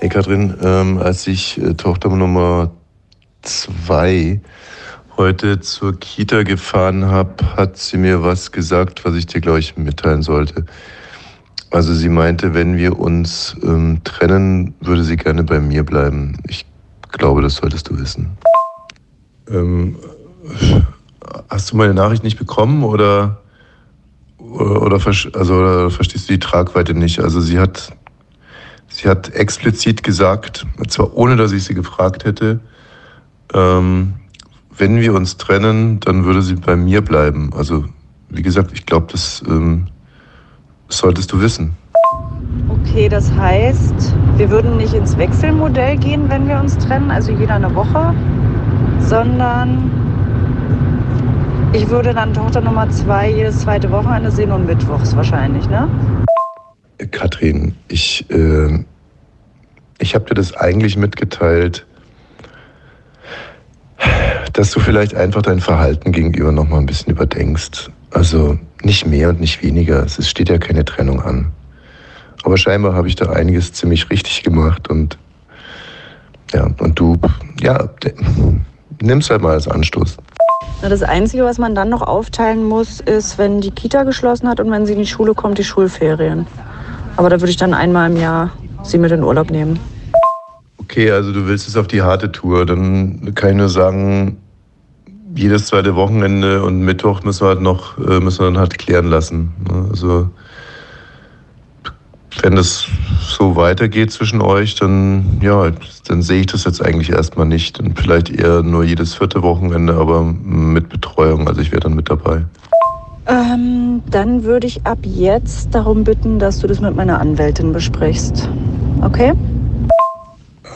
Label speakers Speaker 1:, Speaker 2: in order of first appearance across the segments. Speaker 1: Eckhardt ähm, als ich äh, Tochter Nummer zwei heute zur Kita gefahren habe, hat sie mir was gesagt, was ich dir, glaube ich, mitteilen sollte. Also sie meinte, wenn wir uns ähm, trennen, würde sie gerne bei mir bleiben. Ich glaube, das solltest du wissen. Ähm, hast du meine Nachricht nicht bekommen oder, oder, oder also, oder verstehst du die Tragweite nicht? Also sie hat, sie hat explizit gesagt, zwar ohne dass ich sie gefragt hätte, ähm, wenn wir uns trennen, dann würde sie bei mir bleiben. Also wie gesagt, ich glaube, das ähm, solltest du wissen.
Speaker 2: Okay, das heißt, wir würden nicht ins Wechselmodell gehen, wenn wir uns trennen, also jeder eine Woche, sondern ich würde dann Tochter Nummer zwei jedes zweite Wochenende sehen und mittwochs wahrscheinlich, ne?
Speaker 1: Katrin, ich, äh, ich habe dir das eigentlich mitgeteilt, dass du vielleicht einfach dein Verhalten gegenüber noch mal ein bisschen überdenkst. Also nicht mehr und nicht weniger. Es steht ja keine Trennung an. Aber scheinbar habe ich da einiges ziemlich richtig gemacht und ja, und du, ja, nimm's halt mal als Anstoß.
Speaker 2: Na, das Einzige, was man dann noch aufteilen muss, ist, wenn die Kita geschlossen hat und wenn sie in die Schule kommt, die Schulferien. Aber da würde ich dann einmal im Jahr sie mit in Urlaub nehmen.
Speaker 1: Okay, also du willst es auf die harte Tour. Dann kann ich nur sagen, jedes zweite Wochenende und Mittwoch müssen wir halt noch, äh, müssen wir dann halt klären lassen. Also wenn das so weitergeht zwischen euch, dann ja, dann sehe ich das jetzt eigentlich erstmal nicht. Und vielleicht eher nur jedes vierte Wochenende, aber mit Betreuung. Also ich wäre dann mit dabei.
Speaker 2: Ähm, dann würde ich ab jetzt darum bitten, dass du das mit meiner Anwältin besprichst. Okay?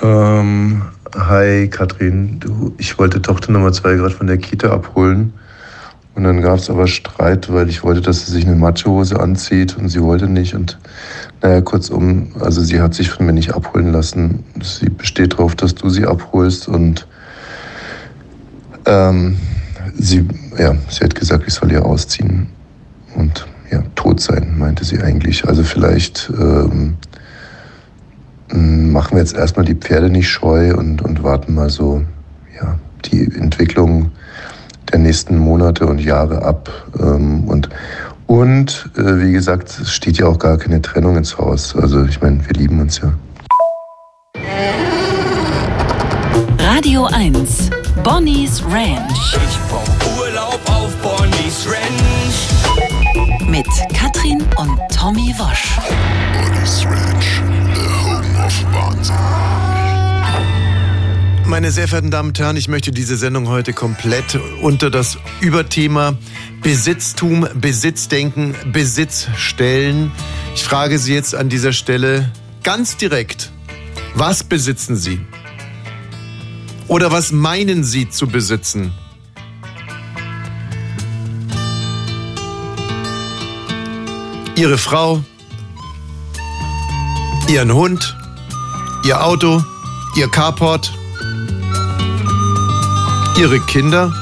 Speaker 1: Ähm, hi Katrin, du, ich wollte Tochter Nummer zwei gerade von der Kita abholen. Und dann gab es aber Streit, weil ich wollte, dass sie sich eine Machohose anzieht und sie wollte nicht. Und naja, kurzum, also sie hat sich von mir nicht abholen lassen. Sie besteht darauf, dass du sie abholst und ähm, sie, ja, sie hat gesagt, ich soll ihr ausziehen und ja, tot sein, meinte sie eigentlich. Also vielleicht ähm, Hm, machen wir jetzt erstmal die Pferde nicht scheu und, und warten mal so, ja, die Entwicklung der nächsten Monate und Jahre ab. Ähm, und und äh, wie gesagt, es steht ja auch gar keine Trennung ins Haus. Also ich meine, wir lieben uns ja.
Speaker 3: Radio 1, Bonnie's Ranch.
Speaker 4: Ich brauch Urlaub auf Bonnie's Ranch.
Speaker 3: Mit Katrin und Tommy Wosch.
Speaker 5: Bonnie's Ranch, the home of Wahnsinn.
Speaker 6: Meine sehr verehrten Damen und Herren, ich möchte diese Sendung heute komplett unter das Überthema Besitztum, Besitzdenken, Besitz stellen. Ich frage Sie jetzt an dieser Stelle ganz direkt, was besitzen Sie? Oder was meinen Sie zu besitzen? Ihre Frau, Ihren Hund, Ihr Auto, Ihr Carport, Ihre Kinder?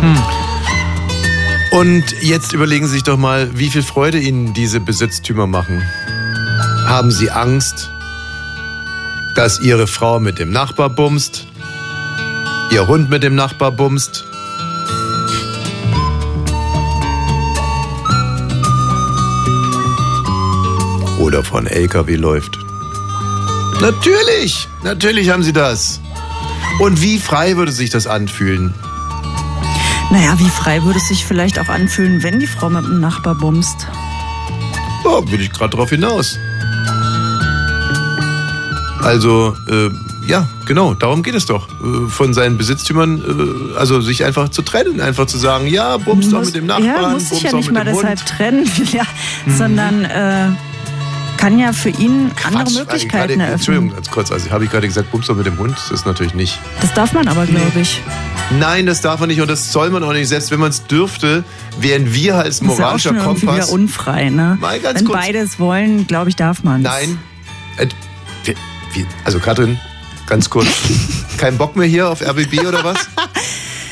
Speaker 6: Hm. Und jetzt überlegen Sie sich doch mal, wie viel Freude Ihnen diese Besitztümer machen. Haben Sie Angst, dass Ihre Frau mit dem Nachbar bumst? Ihr Hund mit dem Nachbar bumst? Oder von LKW läuft? Natürlich, natürlich haben sie das. Und wie frei würde sich das anfühlen?
Speaker 7: Naja, wie frei würde es sich vielleicht auch anfühlen, wenn die Frau mit dem Nachbar bumst?
Speaker 6: Oh, will ich gerade drauf hinaus. Also, äh, ja, genau, darum geht es doch. Äh, von seinen Besitztümern, äh, also sich einfach zu trennen, einfach zu sagen, ja, bumst
Speaker 7: muss,
Speaker 6: auch mit dem Nachbarn,
Speaker 7: ja,
Speaker 6: bumst
Speaker 7: muss sich ja
Speaker 6: auch
Speaker 7: nicht
Speaker 6: mit
Speaker 7: mal
Speaker 6: dem Hund. Mhm.
Speaker 7: deshalb trennen, ja, sondern äh, kann ja für ihn andere
Speaker 6: Quatsch,
Speaker 7: Möglichkeiten
Speaker 6: gerade,
Speaker 7: eröffnen.
Speaker 6: Entschuldigung, ganz kurz, also habe ich gerade gesagt, bumst doch mit dem Hund, das ist natürlich nicht.
Speaker 7: Das darf man aber, glaube ich.
Speaker 6: Nein, das darf man nicht und das soll man auch nicht. Selbst wenn man es dürfte, wären wir als
Speaker 7: Das ist ja auch
Speaker 6: moralischer
Speaker 7: schon irgendwie wieder
Speaker 6: Kompass.
Speaker 7: unfrei, ne?
Speaker 6: Mal ganz
Speaker 7: wenn
Speaker 6: kurz.
Speaker 7: beides wollen, glaube ich, darf man
Speaker 6: Nein. Äh, wir- wir- Also Katrin, ganz kurz. Kein Bock mehr hier auf RBB oder was?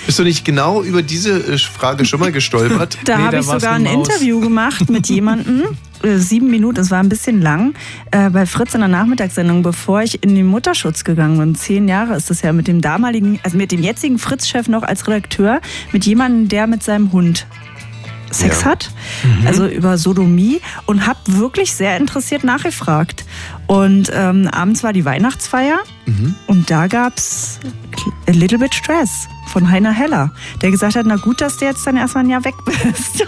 Speaker 6: Bist du nicht genau über diese äh, Frage schon mal gestolpert?
Speaker 7: Da
Speaker 8: Nee,
Speaker 7: habe
Speaker 8: da
Speaker 7: ich
Speaker 8: war's
Speaker 7: sogar ein
Speaker 8: eine Maus.
Speaker 7: Interview gemacht mit jemandem. äh, Sieben Minuten, es war ein bisschen lang, äh, bei Fritz in der Nachmittagssendung, bevor ich in den Mutterschutz gegangen bin. Zehn Jahre ist das ja mit dem damaligen, also mit dem jetzigen Fritz-Chef noch als Redakteur, mit jemandem, der mit seinem Hund Sex hat,
Speaker 8: Mhm.
Speaker 7: also über Sodomie und habe wirklich sehr interessiert nachgefragt. Und ähm, abends war die Weihnachtsfeier
Speaker 8: Mhm.
Speaker 7: und da gab's A Little Bit Stress von Heiner Heller, der gesagt hat, na gut, dass du jetzt dann erstmal ein Jahr weg bist.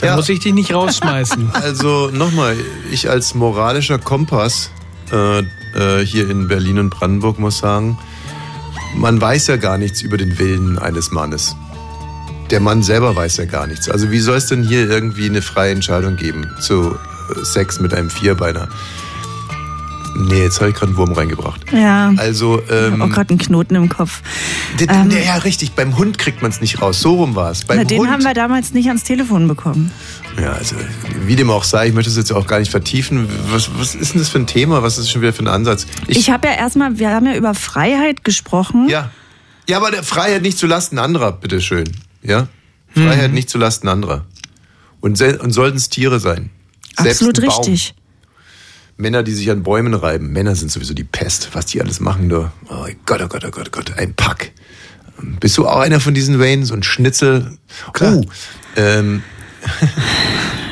Speaker 8: Da
Speaker 6: Ja.
Speaker 8: muss ich dich nicht rausschmeißen.
Speaker 6: Also nochmal, ich als moralischer Kompass äh, äh, hier in Berlin und Brandenburg muss sagen, man weiß ja gar nichts über den Willen eines Mannes. Der Mann selber weiß ja gar nichts. Also wie soll es denn hier irgendwie eine freie Entscheidung geben zu äh, Sex mit einem Vierbeiner? Nee, jetzt habe ich gerade einen Wurm reingebracht.
Speaker 7: ja.
Speaker 6: Also, ähm,
Speaker 7: auch gerade Oh einen Knoten im Kopf.
Speaker 6: d- d-
Speaker 7: Hm. ähm,
Speaker 6: ja, ja, richtig, beim Hund kriegt man es nicht raus. So rum war es.
Speaker 7: Na, den haben wir damals nicht ans Telefon bekommen.
Speaker 6: Ja, also wie dem auch sei, ich möchte es jetzt auch gar nicht vertiefen. Was, was ist denn das für ein Thema? Was ist schon wieder für ein Ansatz?
Speaker 7: Ich, habe ja erstmal, wir haben ja über Freiheit gesprochen.
Speaker 6: ja. ja, aber der Freiheit nicht zu Lasten anderer, bitteschön. Ja? Freiheit
Speaker 7: Mhm.
Speaker 6: nicht zu Lasten anderer. Und, sel- und sollten es Tiere sein. Selbst
Speaker 7: Absolut
Speaker 6: ein Baum.
Speaker 7: richtig.
Speaker 6: Männer, die sich an Bäumen reiben. Männer sind sowieso die Pest, was die alles machen. Du. Oh Gott, oh Gott, oh Gott, oh Gott, ein Pack. Bist du auch einer von diesen Wayne? So ein Schnitzel?
Speaker 8: Klar.
Speaker 6: Oh, ähm,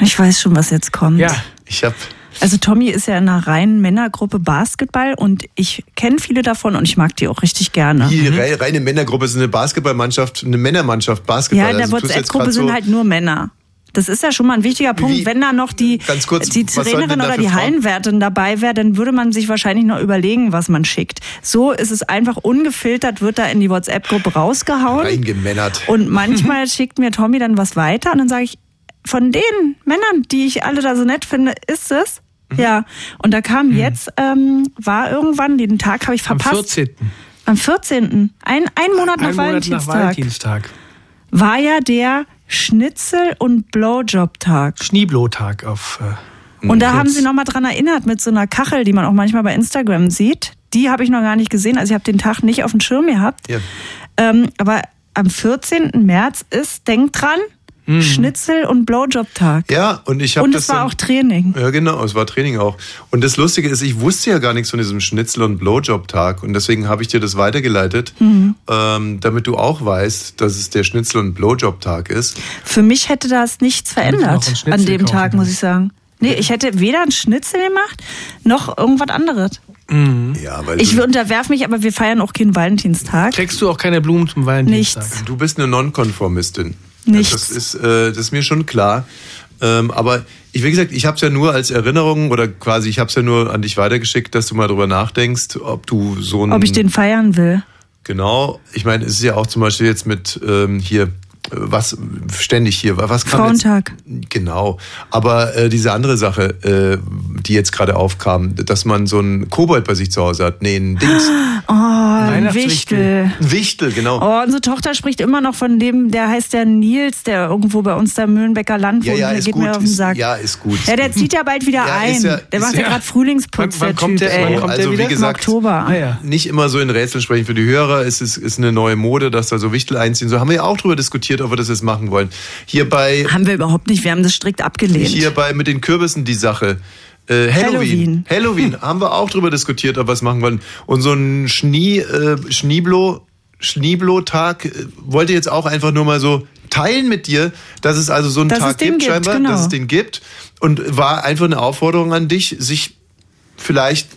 Speaker 7: Ich weiß schon, was jetzt kommt.
Speaker 8: Ja.
Speaker 6: ich habe
Speaker 7: Also Tommy ist ja in einer reinen Männergruppe Basketball und ich kenne viele davon und ich mag die auch richtig gerne.
Speaker 6: Die rei- reine Männergruppe ist eine Basketballmannschaft, eine Männermannschaft Basketball.
Speaker 7: Ja, in der
Speaker 6: Also du tust jetzt
Speaker 7: WhatsApp-Gruppe
Speaker 6: grad
Speaker 7: sind
Speaker 6: so-
Speaker 7: halt nur Männer. Das ist ja schon mal ein wichtiger Punkt.
Speaker 6: Wie- Äh,
Speaker 7: Wenn da noch die,
Speaker 6: Ganz kurz,
Speaker 7: die
Speaker 6: was sollen denn
Speaker 7: Trainerin
Speaker 6: da
Speaker 7: oder
Speaker 6: für
Speaker 7: die
Speaker 6: Frauen-
Speaker 7: Hallenwärtin dabei wäre, dann würde man sich wahrscheinlich noch überlegen, was man schickt. So ist es einfach ungefiltert, wird da in die WhatsApp-Gruppe rausgehauen.
Speaker 6: Reingemännert.
Speaker 7: Und manchmal schickt mir Tommy dann was weiter und dann sage ich, von den Männern, die ich alle da so nett finde, ist es.
Speaker 6: Mhm.
Speaker 7: Ja, und da kam jetzt, ähm, war irgendwann, den Tag habe ich
Speaker 8: Am
Speaker 7: verpasst.
Speaker 8: 14.
Speaker 7: Am 14. Ein, ein Monat, nach,
Speaker 8: Ein Monat nach
Speaker 7: Valentinstag
Speaker 8: Valentinstag.
Speaker 7: war ja der Schnitzel- und Blowjob-Tag.
Speaker 8: Schneeblotag auf. Äh,
Speaker 7: Und da
Speaker 8: kurz.
Speaker 7: haben sie nochmal dran erinnert mit so einer Kachel, die man auch manchmal bei Instagram sieht. Die habe ich noch gar nicht gesehen, also ich habe den Tag nicht auf dem Schirm gehabt.
Speaker 6: Ja.
Speaker 7: Ähm, aber am 14. März ist, denkt dran,
Speaker 8: Hm.
Speaker 7: Schnitzel- und Blowjob-Tag.
Speaker 6: Ja, und ich habe
Speaker 7: Und
Speaker 6: das
Speaker 7: es war
Speaker 6: dann-
Speaker 7: auch Training.
Speaker 6: Ja, genau, es war Training auch. Und das Lustige ist, ich wusste ja gar nichts von diesem Schnitzel- und Blowjob-Tag. Und deswegen habe ich dir das weitergeleitet,
Speaker 7: Mhm.
Speaker 6: ähm, damit du auch weißt, dass es der Schnitzel- und Blowjob-Tag ist.
Speaker 7: Für mich hätte das nichts
Speaker 8: man auch einen
Speaker 7: verändert
Speaker 8: Schnitzel
Speaker 7: an dem
Speaker 8: kaufen
Speaker 7: Tag,
Speaker 8: können.
Speaker 7: muss ich sagen. Nee, ich hätte weder einen Schnitzel gemacht, noch irgendwas anderes.
Speaker 6: Ja, weil
Speaker 7: Mhm. Ich
Speaker 8: Äh.
Speaker 6: du,
Speaker 7: unterwerf mich, aber wir feiern auch keinen Valentinstag.
Speaker 8: Kriegst du auch keine Blumen zum Valentinstag?
Speaker 7: Nichts.
Speaker 6: du bist eine Nonkonformistin.
Speaker 7: Nichts.
Speaker 6: Das ist, äh, das ist mir schon klar. Ähm, aber ich, wie gesagt, ich habe es ja nur als Erinnerung oder quasi, ich habe es ja nur an dich weitergeschickt, dass du mal drüber nachdenkst, ob du so ein
Speaker 7: Ob ich den feiern will.
Speaker 6: Genau, ich meine, es ist ja auch zum Beispiel jetzt mit ähm, hier, äh, was ständig hier, was kam
Speaker 7: Frauentag.
Speaker 6: Jetzt? Genau, aber äh, diese andere Sache, äh, die jetzt gerade aufkam, dass man so einen Kobold bei sich zu Hause hat. Nee, ein Dings.
Speaker 7: Ein
Speaker 8: Weihnachtswichtel.
Speaker 7: Ähm, Wichtel.
Speaker 6: Ein Wichtel, genau.
Speaker 7: Oh, unsere Tochter spricht immer noch von dem, der heißt der Nils, der irgendwo bei uns da im Mühlenbecker Land
Speaker 6: Ja,
Speaker 7: wohnt.
Speaker 6: ja,
Speaker 7: der
Speaker 6: ist
Speaker 7: geht
Speaker 6: gut,
Speaker 7: mir auf den
Speaker 6: ist-
Speaker 7: Sack.
Speaker 6: ja, ist gut,
Speaker 7: Ja,
Speaker 6: ist
Speaker 7: der zieht ja bald wieder
Speaker 6: Ja,
Speaker 7: ein.
Speaker 6: ist ja-
Speaker 7: der
Speaker 6: ist
Speaker 7: macht ja
Speaker 6: ja-
Speaker 7: gerade Frühlingsputz,
Speaker 8: Wann- wann
Speaker 7: der
Speaker 8: kommt
Speaker 7: Typ.
Speaker 8: der- wann
Speaker 7: ey.
Speaker 8: kommt
Speaker 6: also
Speaker 8: der
Speaker 6: wie
Speaker 8: wieder?
Speaker 7: Im
Speaker 6: gesagt,
Speaker 7: Oktober.
Speaker 8: Ah, ja.
Speaker 6: nicht immer so in Rätseln sprechen für die Hörer. Es ist, ist eine neue Mode, dass da so Wichtel einziehen. So haben wir ja auch drüber diskutiert, ob wir das jetzt machen wollen. Hier bei,
Speaker 7: Haben wir überhaupt nicht, wir haben das strikt abgelehnt.
Speaker 6: hier bei mit den Kürbissen die Sache. Äh, Halloween. Halloween.
Speaker 7: Halloween.
Speaker 6: haben wir auch drüber diskutiert, ob wir es machen wollen. Und so ein Schnie, äh, Schnieblo, Schnieblo-Tag äh, wollte jetzt auch einfach nur mal so teilen mit dir, dass es also so einen
Speaker 7: Dass es
Speaker 6: Tag
Speaker 7: den
Speaker 6: gibt,
Speaker 7: gibt,
Speaker 6: scheinbar,
Speaker 7: genau.
Speaker 6: dass es den gibt. Und war einfach eine Aufforderung an dich, sich vielleicht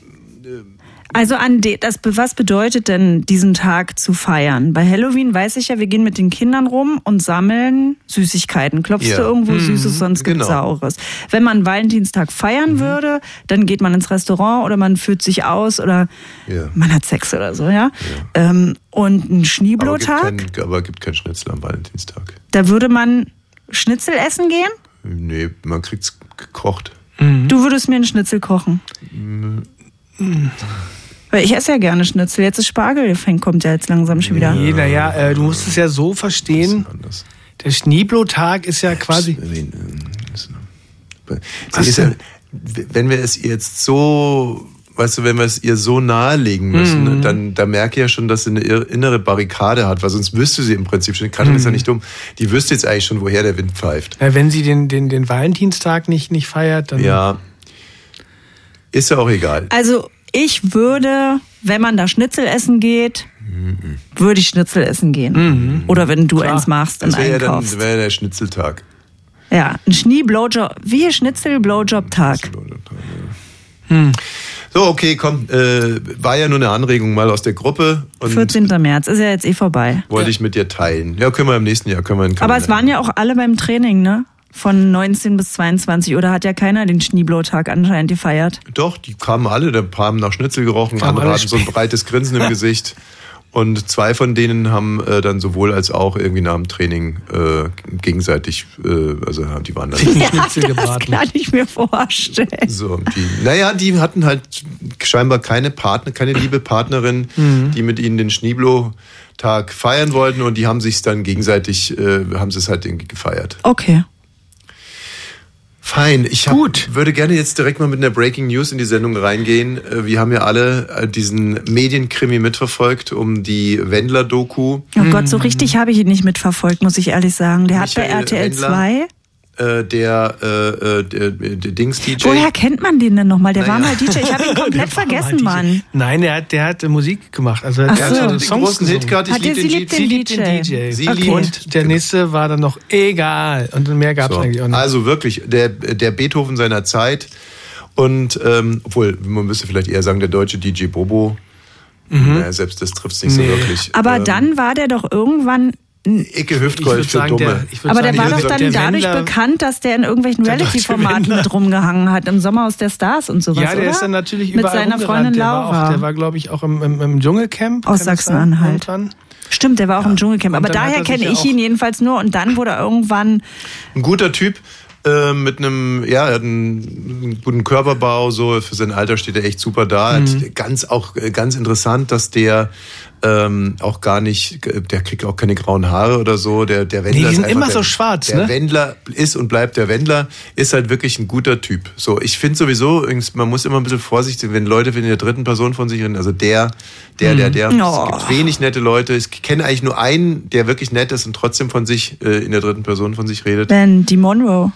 Speaker 7: Also an de, das be- was bedeutet denn diesen Tag zu feiern? Bei Halloween weiß ich ja, wir gehen mit den Kindern rum und sammeln Süßigkeiten. Klopfst
Speaker 6: Ja. Hm,
Speaker 7: du irgendwo Süßes, sonst gibt's
Speaker 6: Genau. Mhm.
Speaker 7: Saures. Wenn man Valentinstag feiern würde, dann geht man ins Restaurant oder man führt sich aus oder
Speaker 6: Ja.
Speaker 7: man hat Sex oder so, ja. Ähm, und einen
Speaker 6: Aber gibt,
Speaker 7: Schneeblotag,
Speaker 6: kein, aber gibt kein Schnitzel am Valentinstag.
Speaker 7: da würde man Schnitzel essen gehen.
Speaker 6: Nee, man kriegt's gekocht. Mhm.
Speaker 7: Du würdest mir einen Schnitzel kochen. Weil ich esse ja gerne Schnitzel. Jetzt ist Spargel gefängt, kommt ja jetzt langsam schon wieder.
Speaker 8: Nee, naja, äh, du musst es ja so verstehen.
Speaker 6: Anders.
Speaker 8: Der Schneeblotag ist ja quasi.
Speaker 6: Sie ist ja, wenn wir es ihr jetzt so weißt du, wenn wir es ihr so nahelegen müssen, dann da merke ich ja schon, dass sie eine ir- innere Barrikade hat, weil sonst wüsste sie im Prinzip schon, Katrin ist ja nicht dumm, die wüsste jetzt eigentlich schon, woher der Wind pfeift.
Speaker 8: Ja, äh, wenn sie den, den, den Valentinstag nicht, nicht feiert, dann.
Speaker 6: Ja. Ist ja auch egal.
Speaker 7: Also ich würde, wenn man da Schnitzel essen geht, würde ich Schnitzel essen gehen. Oder wenn du eins machst und
Speaker 6: Mhm. Das wäre ja dann
Speaker 7: einkaufst.
Speaker 6: das wär ja der Schnitzeltag.
Speaker 7: Ja, ein Schnie-Blowjob, wie Schnitzel-Blowjob-Tag.
Speaker 6: So, okay, komm. Äh, war ja nur eine Anregung mal aus der Gruppe und
Speaker 7: 14. März, ist ja jetzt eh vorbei.
Speaker 6: wollte ich mit dir teilen. Ja, können wir im nächsten Jahr. Können wir in den
Speaker 7: Aber es
Speaker 6: Kalender-
Speaker 7: waren ja auch alle beim Training, ne? Von 19 bis 22 oder hat ja keiner den Schneeblow-Tag anscheinend gefeiert.
Speaker 6: Doch, die kamen alle, der paar haben nach Schnitzel gerochen,
Speaker 8: Kamen
Speaker 6: andere
Speaker 8: alle
Speaker 6: hatten so ein
Speaker 8: spät.
Speaker 6: breites Grinsen im Gesicht. Und zwei von denen haben äh, dann sowohl als auch irgendwie nach dem Training äh, gegenseitig, äh, also haben- die waren dann
Speaker 8: Schnitzel
Speaker 7: Das
Speaker 8: gebraten.
Speaker 7: kann ich mir vorstellen.
Speaker 6: so. Die, naja, die hatten halt scheinbar keine Partner, keine liebe Partnerin, die mit ihnen den Schneeblo-Tag feiern wollten und die haben sich dann gegenseitig, äh, haben sie es halt irgendwie gefeiert.
Speaker 7: Okay.
Speaker 6: Fein. Ich hab,
Speaker 8: Gut.
Speaker 6: würde gerne jetzt direkt mal mit einer Breaking News in die Sendung reingehen. Äh, Wir haben ja alle äh, diesen Medienkrimi mitverfolgt um die Wendler-Doku.
Speaker 7: Oh Gott, so richtig habe ich ihn nicht mitverfolgt, muss ich ehrlich sagen. Der hat bei
Speaker 6: Mhm. Michael
Speaker 7: RTL
Speaker 6: Wendler.
Speaker 7: 2.
Speaker 6: Äh, der äh, äh, der, der Dings-DJ.
Speaker 7: Woher kennt man den denn nochmal? Der war
Speaker 6: Naja.
Speaker 7: mal DJ. Ich habe ihn komplett vergessen, Mann.
Speaker 8: Nein, der hat, der hat äh, Musik gemacht. Also
Speaker 7: Ach
Speaker 8: der
Speaker 7: so.
Speaker 8: hat
Speaker 6: den großen Hit gehabt, ich
Speaker 7: Hat der
Speaker 6: lieb den
Speaker 7: Sie
Speaker 6: Jeep.
Speaker 7: liebt
Speaker 8: Sie liebt den DJ.
Speaker 6: Sie
Speaker 7: Okay.
Speaker 6: liebt-
Speaker 8: Und der nächste war dann noch egal. Und mehr gab es
Speaker 6: So.
Speaker 8: eigentlich auch nicht.
Speaker 6: Also wirklich, der, der Beethoven seiner Zeit. Und, ähm, obwohl, man müsste vielleicht eher sagen, der deutsche DJ Bobo. Naja, selbst das trifft es nicht
Speaker 8: Mhm. Nee.
Speaker 6: so wirklich.
Speaker 7: Aber
Speaker 6: Ähm,
Speaker 7: dann war der doch irgendwann.
Speaker 6: Icke
Speaker 8: ich würde
Speaker 6: Hüftgold für
Speaker 8: sagen,
Speaker 6: Dumme.
Speaker 8: der, ich würd
Speaker 7: Aber
Speaker 8: sagen,
Speaker 7: der war
Speaker 6: die-
Speaker 7: doch dann
Speaker 8: der
Speaker 7: dadurch
Speaker 8: Wendler-
Speaker 7: bekannt, dass der in irgendwelchen
Speaker 8: Der deutsche
Speaker 7: Reality-Formaten
Speaker 8: Wendler.
Speaker 7: mit rumgehangen hat. Im Sommerhaus der Stars und sowas.
Speaker 8: Ja, der
Speaker 7: oder?
Speaker 8: ist dann natürlich
Speaker 7: Mit
Speaker 8: überall
Speaker 7: seiner
Speaker 8: rumgerannt.
Speaker 7: Freundin
Speaker 8: der War auch,
Speaker 7: Laura.
Speaker 8: der war, glaube ich, auch im, im, im Dschungelcamp.
Speaker 7: Aus
Speaker 8: kann das sein?
Speaker 7: Sachsen-Anhalt.
Speaker 8: Irgendwann.
Speaker 7: Stimmt, der war auch im Dschungelcamp.
Speaker 8: Und
Speaker 7: Aber
Speaker 8: dann hat
Speaker 7: daher
Speaker 8: er sich
Speaker 7: kenne
Speaker 8: ja
Speaker 7: ich
Speaker 8: auch-
Speaker 7: ihn jedenfalls nur. Und dann wurde er irgendwann.
Speaker 6: ein guter Typ äh, mit einem, ja, er hat einen, einen guten Körperbau, so für sein Alter steht er echt super da.
Speaker 8: Mhm.
Speaker 6: Hat ganz auch äh, ganz interessant, dass der ähm, auch gar nicht, äh, der kriegt auch keine grauen Haare oder so. Der, der Wendler
Speaker 8: Nee, die
Speaker 6: ist
Speaker 8: sind
Speaker 6: einfach
Speaker 8: immer
Speaker 6: der,
Speaker 8: so schwarz,
Speaker 6: Der
Speaker 8: ne?
Speaker 6: Wendler ist und bleibt der Wendler, ist halt wirklich ein guter Typ. So, ich finde sowieso, übrigens, man muss immer ein bisschen vorsichtig, wenn Leute wenn in der dritten Person von sich reden, also der, der,
Speaker 8: Mhm.
Speaker 6: der, der.
Speaker 7: Oh.
Speaker 6: Es gibt wenig nette Leute. Ich kenne eigentlich nur einen, der wirklich nett ist und trotzdem von sich äh, in der dritten Person von sich redet.
Speaker 7: Ben, die Monroe.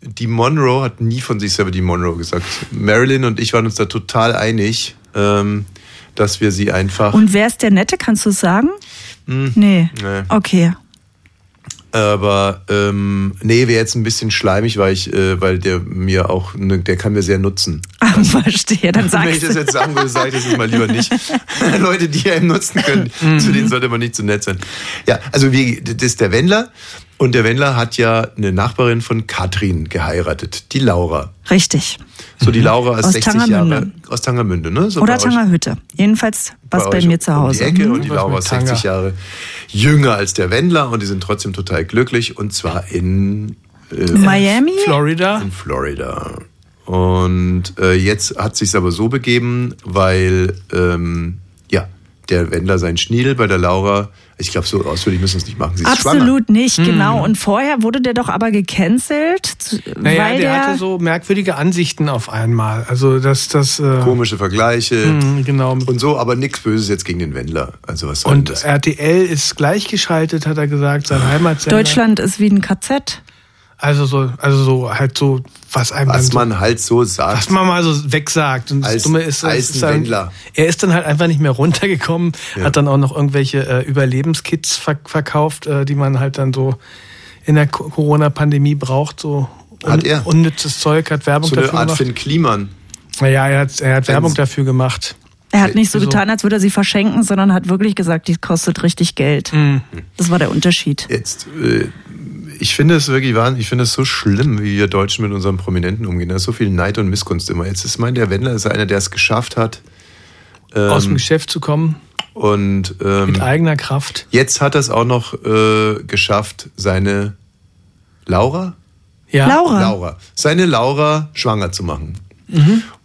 Speaker 6: Die Monroe hat nie von sich selber die Monroe gesagt. Marilyn und ich waren uns da total einig, ähm, dass wir sie einfach.
Speaker 7: Und wer ist der Nette? Kannst du es sagen?
Speaker 8: Hm.
Speaker 7: Nee.
Speaker 6: Nee.
Speaker 7: Okay.
Speaker 6: aber ähm, nee, wäre jetzt ein bisschen schleimig, weil ich, äh, weil der mir auch, ne, der kann mir sehr nutzen.
Speaker 7: Ah, verstehe. Dann
Speaker 6: Wenn ich
Speaker 7: sagst
Speaker 6: das
Speaker 7: du.
Speaker 6: jetzt sagen würde, sage ich das jetzt mal lieber nicht. Leute, die einem nutzen können,
Speaker 7: Mhm.
Speaker 6: zu denen sollte man nicht zu nett sein. Ja, also wie, das ist der Wendler. Und der Wendler hat ja eine Nachbarin von Katrin geheiratet, die Laura.
Speaker 7: Richtig.
Speaker 6: So, die Laura ist
Speaker 7: Mhm. Aus
Speaker 6: 60 Jahre.
Speaker 7: Tangermünde.
Speaker 6: Aus Tangermünde, ne? So bei
Speaker 7: Oder
Speaker 6: euch.
Speaker 7: Tangerhütte. Jedenfalls was bei,
Speaker 6: euch
Speaker 7: mir zu Hause.
Speaker 6: Um die Ecke
Speaker 7: Mhm.
Speaker 6: und die
Speaker 8: Was
Speaker 6: Laura
Speaker 8: mit
Speaker 6: ist 60
Speaker 8: Tanga?
Speaker 6: Jahre jünger als der Wendler und die sind trotzdem total glücklich und zwar in, äh,
Speaker 7: Miami?
Speaker 8: Florida.
Speaker 6: in Florida. Und äh, jetzt hat sich's aber so begeben, weil ähm, ja der Wendler seinen Schniedel bei der Laura, ich glaube so ausführlich müssen wir es nicht machen, sie ist schwanger.
Speaker 7: Absolut nicht,
Speaker 8: Hm.
Speaker 7: genau. Und vorher wurde der doch aber gecancelt, zu-
Speaker 8: Naja,
Speaker 7: weil
Speaker 8: der, hatte so merkwürdige Ansichten auf einmal. Also das, das äh,
Speaker 6: Komische Vergleiche
Speaker 8: mh, genau.
Speaker 6: und so, aber nichts Böses jetzt gegen den Wendler. Also was soll denn
Speaker 8: Und äh,
Speaker 6: das?
Speaker 8: RTL ist gleichgeschaltet, hat er gesagt, sein Heimatsender.
Speaker 7: Deutschland ist wie ein KZ.
Speaker 8: Also so, also so halt so, was einem
Speaker 6: Was
Speaker 8: dann so-
Speaker 6: man halt so sagt.
Speaker 8: also was man mal so wegsagt. Und das
Speaker 6: Als-
Speaker 8: Dumme ist,
Speaker 6: als
Speaker 8: es ist
Speaker 6: ein
Speaker 8: dann,
Speaker 6: Wendler.
Speaker 8: er ist dann halt einfach nicht mehr runtergekommen,
Speaker 6: Ja.
Speaker 8: hat dann auch noch irgendwelche äh, Überlebenskits verk verkauft, äh, die man halt dann so in der Co- Corona-Pandemie braucht, so
Speaker 6: Hat er?
Speaker 8: unnützes Zeug, hat Werbung
Speaker 6: So eine
Speaker 8: dafür
Speaker 6: Art
Speaker 8: gemacht.
Speaker 6: Finn Kliman.
Speaker 8: Naja, er hat, er hat Werbung
Speaker 6: Wenn's-
Speaker 8: dafür gemacht.
Speaker 7: Er hat nicht so
Speaker 8: Also-
Speaker 7: getan, als würde er sie verschenken, sondern hat wirklich gesagt, die kostet richtig Geld. Das war der Unterschied.
Speaker 6: Jetzt, äh, ich finde es wirklich wahnsinnig, ich finde es so schlimm, wie wir Deutschen mit unseren Prominenten umgehen. Da ist so viel Neid und Missgunst immer. Jetzt ist mein, der Wendler ist einer, der es geschafft hat. ähm,
Speaker 8: aus dem Geschäft zu kommen,
Speaker 6: Und ähm,
Speaker 8: mit eigener Kraft.
Speaker 6: jetzt hat er es auch noch äh, geschafft, seine Laura?
Speaker 8: Ja.
Speaker 7: Laura.
Speaker 6: Laura. Seine Laura schwanger zu machen.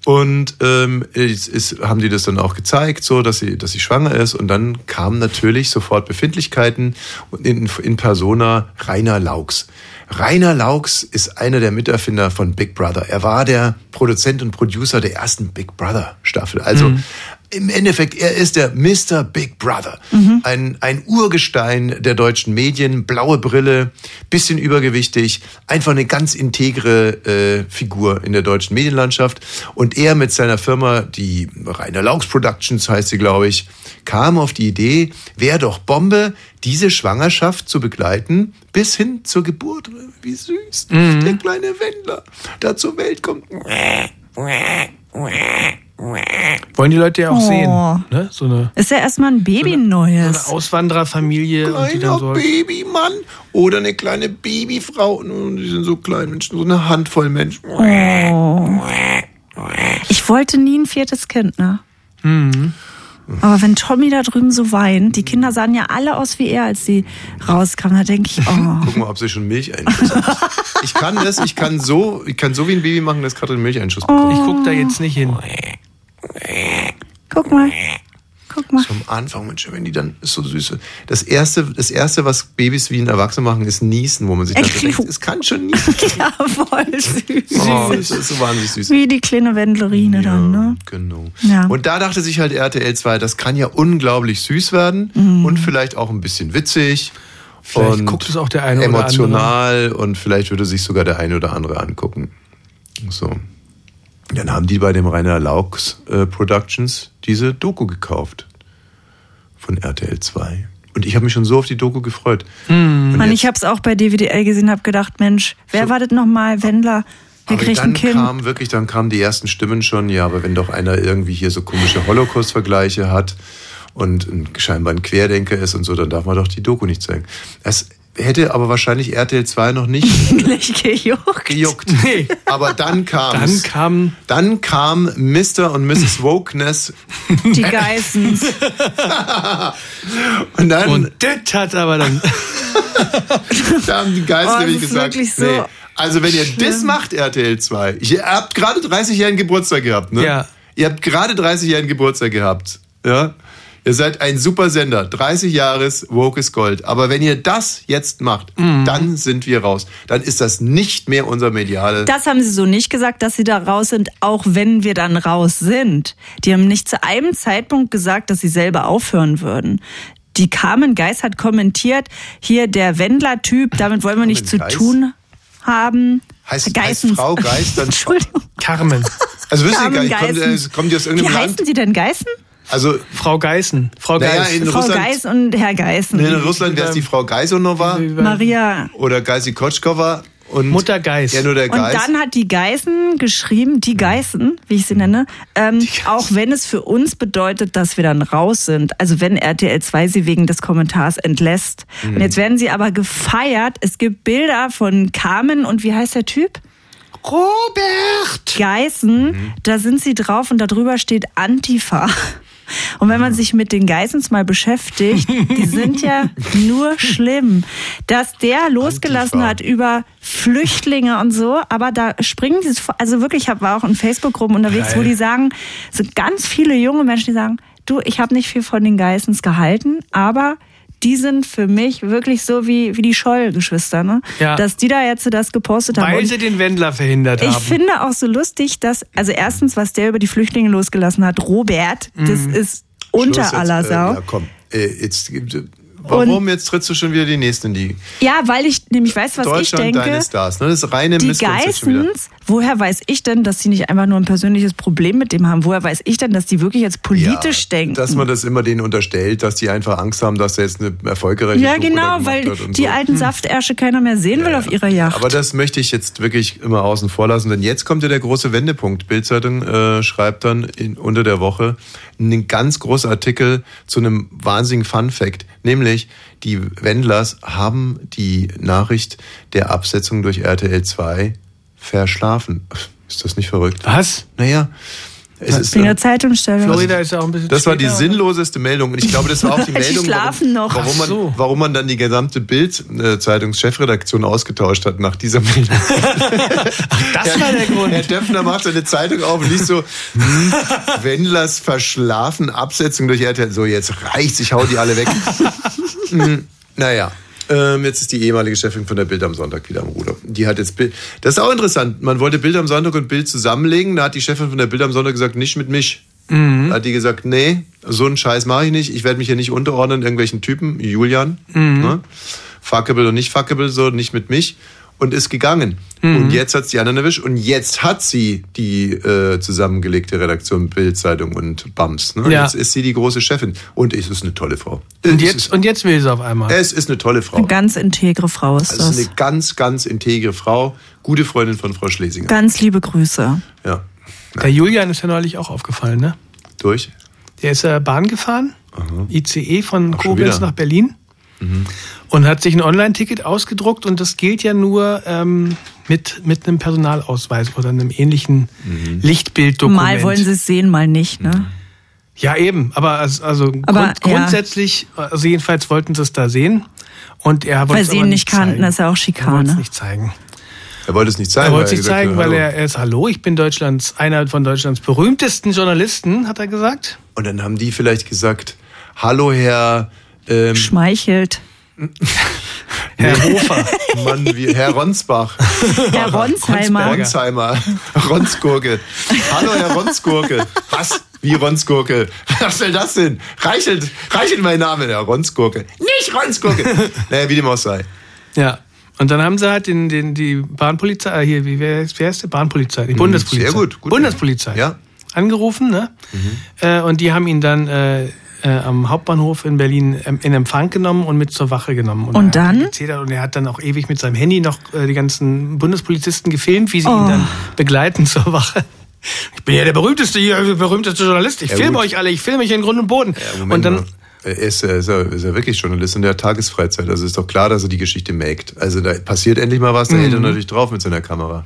Speaker 6: Und ähm, es ist, haben die das dann auch gezeigt, so dass sie, dass sie schwanger ist. Und dann kamen natürlich sofort Befindlichkeiten und in, in Persona Rainer Laux. Rainer Laux ist einer der Miterfinder von Big Brother. Er war der Produzent und Producer der ersten Big Brother Staffel. Also mhm. im Endeffekt, er ist der Mr. Big Brother. Mhm. Ein, ein Urgestein der deutschen Medien, blaue Brille, bisschen übergewichtig, einfach eine ganz integre äh, Figur in der deutschen Medienlandschaft. Und er mit seiner Firma, die Rainer Laux Productions heißt sie, glaube ich, kam auf die Idee, wäre doch Bombe, diese Schwangerschaft zu begleiten bis hin zur Geburt. Wie süß. Mhm. Der kleine Wendler, da zur Welt kommt.
Speaker 8: Wollen die Leute ja auch oh. sehen. Ne?
Speaker 7: So eine, ist ja erstmal ein Baby
Speaker 8: so eine,
Speaker 7: Neues.
Speaker 8: So eine Auswandererfamilie.
Speaker 6: Kleiner und die dann so halt Babymann oder eine kleine Babyfrau. Und die sind so kleine Menschen, so eine Handvoll Menschen.
Speaker 7: Oh. Ich wollte nie ein viertes Kind, ne? Mhm. Aber wenn Tommy da drüben so weint, die Kinder sahen ja alle aus wie er, als sie rauskamen, da denke ich, oh.
Speaker 6: Guck mal, ob sie schon Milch einschüssen. ich kann das, ich kann so, ich kann so wie ein Baby machen, dass gerade ein Milcheinschuss
Speaker 8: oh. bekommt. Ich guck da jetzt nicht hin.
Speaker 7: Guck mal. Guck mal.
Speaker 6: Zum Anfang, Mensch, wenn die dann ist so süße. Das erste, das erste, was Babys wie ein Erwachsener machen, ist niesen, wo man sich dann so denkt, es kann schon niesen.
Speaker 7: ja, voll süß.
Speaker 6: Oh, das ist so wahnsinnig süß.
Speaker 7: Wie die kleine Wendlerine
Speaker 6: ja,
Speaker 7: dann, ne?
Speaker 6: Genau. Ja. Und da dachte sich halt RTL 2, das kann ja unglaublich süß werden mhm. und vielleicht auch ein bisschen witzig.
Speaker 8: Vielleicht guckt es auch der eine
Speaker 6: oder andere.
Speaker 8: Emotional
Speaker 6: und vielleicht würde sich sogar der eine oder andere angucken. So. Dann haben die bei dem Rainer Laux äh, Productions diese Doku gekauft von RTL 2. Und ich habe mich schon so auf die Doku gefreut.
Speaker 7: Hm. Und, Und ich habe es auch bei DWDL gesehen, habe gedacht, Mensch, wer so, war das nochmal? Wendler, wir kriegen ein Kind.
Speaker 6: Kam, wirklich, dann kamen die ersten Stimmen schon, ja, aber wenn doch einer irgendwie hier so komische Holocaust-Vergleiche hat und scheinbar ein Querdenker ist und so, dann darf man doch die Doku nicht zeigen. Das hätte aber wahrscheinlich RTL 2 noch nicht
Speaker 7: gleich gejuckt.
Speaker 6: gejuckt. Nee. Aber dann kam
Speaker 8: dann kam
Speaker 6: dann kam Mr. und Mrs. Wokeness
Speaker 7: die Geissens.
Speaker 6: Mhm. und dann
Speaker 8: und das hat aber dann
Speaker 6: da haben die Geißen oh, nämlich gesagt,
Speaker 7: so nee.
Speaker 6: also wenn ihr schlimm. das macht RTL 2, ihr habt gerade 30-jährigen Geburtstag gehabt, ne?
Speaker 8: Ja.
Speaker 6: Ihr habt gerade 30-jährigen Geburtstag gehabt, ja? Ihr seid ein super Sender. 30 Jahres Woke ist Gold. Aber wenn ihr das jetzt macht, mm.
Speaker 8: Mhm.
Speaker 6: dann sind wir raus. Dann ist das nicht mehr unser mediale.
Speaker 7: Das haben sie so nicht gesagt, dass sie da raus sind, auch wenn wir dann raus sind. Die haben nicht zu einem Zeitpunkt gesagt, dass sie selber aufhören würden. Die Carmen Geis hat kommentiert, hier der Wendler-Typ, damit wollen wir nichts zu tun haben.
Speaker 6: Heißt, heißt Frau Geis dann
Speaker 7: Entschuldigung.
Speaker 8: Carmen.
Speaker 6: Also wissen Sie gar nicht, kommen, kommen die aus irgendeinem
Speaker 7: Wie
Speaker 6: Land?
Speaker 7: heißen die denn Geißen?
Speaker 6: Also
Speaker 8: Frau Geißen. Frau
Speaker 6: naja,
Speaker 8: Geiß.
Speaker 6: in
Speaker 7: Frau
Speaker 6: Russland,
Speaker 7: Geis und Herr Geißen.
Speaker 6: In Russland wäre es die Frau Geisonova.
Speaker 7: Maria.
Speaker 6: Oder Geisi Kotschkova. Und
Speaker 8: Mutter Geiß.
Speaker 6: Ja, nur der
Speaker 7: und
Speaker 6: Geis.
Speaker 7: dann hat die Geißen geschrieben, die Geißen, wie ich sie nenne, ähm, auch wenn es für uns bedeutet, dass wir dann raus sind. Also wenn RTL 2 sie wegen des Kommentars entlässt. Mhm. Und jetzt werden sie aber gefeiert. Es gibt Bilder von Carmen und wie heißt der Typ?
Speaker 8: Robert!
Speaker 7: Geißen, mhm. da sind sie drauf und darüber steht Antifa. Und wenn man sich mit den Geissens mal beschäftigt, die sind ja nur schlimm. Dass der losgelassen hat über Flüchtlinge und so, aber da springen die, also wirklich, ich war auch in Facebook-Gruppen unterwegs, Geil. wo die sagen, so ganz viele junge Menschen, die sagen, du, ich habe nicht viel von den Geissens gehalten, aber die sind für mich wirklich so wie, wie die Scholl-Geschwister, ne? Ja. Dass die da jetzt so das gepostet
Speaker 8: Weil
Speaker 7: haben.
Speaker 8: Weil sie den Wendler verhindert
Speaker 7: ich
Speaker 8: haben.
Speaker 7: Ich finde auch so lustig, dass, also erstens, was der über die Flüchtlinge losgelassen hat, Robert, mhm. das ist unter
Speaker 6: jetzt,
Speaker 7: aller Sau.
Speaker 6: Äh, ja, komm, äh, jetzt Warum und, jetzt trittst du schon wieder die nächsten die?
Speaker 7: Ja, weil ich nämlich weiß, was ich denke.
Speaker 6: Deutschland deine Stars, ne? Das ist reine
Speaker 7: Die Geissens, woher weiß ich denn, dass sie nicht einfach nur ein persönliches Problem mit dem haben? Woher weiß ich denn, dass die wirklich jetzt politisch ja, denken?
Speaker 6: Dass man das immer denen unterstellt, dass die einfach Angst haben, dass da jetzt eine erfolgreiche
Speaker 7: Ja, genau, weil die
Speaker 6: so.
Speaker 7: alten hm. Saftärsche keiner mehr sehen ja, will auf ihrer Yacht.
Speaker 6: Aber das möchte ich jetzt wirklich immer außen vor lassen, denn jetzt kommt ja der große Wendepunkt. Bildzeitung äh, schreibt dann in, unter der Woche einen ganz großen Artikel zu einem wahnsinnigen Fun Fact, nämlich die Wendlers haben die Nachricht der Absetzung durch RTL 2 verschlafen. Ist das nicht verrückt?
Speaker 8: Was?
Speaker 6: Naja. äh,
Speaker 7: Es Was? ist, Wegen der Zeitumstellung.
Speaker 8: Florida ist ja auch ein bisschen
Speaker 6: Das war die
Speaker 8: später,
Speaker 6: sinnloseste Meldung. Und ich glaube, das war auch die Meldung,
Speaker 7: die schlafen
Speaker 6: warum,
Speaker 7: noch.
Speaker 6: Warum, man, so. warum man dann die gesamte Bild-Zeitungschefredaktion ausgetauscht hat nach dieser Meldung.
Speaker 8: Ach, das war der Grund.
Speaker 6: Herr Döpfner macht seine Zeitung auf und liest so, hm, Wendlers verschlafen Absetzung durch RTL. So, jetzt reicht's, ich hau die alle weg. hm, naja. Ähm, jetzt ist die ehemalige Chefin von der Bild am Sonntag wieder am Ruder. Die hat jetzt Bild. Das ist auch interessant. Man wollte Bild am Sonntag und Bild zusammenlegen. Da hat die Chefin von der Bild am Sonntag gesagt, nicht mit mich.
Speaker 8: Mhm.
Speaker 6: Da hat die gesagt, nee, so einen Scheiß mache ich nicht. Ich werde mich hier nicht unterordnen irgendwelchen Typen, Julian.
Speaker 8: Mhm.
Speaker 6: Ne? Fuckable und nicht fuckable, so nicht mit mich. Und ist gegangen.
Speaker 8: Mhm.
Speaker 6: Und jetzt hat die anderen erwischt. Und jetzt hat sie die äh, zusammengelegte Redaktion Bild-Zeitung und Bums. Ne?
Speaker 8: Ja.
Speaker 6: Jetzt ist sie die große Chefin. Und es ist eine tolle Frau. Äh,
Speaker 8: Und
Speaker 6: Es
Speaker 8: jetzt, und jetzt will sie auf einmal.
Speaker 6: ist, es ist eine tolle Frau.
Speaker 7: Eine ganz integre Frau ist
Speaker 6: Also es ist
Speaker 7: das.
Speaker 6: eine ganz, ganz integre Frau. Gute Freundin von Frau Schlesinger.
Speaker 7: Ganz liebe Grüße.
Speaker 6: Ja.
Speaker 8: Der Julian ist ja neulich auch aufgefallen, ne?
Speaker 6: Durch.
Speaker 8: Der ist ja Bahn gefahren, ICE von
Speaker 6: Ach, schon
Speaker 8: Koblenz
Speaker 6: wieder. Mhm.
Speaker 8: nach Berlin und hat sich ein Online-Ticket ausgedruckt und das gilt ja nur ähm, mit, mit einem Personalausweis oder einem ähnlichen
Speaker 6: Mhm.
Speaker 8: Lichtbilddokument.
Speaker 7: Mal wollen sie es sehen, mal nicht. Ne?
Speaker 8: Ja, eben, aber, als- also
Speaker 7: Aber,
Speaker 8: grund,
Speaker 7: ja.
Speaker 8: grundsätzlich, also jedenfalls wollten sie es da sehen und er wollte
Speaker 7: Weil
Speaker 8: es
Speaker 7: sie
Speaker 8: aber
Speaker 7: ihn nicht kannten,
Speaker 8: zeigen.
Speaker 7: das ist ja auch
Speaker 8: Er wollte es
Speaker 7: Schikane.
Speaker 8: nicht zeigen.
Speaker 6: Er wollte es nicht zeigen.
Speaker 8: Er wollte sich
Speaker 6: gesagt hat,
Speaker 8: zeigen, weil
Speaker 6: hallo.
Speaker 8: er, er ist, hallo, ich bin Deutschlands, einer von Deutschlands berühmtesten Journalisten, hat er gesagt.
Speaker 6: Und dann haben die vielleicht gesagt, hallo Herr... Ähm,
Speaker 7: Schmeichelt.
Speaker 8: Herr Hofer.
Speaker 6: Mann, wie Herr Ronsbach.
Speaker 7: Herr Ronsheimer.
Speaker 6: Ronsheimer. Ronsgurke. Hallo, Herr Ronsgurke. Was? Wie Ronsgurke? Was soll das denn? Reichelt, reichelt mein Name, Herr Ronsgurke. Nicht Ronsgurke. Naja, wie dem auch sei.
Speaker 8: Ja. Und dann haben sie halt den, den, die Bahnpolizei, äh, hier, wie, wer, ist- wer ist die Bahnpolizei? Die Bundespolizei.
Speaker 6: Mhm. sehr gut, gut.
Speaker 8: Bundespolizei.
Speaker 6: Ja. Mhm.
Speaker 8: Angerufen, ne? Äh, und die haben ihn dann äh, äh, am Hauptbahnhof in Berlin ähm, in Empfang genommen und mit zur Wache genommen.
Speaker 7: Und
Speaker 8: er hat
Speaker 7: dann?
Speaker 8: gezählt Und er hat dann auch ewig mit seinem Handy noch äh, die ganzen Bundespolizisten gefilmt, wie sie ihn dann
Speaker 7: Oh.
Speaker 8: begleiten zur Wache. Ich bin ja der berühmteste, hier, der berühmteste Journalist. Ich
Speaker 6: Ja,
Speaker 8: filme
Speaker 6: gut.
Speaker 8: euch alle, ich filme euch in Grund und Boden. und dann,
Speaker 6: Er ist, er, ist, er ist ja wirklich Journalist in der Tagesfreizeit. Also ist doch klar, dass er die Geschichte maked. Also da passiert endlich mal was, da
Speaker 8: Mhm.
Speaker 6: hält er natürlich drauf mit seiner Kamera.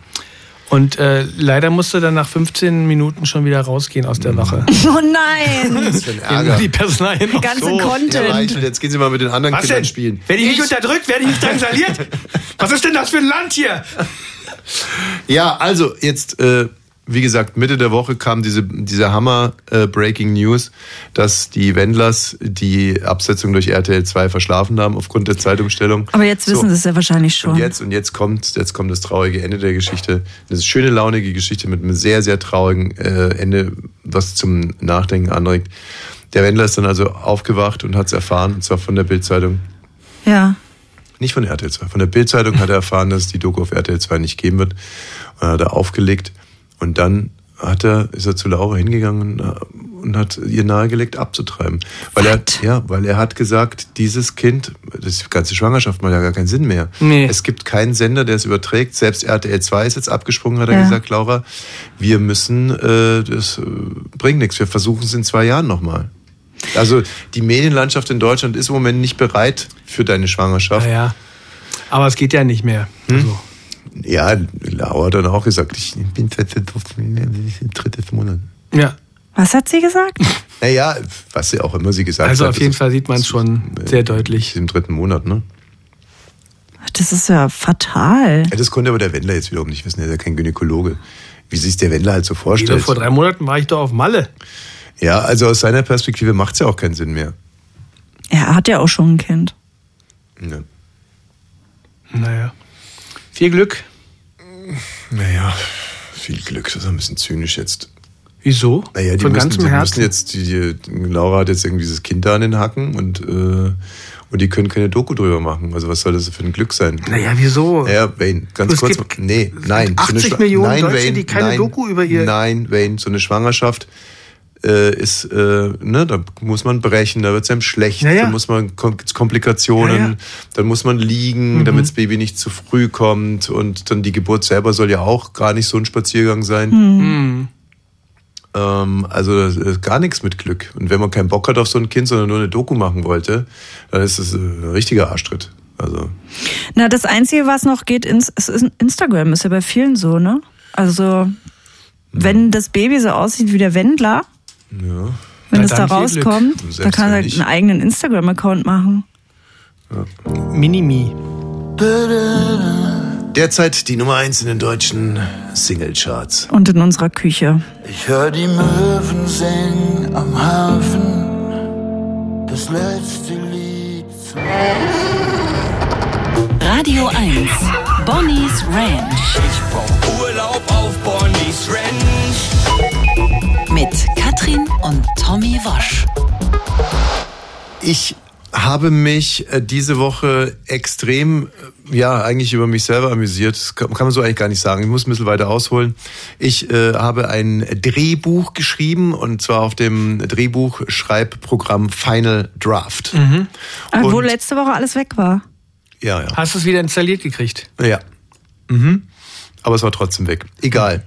Speaker 8: und äh, leider musste dann nach 15 Minuten schon wieder rausgehen aus
Speaker 6: Mhm.
Speaker 8: der Wache.
Speaker 7: Oh nein!
Speaker 6: Das ist ein
Speaker 8: Nur
Speaker 6: Ärger.
Speaker 8: die Personalien noch.
Speaker 7: Ganze
Speaker 6: Herr
Speaker 7: Content.
Speaker 6: Reichelt, jetzt gehen Sie mal mit den anderen
Speaker 8: Was
Speaker 6: Kindern
Speaker 8: denn?
Speaker 6: spielen.
Speaker 8: Werde ich nicht unterdrückt? Werde ich nicht drangsaliert? Was ist denn das für ein Land hier?
Speaker 6: Ja, also jetzt, äh, wie gesagt, Mitte der Woche kam diese, diese Hammer-Breaking News, dass die Wendlers die Absetzung durch RTL 2 verschlafen haben aufgrund der Zeitumstellung.
Speaker 7: Aber jetzt wissen
Speaker 6: So.
Speaker 7: sie es ja wahrscheinlich schon.
Speaker 6: Und jetzt, und jetzt kommt, jetzt kommt das traurige Ende der Geschichte. Eine schöne, launige Geschichte mit einem sehr, sehr traurigen äh, Ende, was zum Nachdenken anregt. Der Wendler ist dann also aufgewacht und hat es erfahren, und zwar von der Bildzeitung.
Speaker 7: Ja.
Speaker 6: Nicht von RTL 2. Von der Bildzeitung hat er erfahren, dass es die Doku auf RTL 2 nicht geben wird. Und hat er aufgelegt. Und dann hat er, ist er zu Laura hingegangen und, äh, und hat ihr nahegelegt, abzutreiben. Weil er,
Speaker 7: What?
Speaker 6: ja, weil er hat gesagt, dieses Kind, das die ganze Schwangerschaft macht ja gar keinen Sinn mehr.
Speaker 8: Nee.
Speaker 6: Es gibt keinen Sender, der es überträgt. Selbst RTL 2 ist jetzt abgesprungen, hat er
Speaker 7: Ja.
Speaker 6: gesagt, Laura, wir müssen, äh, das äh, bringt nichts. Wir versuchen es in zwei Jahren nochmal. Also die Medienlandschaft in Deutschland ist im Moment nicht bereit für deine Schwangerschaft.
Speaker 8: Naja, aber es geht ja nicht mehr. Also,
Speaker 6: Ja, Laura hat dann auch gesagt, ich bin dritte, drittes Monat.
Speaker 8: ja.
Speaker 7: Was hat sie gesagt?
Speaker 6: Naja, was sie auch immer sie gesagt
Speaker 8: Also
Speaker 6: hat.
Speaker 8: auf jeden
Speaker 6: ist- äh,
Speaker 8: Fall sieht man es schon sehr deutlich.
Speaker 6: ist Im dritten Monat, ne?
Speaker 7: Das ist ja fatal.
Speaker 6: Ja, das konnte aber der Wendler jetzt wiederum nicht wissen, er ist ja kein Gynäkologe. Wie sich der Wendler halt so
Speaker 8: Wieder
Speaker 6: vorstellt.
Speaker 8: vor drei Monaten war ich doch auf Malle.
Speaker 6: Ja, also aus seiner Perspektive macht es ja auch keinen Sinn mehr.
Speaker 7: Er hat ja auch schon ein Kind.
Speaker 6: Ja.
Speaker 8: Naja. Viel Glück.
Speaker 6: Naja, viel Glück, das ist ein bisschen zynisch jetzt.
Speaker 8: Wieso?
Speaker 6: Naja, die
Speaker 8: Von
Speaker 6: müssen,
Speaker 8: ganzem
Speaker 6: die
Speaker 8: Herzen.
Speaker 6: müssen jetzt, die, die, Laura hat jetzt irgendwie dieses Kind da an den Hacken und, äh, und die können keine Doku drüber machen. Also was soll das für ein Glück sein?
Speaker 8: naja, wieso?
Speaker 6: Ja, Wayne, ganz
Speaker 8: Es
Speaker 6: kurz.
Speaker 8: gibt-
Speaker 6: nee,
Speaker 8: es
Speaker 6: nein.
Speaker 8: gibt
Speaker 6: so eine
Speaker 8: 80
Speaker 6: Schwa-
Speaker 8: Millionen
Speaker 6: nein,
Speaker 8: Deutsche,
Speaker 6: Wayne,
Speaker 8: die keine
Speaker 6: nein,
Speaker 8: Doku über ihr-
Speaker 6: Nein, Wayne, so eine Schwangerschaft äh, ist, äh, ne, da muss man brechen, da wird es einem schlecht,
Speaker 8: Ja, ja.
Speaker 6: dann muss man kom- gibt's Komplikationen,
Speaker 8: Ja, Mhm. ja.
Speaker 6: dann muss man liegen, damit das Baby nicht zu früh kommt und dann die Geburt selber soll ja auch gar nicht so ein Spaziergang sein.
Speaker 8: Mhm.
Speaker 6: Ähm, also das ist gar nichts mit Glück. Und wenn man keinen Bock hat auf so ein Kind, sondern nur eine Doku machen wollte, dann ist das äh, ein richtiger Arschtritt. Also
Speaker 7: Na, das Einzige, was noch geht, ins, es ist Instagram ist ja bei vielen so, ne? Also, wenn das Baby so aussieht wie der Wendler, wenn
Speaker 8: Na,
Speaker 7: es da
Speaker 8: dann viel Glück.
Speaker 7: rauskommt,
Speaker 6: Selbst
Speaker 7: dann kann
Speaker 6: wenn
Speaker 7: er
Speaker 6: nicht.
Speaker 7: einen eigenen Instagram-Account machen.
Speaker 8: Minimi.
Speaker 6: Derzeit die Nummer 1 in den deutschen Singlecharts.
Speaker 7: Und in unserer Küche.
Speaker 9: Ich hör die Möwen singen am Hafen. Das letzte Lied.
Speaker 3: Radio 1. Bonnie's Ranch.
Speaker 4: Ich brauch Urlaub auf Bonnie's Ranch.
Speaker 3: Mit Katrin und Tommy Wosch.
Speaker 6: Ich habe mich äh, diese Woche extrem, äh, ja, eigentlich über mich selber amüsiert. Das kann, kann man so eigentlich gar nicht sagen. Ich muss ein bisschen weiter ausholen. Ich äh, habe ein Drehbuch geschrieben und zwar auf dem Drehbuchschreibprogramm Final Draft.
Speaker 7: Mhm. Äh, Wo letzte Woche alles weg war.
Speaker 6: Ja, ja.
Speaker 8: Hast du es wieder installiert gekriegt?
Speaker 6: Ja. Mhm. Aber es war trotzdem weg. Egal.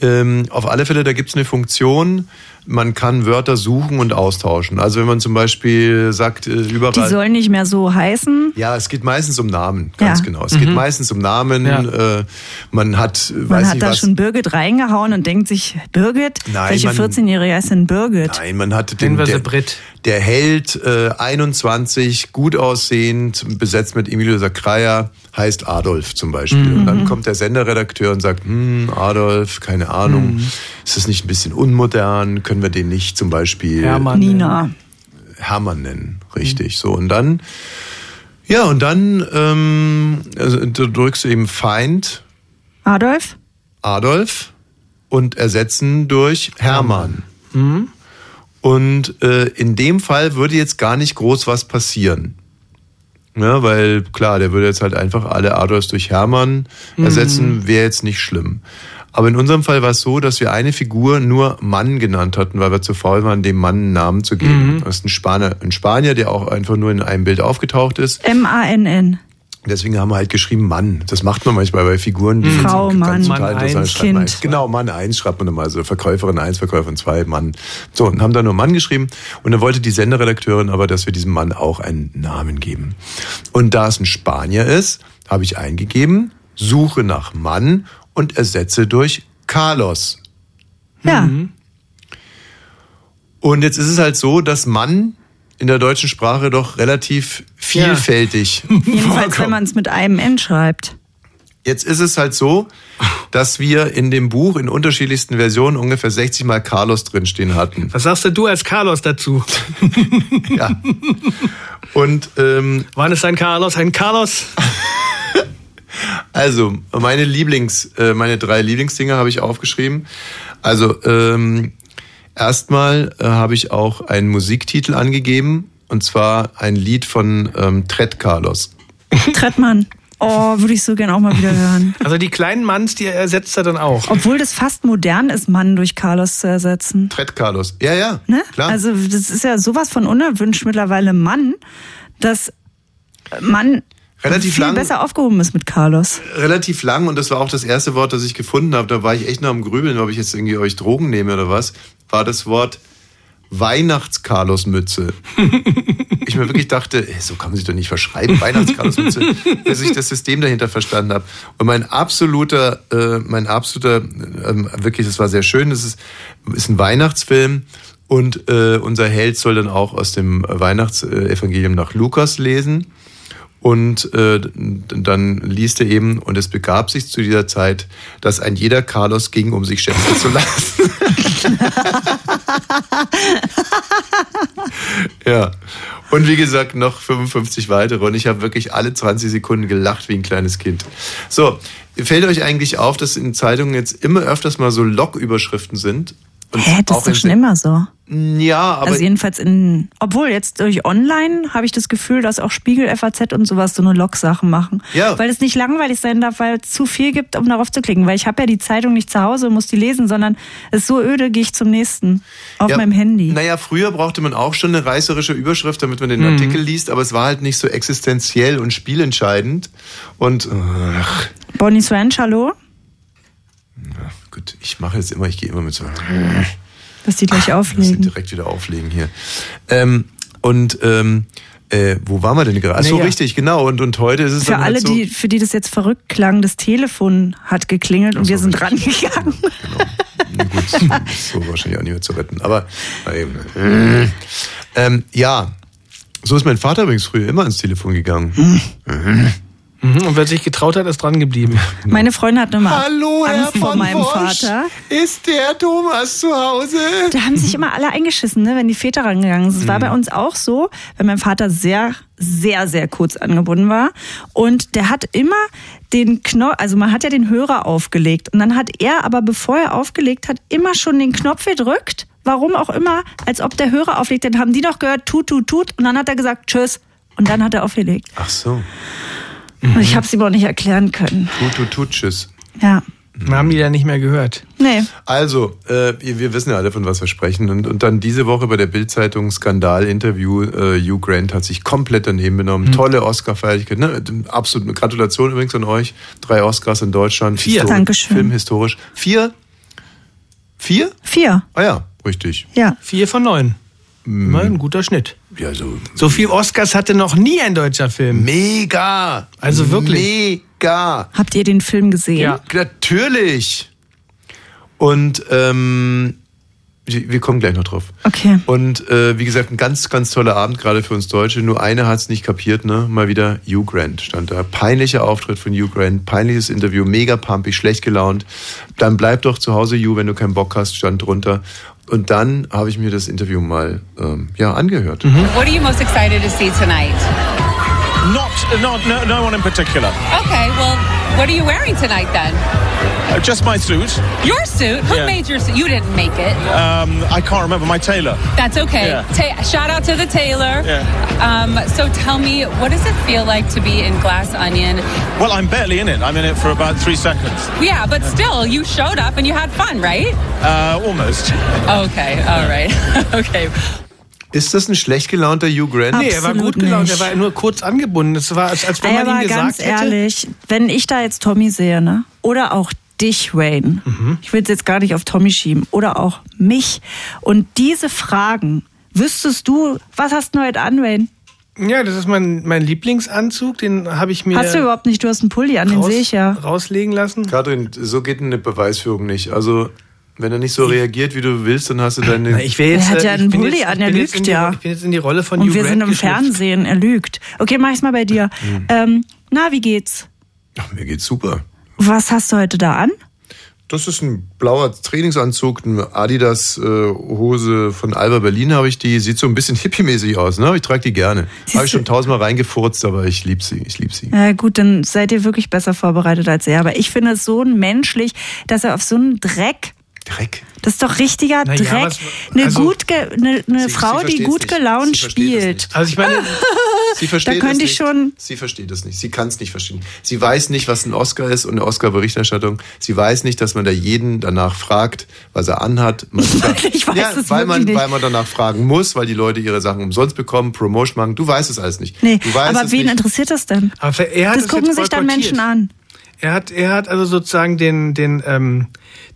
Speaker 6: Ähm, auf alle Fälle, da gibt es eine Funktion, man kann Wörter suchen und austauschen. Also wenn man zum Beispiel sagt, äh, überall.
Speaker 7: Die sollen nicht mehr so heißen.
Speaker 6: Ja, es geht meistens um Namen, ganz
Speaker 7: Ja. Mhm.
Speaker 6: genau. Es geht meistens um Namen.
Speaker 8: Ja.
Speaker 6: Äh, man hat, äh,
Speaker 7: Man
Speaker 6: weiß
Speaker 7: hat
Speaker 6: nicht
Speaker 7: da
Speaker 6: was.
Speaker 7: schon Birgit reingehauen und denkt sich, Birgit?
Speaker 6: Nein,
Speaker 7: Welche
Speaker 6: man-
Speaker 7: 14-Jährige heißt denn Birgit?
Speaker 6: Nein, man hat den
Speaker 8: Nennen wir sie
Speaker 6: der,
Speaker 8: Brit.
Speaker 6: der Held äh, 21, gut aussehend, besetzt mit Emilio Sacraia, heißt Adolf zum Beispiel. Und dann kommt der Senderredakteur und sagt, hm, Adolf, keine Ahnung, ist das nicht ein bisschen unmodern? Können wir den nicht zum Beispiel
Speaker 8: Hermann.
Speaker 7: Nina.
Speaker 6: Hermann nennen, richtig. So und dann, ja und dann ähm, also, du drückst du eben Feind
Speaker 7: Adolf?
Speaker 6: Adolf und ersetzen durch Hermann. Und äh, in dem Fall würde jetzt gar nicht groß was passieren. Ne, weil klar, der würde jetzt halt einfach alle Adolfs durch Hermann ersetzen, wäre jetzt nicht schlimm. Aber in unserem Fall war es so, dass wir eine Figur nur Mann genannt hatten, weil wir zu faul waren, dem Mann einen Namen zu geben. Das ist ein Spanier, ein Spanier, der auch einfach nur in einem Bild aufgetaucht ist.
Speaker 7: M-A-N-N.
Speaker 6: Deswegen haben wir halt geschrieben Mann. Das macht man manchmal bei Figuren, die
Speaker 7: Mhm. Frau,
Speaker 6: ganz
Speaker 7: Mann.
Speaker 6: total
Speaker 8: Mann
Speaker 6: interessant
Speaker 8: eins,
Speaker 6: schreiben. Mann
Speaker 7: Kind.
Speaker 6: eins. Genau, Mann eins schreibt man immer. Also Verkäuferin eins, Verkäuferin zwei, Mann. So, und haben da nur Mann geschrieben. Und dann wollte die Senderredakteurin aber, dass wir diesem Mann auch einen Namen geben. Und da es ein Spanier ist, habe ich eingegeben, suche nach Mann und ersetze durch Carlos.
Speaker 7: Ja.
Speaker 6: Und jetzt ist es halt so, dass Mann in der deutschen Sprache doch relativ vielfältig
Speaker 7: Jedenfalls, wenn man es mit einem N schreibt.
Speaker 6: Jetzt ist es halt so, dass wir in dem Buch in unterschiedlichsten Versionen ungefähr 60 Mal Carlos drinstehen hatten.
Speaker 8: Was sagst denn du als Carlos dazu?
Speaker 6: Ja. Und ähm,
Speaker 8: Wann ist ein Carlos ein Carlos?
Speaker 6: also meine Lieblings, äh, meine drei Lieblingsdinger habe ich aufgeschrieben. Also ähm, erstmal äh, habe ich auch einen Musiktitel angegeben und zwar ein Lied von ähm, Tret Carlos.
Speaker 7: Trettmann. Oh, würde ich so gern auch mal wieder hören.
Speaker 8: Also die kleinen Manns, die ersetzt er dann auch.
Speaker 7: Obwohl das fast modern ist, Mann durch Carlos zu ersetzen.
Speaker 6: Tret Carlos. Ja, ja.
Speaker 7: Ne?
Speaker 6: Klar.
Speaker 7: Also das ist ja sowas von unerwünscht mittlerweile Mann, dass Mann
Speaker 6: Relativ
Speaker 7: viel
Speaker 6: lang-
Speaker 7: besser aufgehoben ist mit Carlos.
Speaker 6: relativ lang und das war auch das erste Wort, das ich gefunden habe. Da war ich echt noch am Grübeln, ob ich jetzt irgendwie euch Drogen nehme oder was. War das Wort Weihnachts-Carlos-Mütze. Ich mir wirklich dachte, ey, so kann man sich doch nicht verschreiben, Weihnachts-Carlos-Mütze, bis ich das System dahinter verstanden habe. Und mein absoluter, äh, mein absoluter, ähm, wirklich, das war sehr schön, das ist, ist ein Weihnachtsfilm und äh, unser Held soll dann auch aus dem Weihnachtsevangelium nach Lukas lesen. Und äh, dann liest er eben, und es begab sich zu dieser Zeit, dass ein jeder Carlos ging, um sich schätzen zu lassen. ja. Und wie gesagt, noch 55 weitere. Und ich habe wirklich alle 20 Sekunden gelacht wie ein kleines Kind. So, fällt euch eigentlich auf, dass in Zeitungen jetzt immer öfters mal so Log-Überschriften sind? Und
Speaker 7: Hä, das ist doch
Speaker 6: in-
Speaker 7: schon immer so.
Speaker 6: Ja, aber
Speaker 7: also jedenfalls in, obwohl jetzt durch Online habe ich das Gefühl, dass auch Spiegel, FAZ und sowas so eine Log-Sachen machen.
Speaker 6: Ja.
Speaker 7: Weil es nicht langweilig sein darf, weil es zu viel gibt, um darauf zu klicken. Weil ich habe ja die Zeitung nicht zu Hause und muss die lesen, sondern es ist so öde, gehe ich zum nächsten. Auf meinem Handy. Mhm.
Speaker 6: Naja, früher brauchte man auch schon eine reißerische Überschrift, damit man den Artikel liest, aber es war halt nicht so existenziell und spielentscheidend. Und äh, ach,
Speaker 7: Bonnie's Ranch, hallo?
Speaker 6: gut, ich mache jetzt immer, ich gehe immer mit so, äh,
Speaker 7: Dass die gleich
Speaker 6: muss ich
Speaker 7: auflegen.
Speaker 6: direkt wieder auflegen hier. Ähm, und ähm, äh, wo waren wir denn gerade? Ach so,
Speaker 8: Naja.
Speaker 6: richtig, genau. Und, und heute ist es
Speaker 7: Für
Speaker 6: dann
Speaker 7: alle,
Speaker 6: halt so,
Speaker 7: die, für die das jetzt verrückt klang, das Telefon hat geklingelt und wir sind rangegangen.
Speaker 6: Na gut, ist so wahrscheinlich auch nicht mehr zu retten. Aber na eben. äh, ähm, ja, so ist mein Vater übrigens früher immer ans Telefon gegangen.
Speaker 8: Mhm, Und wer sich getraut hat, ist dran geblieben.
Speaker 6: Genau.
Speaker 7: Meine Freundin hat nochmal
Speaker 6: Hallo, Herr
Speaker 7: Angst vor
Speaker 6: von
Speaker 7: meinem
Speaker 6: Wosch.
Speaker 7: Vater.
Speaker 6: Ist der Thomas zu Hause?
Speaker 7: Da haben sich immer alle eingeschissen, ne, wenn die Väter rangegangen sind. Es
Speaker 6: Mhm.
Speaker 7: war bei uns auch so, weil mein Vater sehr, sehr, sehr kurz angebunden war. Und der hat immer den Knopf, also man hat ja den Hörer aufgelegt. Und dann hat er aber, bevor er aufgelegt hat, immer schon den Knopf gedrückt. Warum auch immer, als ob der Hörer auflegt. Dann haben die noch gehört, tut, tut, tut. Und dann hat er gesagt, tschüss. Und dann hat er aufgelegt.
Speaker 6: Ach so.
Speaker 7: Und ich habe es ihm auch nicht erklären können.
Speaker 6: Tut, tut, tut, tschüss.
Speaker 7: Ja.
Speaker 8: Wir haben die dann nicht mehr gehört.
Speaker 7: Nee.
Speaker 6: Also, äh, ihr- wir wissen ja alle, von was wir sprechen. Und, und dann diese Woche bei der Bild-Zeitung Skandal-Interview. Äh, Hugh Grant hat sich komplett daneben benommen.
Speaker 7: Hm.
Speaker 6: Tolle Oscar-Feierlichkeit. Ne? Absolute Gratulation übrigens an euch. Drei Oscars in Deutschland.
Speaker 8: Vier.
Speaker 6: Histori-
Speaker 7: Dankeschön.
Speaker 6: Filmhistorisch. Vier? Vier?
Speaker 7: Vier.
Speaker 6: Ah ja, richtig.
Speaker 7: Ja.
Speaker 8: Vier von neun. Immer ein guter Schnitt.
Speaker 6: Ja, so
Speaker 8: So viel Oscars hatte noch nie ein deutscher Film.
Speaker 6: mega.
Speaker 8: Also wirklich?
Speaker 6: Mega.
Speaker 7: Habt ihr den Film gesehen?
Speaker 8: Ja.
Speaker 6: Natürlich. Und ähm, wir wir kommen gleich noch drauf.
Speaker 7: Okay.
Speaker 6: Und äh, wie gesagt, ein ganz, ganz toller Abend, gerade für uns Deutsche. Nur einer hat es nicht kapiert, ne? Mal wieder Hugh Grant stand da. Peinlicher Auftritt von Hugh Grant, peinliches Interview, mega pumpig, schlecht gelaunt. Dann bleib doch zu Hause, Hugh, wenn du keinen Bock hast, stand drunter. Und dann habe ich mir das Interview mal ähm, ja, angehört.
Speaker 10: What are you most excited to see tonight?
Speaker 11: Not, not no, no one in particular.
Speaker 10: Okay, well, what are you wearing tonight then?
Speaker 11: Uh, just my suit.
Speaker 10: Your suit? Who
Speaker 11: Yeah.
Speaker 10: made your suit? You didn't make it.
Speaker 11: Um, I can't remember my tailor.
Speaker 10: That's okay.
Speaker 11: Yeah.
Speaker 10: Ta- shout out to the tailor.
Speaker 11: Yeah.
Speaker 10: Um, so tell me, what does it feel like to be in Glass Onion?
Speaker 11: Well, I'm barely in it. I'm in it for about three seconds,
Speaker 10: Yeah, but still, you showed up and you had fun, right?
Speaker 11: uh, almost.
Speaker 10: Okay, all right. okay.
Speaker 6: Ist das ein schlecht gelaunter Hugh Grant?
Speaker 8: Nee, er war
Speaker 7: Absolut
Speaker 8: gut gelaunt,
Speaker 7: nicht. Ah,
Speaker 8: er war nur kurz angebunden. Das war, als, als wenn man
Speaker 7: Aber
Speaker 8: ihm gesagt
Speaker 7: ganz
Speaker 8: hätte.
Speaker 7: ehrlich, wenn ich da jetzt Tommy sehe, ne? Oder auch dich, Wayne.
Speaker 8: Mhm.
Speaker 7: Ich will es jetzt gar nicht auf Tommy schieben. Oder auch mich. Und diese Fragen, wüsstest du, was hast du heute an, Wayne?
Speaker 8: Ja, das ist mein, mein Lieblingsanzug, den habe ich mir
Speaker 7: Hast du überhaupt nicht, du hast einen Pulli an, den
Speaker 8: raus,
Speaker 7: sehe ich ja.
Speaker 8: rauslegen lassen.
Speaker 6: Katrin, so geht eine Beweisführung nicht. Also, wenn er nicht so reagiert, wie du willst, dann hast du deine.
Speaker 8: wäre
Speaker 7: Er hat
Speaker 8: äh,
Speaker 7: ja
Speaker 8: ich
Speaker 7: einen
Speaker 8: bin
Speaker 7: Pulli
Speaker 8: jetzt-
Speaker 7: an,
Speaker 8: ich
Speaker 7: der
Speaker 8: bin jetzt
Speaker 7: lügt
Speaker 8: in die-
Speaker 7: ja.
Speaker 8: Ich bin jetzt in die Rolle von
Speaker 7: Und
Speaker 8: Hugh
Speaker 7: wir sind
Speaker 8: Grant
Speaker 7: im
Speaker 8: geschlüpft. Mhm.
Speaker 7: Fernsehen, er lügt. Okay, mach ich's mal bei dir. Ähm, na, wie geht's?
Speaker 6: Ach, mir geht's super.
Speaker 7: Was hast du heute da an?
Speaker 6: Das ist ein blauer Trainingsanzug, eine Adidas-Hose von Alba Berlin habe ich die. Sieht so ein bisschen hippiemäßig aus, ne? Aber Ich trage die gerne. Habe ich schon tausendmal reingefurzt, aber ich lieb sie. Ich lieb sie.
Speaker 7: Ja, gut, dann seid ihr wirklich besser vorbereitet als er. Aber ich finde es so menschlich, dass er auf so einen Dreck
Speaker 6: Dreck.
Speaker 7: Das ist doch richtiger
Speaker 8: Na ja,
Speaker 7: Dreck.
Speaker 8: was-
Speaker 7: eine
Speaker 8: also-
Speaker 7: gut ge, eine, eine
Speaker 6: Sie- sie
Speaker 7: Frau, die
Speaker 6: versteht's
Speaker 7: gut
Speaker 6: nicht.
Speaker 7: gelaunt
Speaker 6: Sie versteht es
Speaker 7: spielt.
Speaker 6: nicht.
Speaker 8: Also ich meine,
Speaker 6: Sie versteht
Speaker 7: Da
Speaker 6: es
Speaker 7: könnte ich
Speaker 6: nicht.
Speaker 7: schon-
Speaker 6: Sie versteht es nicht. Sie kann es nicht verstehen. Sie weiß nicht, was ein Oscar ist und eine Oscar-Berichterstattung. Sie weiß nicht, dass man da jeden danach fragt, was er anhat. Man
Speaker 7: Ich weiß
Speaker 6: ja,
Speaker 7: es
Speaker 6: weil man,
Speaker 7: wirklich nicht.
Speaker 6: weil man danach fragen muss, weil die Leute ihre Sachen umsonst bekommen, Promotion machen. Du weißt es alles nicht.
Speaker 7: Nee,
Speaker 6: du weißt
Speaker 7: aber
Speaker 6: es
Speaker 7: wen
Speaker 6: nicht.
Speaker 7: interessiert das denn?
Speaker 8: aber er hat
Speaker 7: Das
Speaker 8: es
Speaker 7: gucken
Speaker 8: jetzt
Speaker 7: sich dann
Speaker 8: boykottiert.
Speaker 7: Menschen an.
Speaker 8: Er hat, er hat also sozusagen den, den, ähm,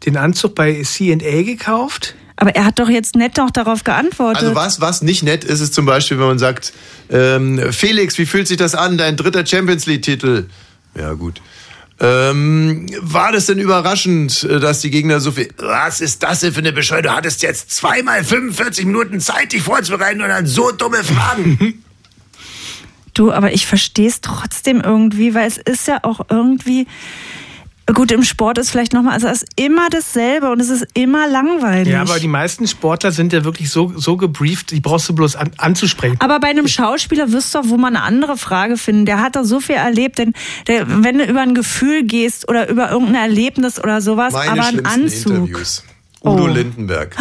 Speaker 8: den Anzug bei C&A gekauft.
Speaker 7: Aber er hat doch jetzt nett noch darauf geantwortet.
Speaker 6: Also was, was nicht nett ist, ist zum Beispiel, wenn man sagt, ähm, Felix, wie fühlt sich das an, dein dritter Champions League-Titel? Ja, gut. Ähm, war das denn überraschend, äh, dass die Gegner so viel... Was ist das denn für eine Bescheuerung? Du hattest jetzt zweimal 45 Minuten Zeit, dich vorzubereiten und dann so dumme Fragen.
Speaker 7: Du, aber ich verstehe es trotzdem irgendwie, weil es ist ja auch irgendwie. Gut, im Sport ist vielleicht nochmal, also es ist immer dasselbe und es ist immer langweilig.
Speaker 8: Ja, aber die meisten Sportler sind ja wirklich so, so gebrieft, die brauchst du bloß an, anzusprechen.
Speaker 7: Aber bei einem Schauspieler wirst du doch wohl mal eine andere Frage finden. Der hat da so viel erlebt, denn der, wenn du über ein Gefühl gehst oder über irgendein Erlebnis oder sowas,
Speaker 6: Meine
Speaker 7: aber ein
Speaker 6: schlimmsten
Speaker 7: Anzug.
Speaker 6: Interviews. Udo
Speaker 7: Oh.
Speaker 6: Lindenberg.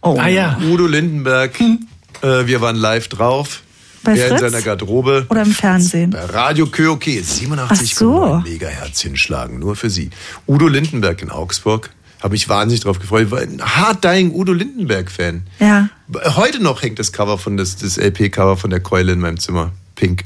Speaker 7: Oh.
Speaker 8: ah ja.
Speaker 6: Udo Lindenberg, äh, wir waren live drauf.
Speaker 7: Hm. Bei
Speaker 6: er
Speaker 7: Fritz?
Speaker 6: in seiner Garderobe.
Speaker 7: Oder im Fernsehen.
Speaker 6: Bei Radio Kyoke
Speaker 7: Ach so.
Speaker 6: 87,9 Megahertz hinschlagen, nur für Sie. Udo Lindenberg in Augsburg, habe mich wahnsinnig drauf gefreut. Ich war ein hard-dying Udo Lindenberg-Fan.
Speaker 7: Ja.
Speaker 6: Heute noch hängt das Cover von das, das LP-Cover von der Keule in meinem Zimmer, pink.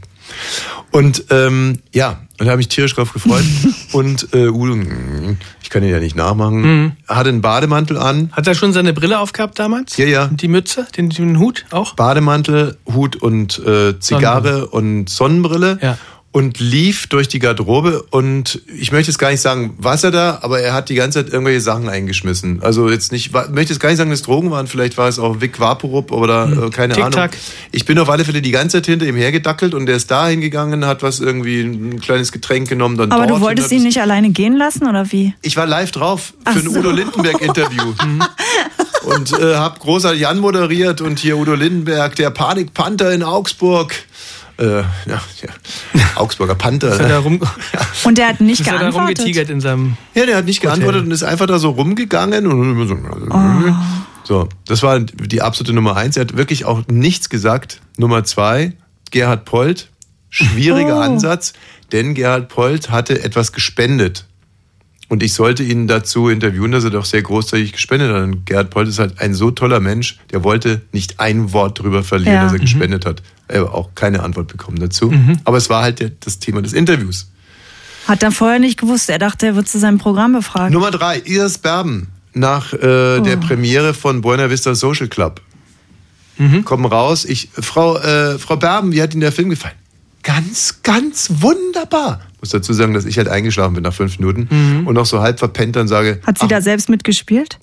Speaker 6: Und ähm, ja, und da habe ich tierisch drauf gefreut. und äh, Udo, mm, ich kann ihn ja nicht nachmachen,
Speaker 7: Mhm.
Speaker 6: hatte einen Bademantel an,
Speaker 8: Hat er schon seine Brille aufgehabt damals?
Speaker 6: Ja, ja.
Speaker 8: Und die Mütze, den, den Hut auch?
Speaker 6: Bademantel, Hut und äh, Zigarre und Sonnenbrille.
Speaker 8: Ja.
Speaker 6: und lief durch die Garderobe und ich möchte jetzt gar nicht sagen, was er da, aber er hat die ganze Zeit irgendwelche Sachen eingeschmissen. Also jetzt nicht, wa- möchte jetzt gar nicht sagen, dass es Drogen waren, vielleicht war es auch Vic Vaporub oder äh, keine
Speaker 8: Hm, Tic
Speaker 6: Ahnung.
Speaker 8: Tac.
Speaker 6: Ich bin auf alle Fälle die ganze Zeit hinter ihm hergedackelt und er ist da hingegangen, hat was irgendwie ein kleines Getränk genommen. Dann
Speaker 7: Aber
Speaker 6: dort
Speaker 7: du
Speaker 6: und
Speaker 7: wolltest
Speaker 6: hat
Speaker 7: ihn nicht alleine gehen lassen oder wie?
Speaker 6: ich war live drauf
Speaker 7: Ach
Speaker 6: für ein
Speaker 7: so.
Speaker 6: Udo Lindenberg-Interview. und äh, habe großartig anmoderiert und hier Udo Lindenberg, der Panikpanther in Augsburg. Äh, ja, ja, Augsburger Panther.
Speaker 8: Ist er da rum,
Speaker 7: Und er hat nicht
Speaker 8: ist er da
Speaker 7: geantwortet.
Speaker 8: rumgetigert in seinem.
Speaker 6: Ja, der hat nicht geantwortet und ist einfach da so rumgegangen und immer so.
Speaker 12: Oh.
Speaker 6: So, das war die absolute Nummer eins. Er hat wirklich auch nichts gesagt. Nummer zwei, Gerhard Polt. Schwieriger
Speaker 12: Oh.
Speaker 6: Ansatz, denn Gerhard Polt hatte etwas gespendet. Und ich sollte ihn dazu interviewen, dass er doch sehr großzügig gespendet hat. Und Gerhard Polt ist halt ein so toller Mensch, der wollte nicht ein Wort drüber verlieren,
Speaker 12: Ja.
Speaker 6: dass er
Speaker 12: Mhm.
Speaker 6: gespendet hat. Er hat auch keine Antwort bekommen dazu.
Speaker 12: Mhm.
Speaker 6: Aber es war halt der, das Thema des Interviews.
Speaker 7: Hat er vorher nicht gewusst. Er dachte, er wird zu seinem Programm befragt.
Speaker 6: Nummer drei, Iris Berben nach äh, der
Speaker 7: Oh.
Speaker 6: Premiere von Buena Vista Social Club.
Speaker 7: Mhm.
Speaker 6: Kommen raus. Ich, Frau, äh, Frau Berben, wie hat Ihnen der Film gefallen? Ganz, ganz wunderbar. Muss dazu sagen, dass ich halt eingeschlafen bin nach fünf Minuten und noch so halb verpennt dann sage,
Speaker 7: Mhm. Hat sie
Speaker 8: Ah.
Speaker 7: da selbst mitgespielt?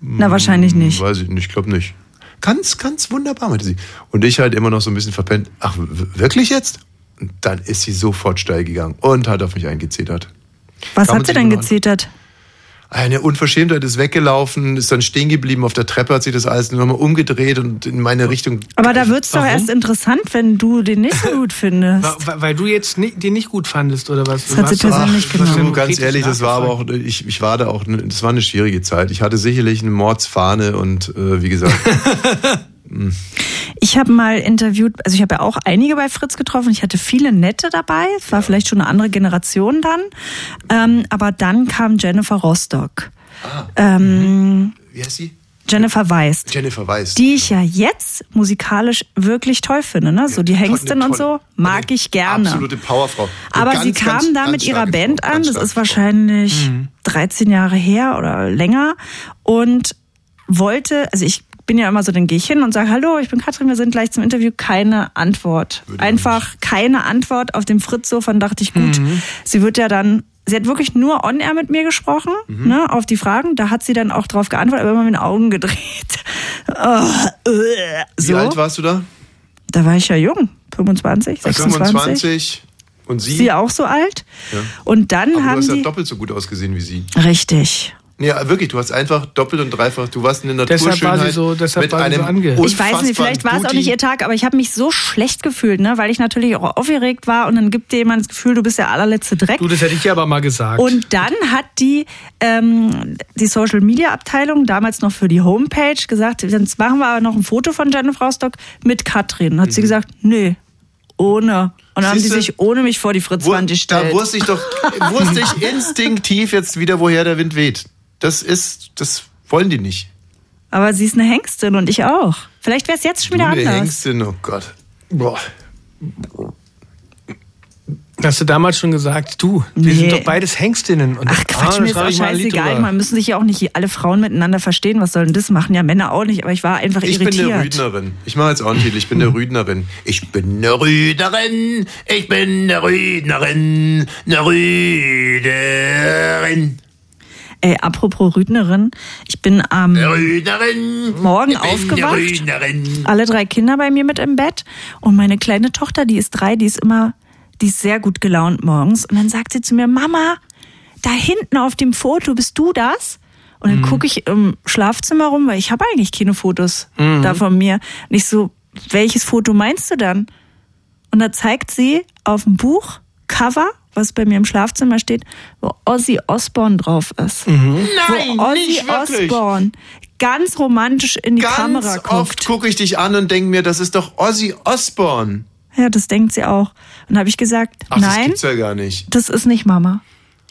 Speaker 6: Hm.
Speaker 7: Na, wahrscheinlich nicht.
Speaker 6: Weiß ich nicht, glaube nicht. Ganz, ganz wunderbar, meinte sie. Und ich halt immer noch so ein bisschen verpennt. Ach, w- wirklich jetzt? Und dann ist sie sofort steil gegangen und hat auf mich eingezetert.
Speaker 7: Was
Speaker 6: Kann man
Speaker 7: hat sie
Speaker 6: sich
Speaker 7: denn
Speaker 6: nur an-
Speaker 7: gezetert?
Speaker 6: Eine Unverschämtheit ist weggelaufen, ist dann stehen geblieben auf der Treppe, hat sich das alles nochmal umgedreht und in meine Richtung.
Speaker 7: Aber da wird's doch erst interessant, wenn du den nicht so gut findest.
Speaker 8: Weil, weil du jetzt nicht, den nicht gut fandest oder was?
Speaker 7: Das hat sie
Speaker 8: Du warst-
Speaker 7: persönlich
Speaker 8: du warst
Speaker 7: genommen.
Speaker 8: ja
Speaker 6: Du, ganz
Speaker 8: kritisch
Speaker 6: ehrlich, das war aber auch, ich, ich war da auch, ne, das war eine schwierige Zeit. Ich hatte sicherlich eine Mordsfahne und äh, wie gesagt,
Speaker 7: Ich habe mal interviewt, also ich habe ja auch einige bei Fritz getroffen. Ich hatte viele Nette dabei. Es war vielleicht schon eine andere Generation dann. Ähm, aber dann kam Jennifer Rostock. Ähm,
Speaker 6: wie heißt sie?
Speaker 7: Jennifer Weiß.
Speaker 6: Jennifer Weiß.
Speaker 7: Die ich ja jetzt musikalisch wirklich toll finde, ne? So die Hengstin und so mag ich gerne.
Speaker 6: Absolute Powerfrau. Eine
Speaker 7: Aber
Speaker 6: ganz,
Speaker 7: sie kam
Speaker 6: ganz,
Speaker 7: da
Speaker 6: ganz
Speaker 7: mit ihrer
Speaker 6: starke
Speaker 7: Band
Speaker 6: Frau,
Speaker 7: an,
Speaker 6: ganz
Speaker 7: das
Speaker 6: starke
Speaker 7: ist wahrscheinlich
Speaker 6: Mhm.
Speaker 7: 13 Jahre her oder länger und wollte, also ich bin ja immer so, dann gehe ich hin und sage, hallo, ich bin Katrin, wir sind gleich zum Interview, keine Antwort. Einfach keine Antwort auf dem Fritz-Sofa und dachte ich, gut,
Speaker 6: Mhm.
Speaker 7: sie wird ja dann, sie hat wirklich nur on-air mit mir gesprochen,
Speaker 6: Mhm.
Speaker 7: ne, auf die Fragen, da hat sie dann auch drauf geantwortet, aber immer mit den Augen gedreht. Ah, äh,
Speaker 6: Wie
Speaker 7: so,
Speaker 6: alt warst du da?
Speaker 7: da war ich ja jung, 25, 26.
Speaker 6: 25. Und sie?
Speaker 7: Sie auch so alt?
Speaker 6: Ja.
Speaker 7: Und dann
Speaker 6: Aber du
Speaker 7: haben
Speaker 6: hast ja
Speaker 7: die...
Speaker 6: doppelt so gut ausgesehen wie sie.
Speaker 7: Richtig.
Speaker 6: Ja, wirklich, du hast einfach doppelt und dreifach, du warst eine
Speaker 8: Deshalb
Speaker 6: Naturschönheit
Speaker 8: war sie so- deshalb
Speaker 6: mit
Speaker 8: war sie so
Speaker 6: einem
Speaker 8: ange-
Speaker 7: Ich weiß nicht, vielleicht war es auch nicht ihr Tag, aber ich habe mich so schlecht gefühlt, ne? weil ich natürlich auch aufgeregt war und dann gibt dir jemand das Gefühl, du bist der allerletzte Dreck.
Speaker 8: Du, das hätte ich dir aber mal gesagt.
Speaker 7: Und dann hat die, ähm, die Social Media Abteilung, damals noch für die Homepage, gesagt, jetzt machen wir aber noch ein Foto von Jennifer Rostock mit Katrin.
Speaker 6: Mhm.
Speaker 7: Hat sie gesagt, nee, ohne. Und dann haben sie
Speaker 6: Siehste?
Speaker 7: sich ohne mich vor die Fritzwand gestellt.
Speaker 6: Da wusste ich doch, wusste ich instinktiv jetzt wieder, woher der Wind weht. Das ist, das wollen die nicht.
Speaker 7: Aber sie ist eine Hengstin und ich auch. Vielleicht wäre es jetzt schon wieder
Speaker 6: du eine
Speaker 7: anders.
Speaker 6: Hengstin, oh Gott. Boah.
Speaker 8: Hast du damals schon gesagt, du, wir sind doch beides Hengstinnen. Und Ah, Ach
Speaker 7: Quatsch, mir ist auch scheißegal. Man müssen sich ja auch nicht alle Frauen miteinander verstehen. Was soll denn das machen? Ja, Männer auch nicht. Aber ich war einfach
Speaker 6: Ich bin eine
Speaker 7: irritiert.
Speaker 6: Rüdnerin. Ich mache jetzt auch einen Titel. Ich bin eine Rüdnerin. Ich bin eine Rüdnerin. Ich bin eine Rüdnerin. Eine Rüdnerin.
Speaker 7: Ey, apropos Rüdnerin. Ich bin am
Speaker 6: Rüdnerin.
Speaker 7: Morgen
Speaker 6: Ich bin eine
Speaker 7: aufgewacht.
Speaker 6: Rüdnerin.
Speaker 7: Alle drei Kinder bei mir mit im Bett. Und meine kleine Tochter, die ist drei, die ist immer, die ist sehr gut gelaunt morgens. Und dann sagt sie zu mir, Mama, da hinten auf dem Foto, bist du das? Und dann gucke ich im Schlafzimmer rum, weil ich habe eigentlich keine Fotos
Speaker 13: Mhm.
Speaker 7: da von mir. Und ich so, welches Foto meinst du dann? Und da zeigt sie auf dem Buch Cover, was bei mir im Schlafzimmer steht, wo Ozzy Osbourne drauf ist.
Speaker 6: Nein,
Speaker 7: wo Ozzy
Speaker 6: nicht wirklich.
Speaker 7: Osbourne ganz romantisch in die
Speaker 6: Ganz
Speaker 7: Kamera guckt.
Speaker 6: oft gucke ich dich an und denke mir, das ist doch Ozzy Osbourne.
Speaker 7: Ja, das denkt sie auch. Und habe ich gesagt,
Speaker 6: Ach, das
Speaker 7: nein,
Speaker 6: gibt's ja gar nicht.
Speaker 7: das ist nicht Mama.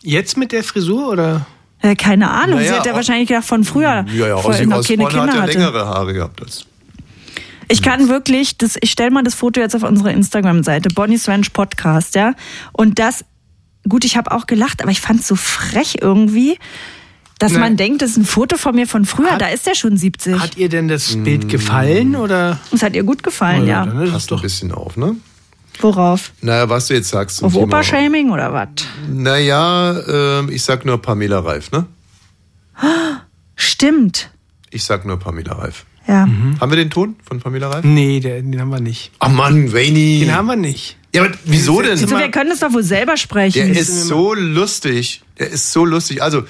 Speaker 8: Jetzt mit der Frisur oder?
Speaker 7: Äh, keine Ahnung. sie
Speaker 8: Naja,
Speaker 7: hat ja
Speaker 8: auch-
Speaker 7: wahrscheinlich gedacht von
Speaker 6: Ja,
Speaker 7: früher,
Speaker 6: ja,
Speaker 7: vorher
Speaker 6: Ozzy
Speaker 7: noch keine
Speaker 6: Osbourne
Speaker 7: Kinder
Speaker 6: hat ja
Speaker 7: hatte.
Speaker 6: längere Haare gehabt als
Speaker 7: Ich kann wirklich, das, ich stelle mal das Foto jetzt auf unsere Instagram-Seite, Bonnie's Ranch Podcast, ja. Und das, gut, ich habe auch gelacht, aber ich fand es so frech irgendwie, dass
Speaker 8: Nein.
Speaker 7: man denkt, das ist ein Foto von mir von früher, da ist er schon 70.
Speaker 8: Hat
Speaker 6: Mm.
Speaker 8: ihr denn das Bild gefallen oder?
Speaker 7: das hat ihr gut gefallen, ja.
Speaker 8: dann ist es
Speaker 6: Passt ein bisschen auf, ne?
Speaker 7: Worauf?
Speaker 6: Naja, was du jetzt sagst. zum
Speaker 7: Auf
Speaker 6: Thema-
Speaker 7: Opa-Shaming oder was?
Speaker 6: Naja, ähm, ich sag nur Pamela Reif, ne?
Speaker 7: Stimmt.
Speaker 6: Ich sag nur Pamela Reif.
Speaker 7: Ja.
Speaker 8: Hm?
Speaker 6: Haben wir den Ton von Pamela Reif?
Speaker 8: Nee, den, den haben wir nicht.
Speaker 6: Ach Mann, Wayne.
Speaker 8: Hm. Den haben wir nicht.
Speaker 6: Ja, aber wieso denn?
Speaker 7: Siehst du, wir können das doch wohl selber sprechen.
Speaker 6: Der ist so lustig. Der ist so lustig. Also,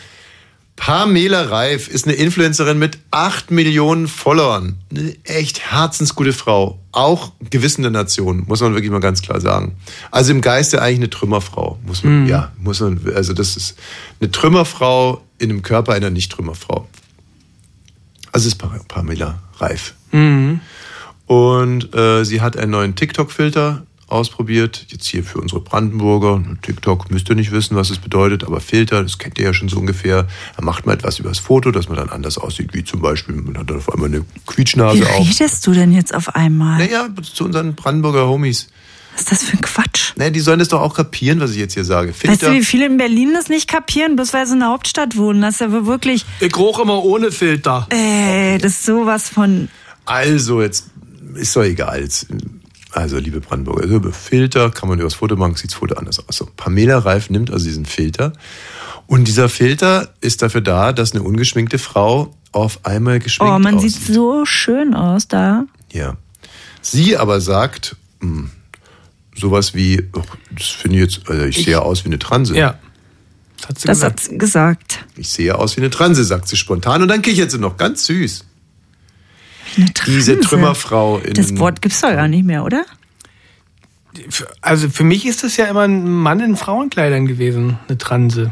Speaker 6: Pamela Reif ist eine Influencerin mit 8 Millionen Followern. Eine echt herzensgute Frau. Auch gewissen der Nation, muss man wirklich mal ganz klar sagen. Also im Geiste eigentlich eine Trümmerfrau. Muss man,
Speaker 1: Mhm.
Speaker 6: ja, muss man, also das ist eine Trümmerfrau in dem Körper einer Nicht-Trümmerfrau. Also es ist Pa- Pamela Reif.
Speaker 8: Mhm.
Speaker 6: Und äh, sie hat einen neuen TikTok-Filter ausprobiert. Jetzt hier für unsere Brandenburger. TikTok müsst ihr nicht wissen, was es bedeutet, aber Filter, das kennt ihr ja schon so ungefähr. Da macht man etwas über das Foto, dass man dann anders aussieht, wie zum Beispiel, man hat dann auf einmal eine
Speaker 7: Wie
Speaker 6: Quietschnase auf.
Speaker 7: redest du denn jetzt auf einmal?
Speaker 6: Naja, zu unseren Brandenburger Homies.
Speaker 7: Was ist das für ein Quatsch?
Speaker 6: Naja, die sollen das doch auch kapieren, was ich jetzt hier sage. Filter.
Speaker 7: Weißt du, wie viele in Berlin das nicht kapieren, bloß weil sie in der Hauptstadt wohnen? Das ist ja wohl wirklich,
Speaker 8: Ich roch immer ohne Filter.
Speaker 7: ey, das ist sowas von,
Speaker 6: Also, jetzt ist doch egal. Jetzt, also, liebe Brandenburger, also über Filter kann man übers Foto machen, sieht das Foto anders aus. So, Pamela Reif nimmt also diesen Filter. Und dieser Filter ist dafür da, dass eine ungeschminkte Frau auf einmal geschminkt
Speaker 7: oh, man
Speaker 6: aussieht.
Speaker 7: sieht so schön aus da.
Speaker 6: Ja. Sie aber sagt hm, sowas wie, ach, das finde ich jetzt, also ich, sehe ja aus wie eine Transe.
Speaker 8: Ja. Hat sie
Speaker 7: Das hat
Speaker 8: gesagt.
Speaker 7: sie gesagt.
Speaker 6: Ich sehe ja aus wie eine Transe, sagt sie spontan. Und dann kichert sie noch, ganz süß. Diese
Speaker 7: Transe.
Speaker 6: Trümmerfrau in
Speaker 7: Das Wort gibt's doch gar nicht mehr, oder?
Speaker 8: Also für mich ist das ja immer ein Mann in Frauenkleidern gewesen, eine Transe.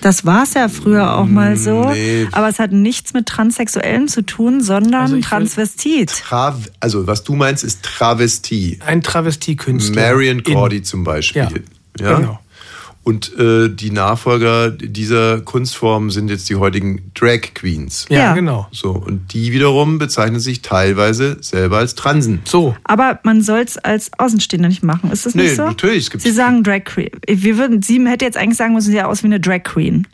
Speaker 7: Das war's ja früher auch mal so.
Speaker 6: Mm, nee.
Speaker 7: Aber es hat nichts mit Transsexuellen zu tun, sondern
Speaker 6: Also ich will-
Speaker 7: Transvestit.
Speaker 6: Trav also was du meinst, ist Travestie.
Speaker 8: Ein Travestiekünstler.
Speaker 6: Marion
Speaker 8: In-
Speaker 6: Cordy zum Beispiel.
Speaker 8: Ja, genau.
Speaker 6: Und äh, die Nachfolger dieser Kunstform sind jetzt die heutigen Drag Queens.
Speaker 8: Ja, Ja. genau.
Speaker 6: So, und die wiederum bezeichnen sich teilweise selber als Transen.
Speaker 8: So.
Speaker 7: Aber man soll's als Außenstehender nicht machen. Ist das
Speaker 6: Nee,
Speaker 7: nicht so?
Speaker 6: natürlich, es gibt-
Speaker 7: Sie sagen Drag Queen. Wir würden, sie hätte jetzt eigentlich sagen müssen, sie sah aus wie eine Drag Queen.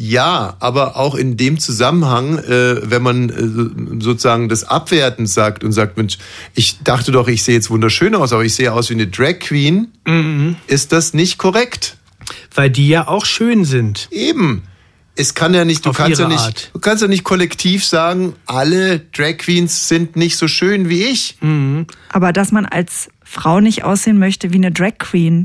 Speaker 6: Ja, aber auch in dem Zusammenhang, äh, wenn man äh, sozusagen das abwertend sagt und sagt, Mensch, ich dachte doch, ich sehe jetzt wunderschön aus, aber ich sehe aus wie eine Drag Queen,
Speaker 8: Mhm.
Speaker 6: ist das nicht korrekt.
Speaker 8: Weil die ja auch schön sind.
Speaker 6: Eben. Es kann ja nicht, du
Speaker 8: Auf
Speaker 6: kannst ja
Speaker 8: ihre
Speaker 6: nicht,
Speaker 8: Art.
Speaker 6: du kannst ja nicht kollektiv sagen, alle Drag Queens sind nicht so schön wie ich.
Speaker 7: Aber dass man als Frau nicht aussehen möchte wie eine Drag Queen.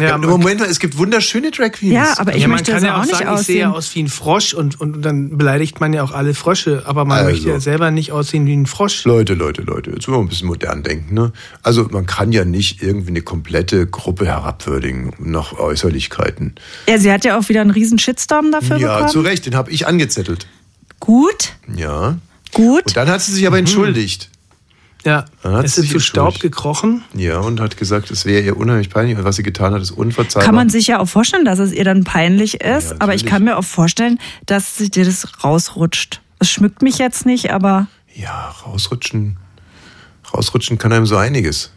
Speaker 6: Ja, aber Moment mal, es gibt wunderschöne Drag Queens.
Speaker 7: Ja, aber ich
Speaker 8: ja, man
Speaker 7: möchte
Speaker 8: kann
Speaker 7: so
Speaker 8: ja
Speaker 7: auch nicht
Speaker 8: sagen, ich sehe ja
Speaker 7: aussehen.
Speaker 8: aus wie ein Frosch und, und dann beleidigt man ja auch alle Frösche, aber man
Speaker 6: Also.
Speaker 8: möchte ja selber nicht aussehen wie ein Frosch.
Speaker 6: Leute, Leute, Leute, jetzt wollen wir ein bisschen modern denken. Ne? Also man kann ja nicht irgendwie eine komplette Gruppe herabwürdigen nach Äußerlichkeiten.
Speaker 7: Ja, sie hat ja auch wieder einen riesen Shitstorm dafür
Speaker 6: Ja, also-
Speaker 7: bekommen.
Speaker 6: zu Recht, den habe ich angezettelt.
Speaker 7: Gut,
Speaker 6: Ja.
Speaker 7: gut.
Speaker 6: Und dann hat sie sich
Speaker 8: Mhm.
Speaker 6: aber entschuldigt.
Speaker 8: Ja,
Speaker 6: Dann hat
Speaker 8: es
Speaker 6: sie
Speaker 8: ist
Speaker 6: sich
Speaker 8: zu Staub
Speaker 6: entschuldigt.
Speaker 8: gekrochen.
Speaker 6: Ja, und hat gesagt, es wäre ihr unheimlich peinlich und was sie getan hat, ist unverzeihbar.
Speaker 7: Kann man sich ja auch vorstellen, dass es ihr dann peinlich ist, aber ich
Speaker 6: natürlich.
Speaker 7: kann mir auch vorstellen, dass sie dir das rausrutscht. Es schmückt mich jetzt nicht, aber
Speaker 6: Ja, rausrutschen. Rausrutschen kann einem so einiges.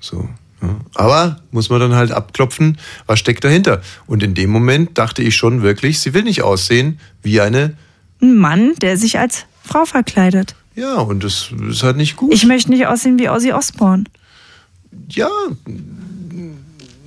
Speaker 6: So. ja. Aber muss man dann halt abklopfen, was steckt dahinter. Und in dem Moment dachte ich schon wirklich, sie will nicht aussehen wie eine.
Speaker 7: ein Mann, der sich als Frau verkleidet.
Speaker 6: Ja, und das ist halt nicht gut.
Speaker 7: Ich möchte nicht aussehen wie Ozzy Osbourne.
Speaker 6: ja.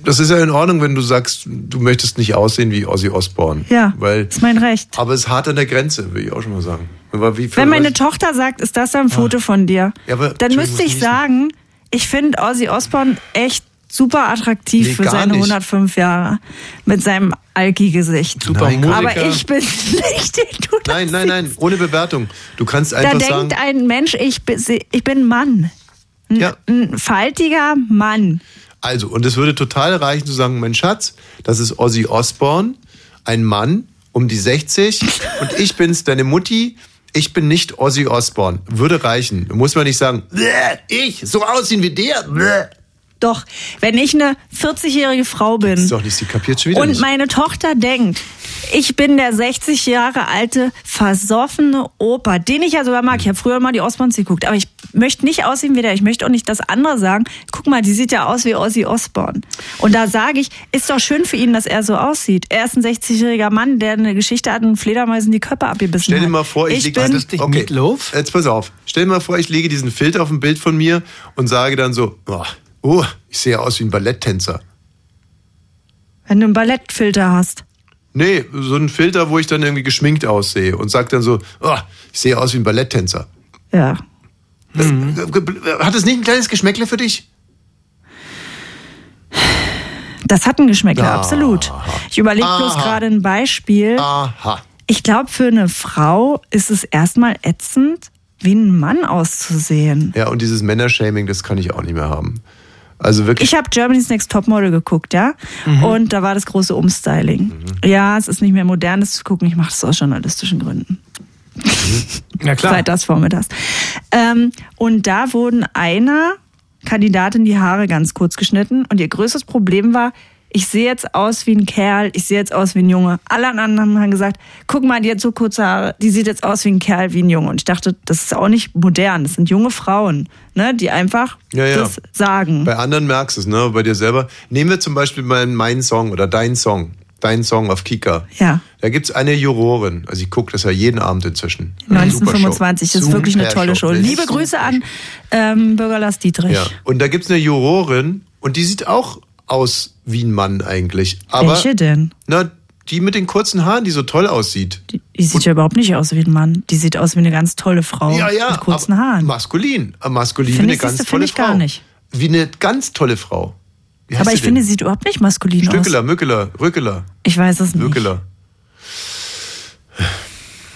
Speaker 6: Das ist ja in Ordnung, wenn du sagst, du möchtest nicht aussehen wie Ozzy Osbourne.
Speaker 7: Ja,
Speaker 6: Weil,
Speaker 7: ist mein Recht.
Speaker 6: aber es ist hart an der Grenze, will ich auch schon mal sagen. Aber wie
Speaker 7: Wenn meine Tochter sagt, ist das da ein Foto von dir,
Speaker 6: Ah. Ja, aber-
Speaker 7: dann müsste ich
Speaker 6: Entschuldigung,
Speaker 7: sagen, ich finde Ozzy Osbourne echt super attraktiv
Speaker 6: Nee,
Speaker 7: für
Speaker 6: gar
Speaker 7: seine
Speaker 6: nicht.
Speaker 7: 105 Jahre mit seinem Alki-Gesicht.
Speaker 6: Super Nein, Musiker.
Speaker 7: Aber ich bin nicht den du da
Speaker 6: nein, nein, nein, ohne Bewertung. Du kannst
Speaker 7: Da
Speaker 6: einfach
Speaker 7: denkt
Speaker 6: sagen.
Speaker 7: ein Mensch, ich bin, ich bin ein Mann. Ein,
Speaker 6: Ja.
Speaker 7: ein faltiger Mann.
Speaker 6: Also, und es würde total reichen zu sagen, mein Schatz, das ist Ozzy Osbourne, ein Mann um die 60 und ich bin's, deine Mutti. Ich bin nicht Ozzy Osbourne. Würde reichen. Muss man nicht sagen, "Bäh, ich, so aussehen wie der. bäh."
Speaker 7: Doch, wenn ich eine 40-jährige Frau bin
Speaker 6: Ist doch nicht, sie kapiert schon wieder
Speaker 7: und
Speaker 6: nicht.
Speaker 7: meine Tochter denkt, ich bin der 60 Jahre alte, versoffene Opa, den ich ja sogar mag. Ich habe früher mal die Osborns geguckt, aber ich möchte nicht aussehen wie der. Ich möchte auch nicht, dass andere sagen, guck mal, die sieht ja aus wie Ozzy Osbourne. Und da sage ich, ist doch schön für ihn, dass er so aussieht. Er ist ein 60-jähriger Mann, der eine Geschichte hat und Fledermäusen die Köpfe abgebissen
Speaker 6: Stell dir
Speaker 7: hat.
Speaker 6: mal vor, ich,
Speaker 7: ich
Speaker 6: lege
Speaker 7: bin,
Speaker 8: nicht Meatloaf?
Speaker 6: Jetzt pass auf. Stell dir mal vor, ich lege diesen Filter auf ein Bild von mir und sage dann so, "Boah, Oh, ich sehe aus wie ein Balletttänzer.
Speaker 7: Wenn du einen Ballettfilter hast.
Speaker 6: Nee, so ein Filter, wo ich dann irgendwie geschminkt aussehe und sag dann so, oh, ich sehe aus wie ein Balletttänzer.
Speaker 7: Ja.
Speaker 6: Das, Hat es nicht ein kleines Geschmäckle für dich?
Speaker 7: Das hat ein Geschmäckle, absolut. Ich überlege
Speaker 8: Ah.
Speaker 7: bloß
Speaker 6: Aha.
Speaker 7: gerade ein Beispiel.
Speaker 6: Aha.
Speaker 7: Ich glaube, für eine Frau ist es erstmal ätzend, wie ein Mann auszusehen.
Speaker 6: Ja, und dieses Männershaming, das kann ich auch nicht mehr haben. Also wirklich.
Speaker 7: Ich habe Germany's Next Topmodel geguckt, ja.
Speaker 8: Mhm.
Speaker 7: Und da war das große Umstyling. Ja, es ist nicht mehr modern, das zu gucken. Ich mache das aus journalistischen Gründen.
Speaker 8: Na klar.
Speaker 7: Seit das vormittags. Ähm, und da wurden einer Kandidatin die Haare ganz kurz geschnitten und ihr größtes Problem war, ich sehe jetzt aus wie ein Kerl, ich sehe jetzt aus wie ein Junge. Alle anderen haben gesagt, guck mal, die hat so kurze Haare, die sieht jetzt aus wie ein Kerl, wie ein Junge. Und ich dachte, das ist auch nicht modern, das sind junge Frauen, ne, die einfach
Speaker 6: Ja, ja.
Speaker 7: das sagen.
Speaker 6: Bei anderen merkst du es, ne? Bei dir selber. Nehmen wir zum Beispiel mal meinen Song oder deinen Song. Deinen Song auf Kika.
Speaker 7: Ja.
Speaker 6: Da gibt's eine Jurorin. Also ich gucke das ja jeden Abend inzwischen. Eine super Show.
Speaker 7: 1925, das ist wirklich eine
Speaker 6: Super
Speaker 7: tolle Show.
Speaker 6: Wirklich
Speaker 7: Liebe Grüße an ähm, Bürger Lars Dietrich.
Speaker 6: Ja. Und da gibt's eine Jurorin und die sieht auch aus wie ein Mann eigentlich. Aber,
Speaker 7: Welche denn?
Speaker 6: Na, die mit den kurzen Haaren, die so toll aussieht.
Speaker 7: Die sieht ja überhaupt nicht aus wie ein Mann. Die sieht aus wie eine ganz tolle Frau
Speaker 6: ja, ja.
Speaker 7: mit kurzen
Speaker 6: aber
Speaker 7: Haaren.
Speaker 6: Maskulin. Aber Maskulin wie
Speaker 7: Finde
Speaker 6: eine
Speaker 7: ich,
Speaker 6: ganz
Speaker 7: siehste,
Speaker 6: tolle
Speaker 7: finde ich gar
Speaker 6: Frau.
Speaker 7: nicht.
Speaker 6: Wie eine ganz tolle Frau. Wie heißt
Speaker 7: Aber
Speaker 6: sie
Speaker 7: ich finde,
Speaker 6: denn?
Speaker 7: sie sieht überhaupt nicht maskulin aus.
Speaker 6: Stückeler, Mückeler, Rückeler,
Speaker 7: Ich weiß es nicht.
Speaker 6: Mückeler.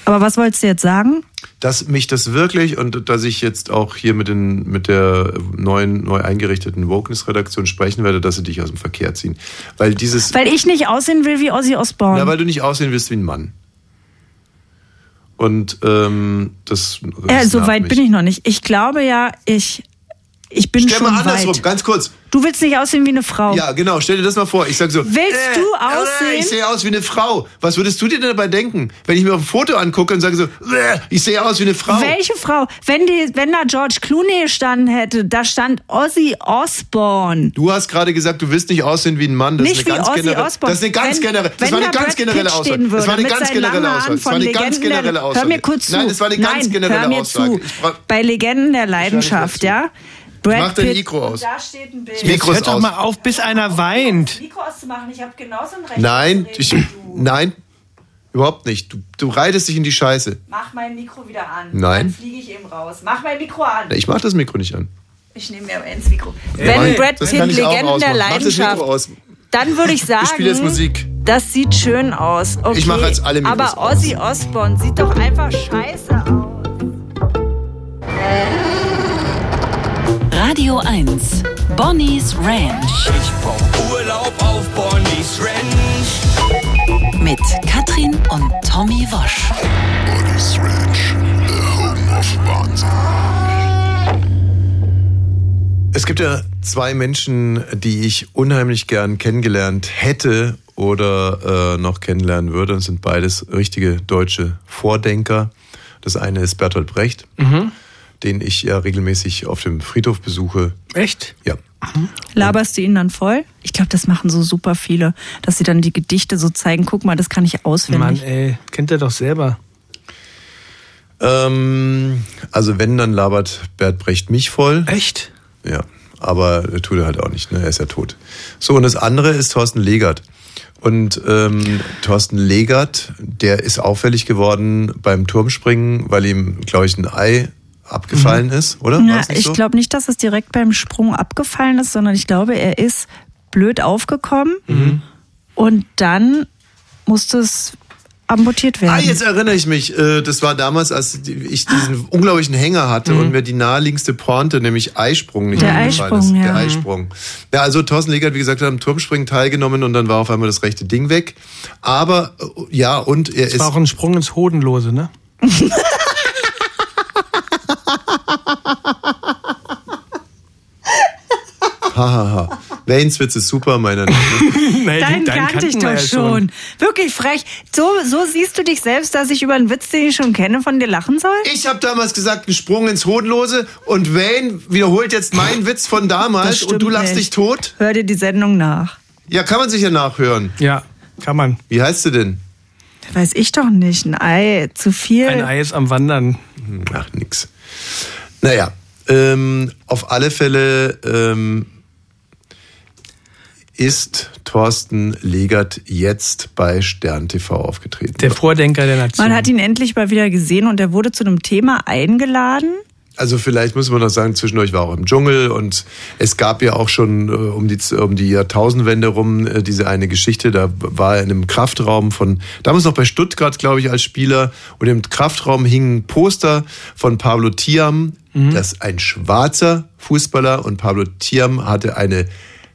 Speaker 7: Aber was wolltest du jetzt sagen?
Speaker 6: dass mich das wirklich und dass ich jetzt auch hier mit, den, mit der neuen, neu eingerichteten Wokeness-Redaktion sprechen werde, dass sie dich aus dem Verkehr ziehen. Weil dieses.
Speaker 7: Weil ich nicht aussehen will wie Ozzy Osbourne.
Speaker 6: na, weil du nicht aussehen willst wie ein Mann. Und ähm, das.
Speaker 7: äh, so weit bin ich noch nicht. Ich glaube ja, ich, ich bin
Speaker 6: Stell
Speaker 7: schon
Speaker 6: mal andersrum,
Speaker 7: weit.
Speaker 6: ganz kurz.
Speaker 7: Du willst nicht aussehen wie eine Frau.
Speaker 6: Ja, genau, stell dir das mal vor. Ich sag so.
Speaker 7: Willst
Speaker 6: äh,
Speaker 7: du
Speaker 6: äh,
Speaker 7: aussehen?
Speaker 6: Ich sehe aus wie eine Frau. Was würdest du dir denn dabei denken, wenn ich mir auf ein Foto angucke und sage so, äh, ich sehe aus wie eine Frau?
Speaker 7: Welche Frau? Wenn, die, wenn da George Clooney gestanden hätte, da stand Ozzy Osbourne.
Speaker 6: Du hast gerade gesagt, du willst nicht aussehen wie ein Mann. Das
Speaker 7: Nicht
Speaker 6: ist eine
Speaker 7: wie
Speaker 6: ganz
Speaker 7: Ozzy
Speaker 6: generelle.
Speaker 7: Osbourne.
Speaker 6: Das ist eine ganz
Speaker 7: Wenn-
Speaker 6: generelle. Das
Speaker 7: wenn
Speaker 6: war eine
Speaker 7: da
Speaker 6: ganz
Speaker 7: Brad Pitt
Speaker 6: generelle Aussage.
Speaker 7: stehen
Speaker 6: Das war
Speaker 7: würde
Speaker 6: eine
Speaker 7: mit
Speaker 6: ganz
Speaker 7: seinen langen
Speaker 6: generelle
Speaker 7: Haaren
Speaker 6: Aussage. Das war
Speaker 7: von
Speaker 6: eine ganz
Speaker 7: Legenden der-
Speaker 6: generelle Aussage.
Speaker 7: Hör mir kurz zu.
Speaker 6: Nein, das war eine ganz
Speaker 7: Nein,
Speaker 6: generelle
Speaker 7: hör mir
Speaker 6: Aussage.
Speaker 7: Zu.
Speaker 6: Ich brauch-
Speaker 7: Bei Legenden der
Speaker 6: Ich
Speaker 7: Leidenschaft,
Speaker 6: höre
Speaker 7: ja?
Speaker 6: nicht
Speaker 7: Brad
Speaker 6: Mach dein
Speaker 7: Pitt.
Speaker 6: Mikro aus.
Speaker 7: Da steht ein Bild.
Speaker 6: Das Mikro ist
Speaker 8: Hört doch
Speaker 6: aus.
Speaker 8: mal auf, bis einer weint.
Speaker 7: Mikro auszumachen, ich habe genauso ein Recht.
Speaker 6: Nein,
Speaker 7: zu
Speaker 6: ich,
Speaker 7: reden.
Speaker 6: nein, überhaupt nicht. Du, du reitest dich in die Scheiße.
Speaker 7: Mach mein Mikro wieder an.
Speaker 6: Nein.
Speaker 7: Dann fliege ich eben raus. Mach mein Mikro an.
Speaker 6: Ich mach das Mikro nicht an.
Speaker 7: Ich nehme mir aber ins Mikro.
Speaker 6: Nein,
Speaker 7: Wenn Brad
Speaker 6: das
Speaker 7: Pitt
Speaker 6: kann ich auch
Speaker 7: Legenden der
Speaker 6: ausmachen. Mach das Mikro
Speaker 7: Leidenschaft,
Speaker 6: aus.
Speaker 7: dann würde ich sagen,
Speaker 6: Ich spiele jetzt Musik.
Speaker 7: das sieht schön aus. Okay.
Speaker 6: Ich mache jetzt alle Mikros
Speaker 7: Aber Ozzy Osbourne sieht doch einfach scheiße aus.
Speaker 3: Radio 1. Bonnie's Ranch.
Speaker 4: Ich brauch Urlaub auf Bonnie's Ranch.
Speaker 3: Mit Katrin und Tommy Wosch.
Speaker 5: Bonnie's Ranch, the home of Wahnsinn.
Speaker 6: Es gibt ja zwei Menschen, die ich unheimlich gern kennengelernt hätte oder äh, noch kennenlernen würde. Das sind beides richtige deutsche Vordenker. Das eine ist Bertolt Brecht, den ich ja regelmäßig auf dem Friedhof besuche.
Speaker 8: Echt?
Speaker 6: Ja.
Speaker 7: Laberst du ihn dann voll? Ich glaube, das machen so super viele, dass sie dann die Gedichte so zeigen. Guck mal, das kann ich
Speaker 8: Mann,
Speaker 7: auswendig.
Speaker 8: ey, kennt er doch selber.
Speaker 6: Ähm, also wenn, dann labert Bert Brecht mich voll.
Speaker 8: Echt?
Speaker 6: Ja, aber tut er halt auch nicht, ne? Er ist ja tot. So, und das andere ist Thorsten Legert. Und ähm, Thorsten Legert, der ist auffällig geworden beim Turmspringen, weil ihm, glaube ich, ein Ei abgefallen ist, oder?
Speaker 7: Na,
Speaker 6: War's nicht
Speaker 7: Mhm. ich
Speaker 6: so?
Speaker 7: glaube nicht, dass es direkt beim Sprung abgefallen ist, sondern ich glaube, er ist blöd aufgekommen und dann musste es amputiert werden.
Speaker 6: Ah, jetzt erinnere ich mich. Äh, Das war damals, als die- ich diesen unglaublichen Hänger hatte und mir die naheliegendste Pointe, nämlich Eisprung, nicht
Speaker 7: Mhm. Der
Speaker 6: eingefallen
Speaker 7: Eisprung,
Speaker 6: ist.
Speaker 7: ja.
Speaker 6: Der Eisprung. Ja, also Thorsten Legert, wie gesagt, hat am Turmspringen teilgenommen und dann war auf einmal das rechte Ding weg. Aber, äh, ja, und er
Speaker 8: Das
Speaker 6: ist
Speaker 8: war auch ein Sprung ins Hodenlose, ne?
Speaker 6: Hahaha. Waynes Witz ist super, meiner nicht.
Speaker 7: Dein
Speaker 8: Nein,
Speaker 7: kannte ich doch schon. Wirklich frech. So, so siehst du dich selbst, dass ich über einen Witz, den ich schon kenne, von dir lachen soll?
Speaker 6: Ich habe damals gesagt, ein Sprung ins Hodenlose und Wayne wiederholt jetzt meinen Witz von
Speaker 7: Das
Speaker 6: damals und
Speaker 7: stimmt
Speaker 6: du lachst dich
Speaker 7: nicht.
Speaker 6: tot?
Speaker 7: Hör dir die Sendung nach.
Speaker 6: Ja, kann man sich ja nachhören.
Speaker 8: Ja, kann man.
Speaker 6: Wie heißt du denn?
Speaker 7: Weiß ich doch nicht. Ein Ei, zu viel.
Speaker 8: Ein Ei ist am Wandern.
Speaker 6: Hm, Ach, nix. Naja, ähm, auf alle Fälle ähm, ist Thorsten Legert jetzt bei Stern TV aufgetreten.
Speaker 8: Der Vordenker der Nation.
Speaker 7: Man hat ihn endlich mal wieder gesehen und er wurde zu einem Thema eingeladen.
Speaker 6: Also vielleicht muss man noch sagen, zwischen euch war auch im Dschungel und es gab ja auch schon äh, um die, um die Jahrtausendwende rum äh, diese eine Geschichte, da war er in einem Kraftraum von, damals noch bei Stuttgart, glaube ich, als Spieler und im Kraftraum hingen Poster von Pablo Tiam,
Speaker 8: Mhm.
Speaker 6: das ein schwarzer Fußballer und Pablo Tiam hatte eine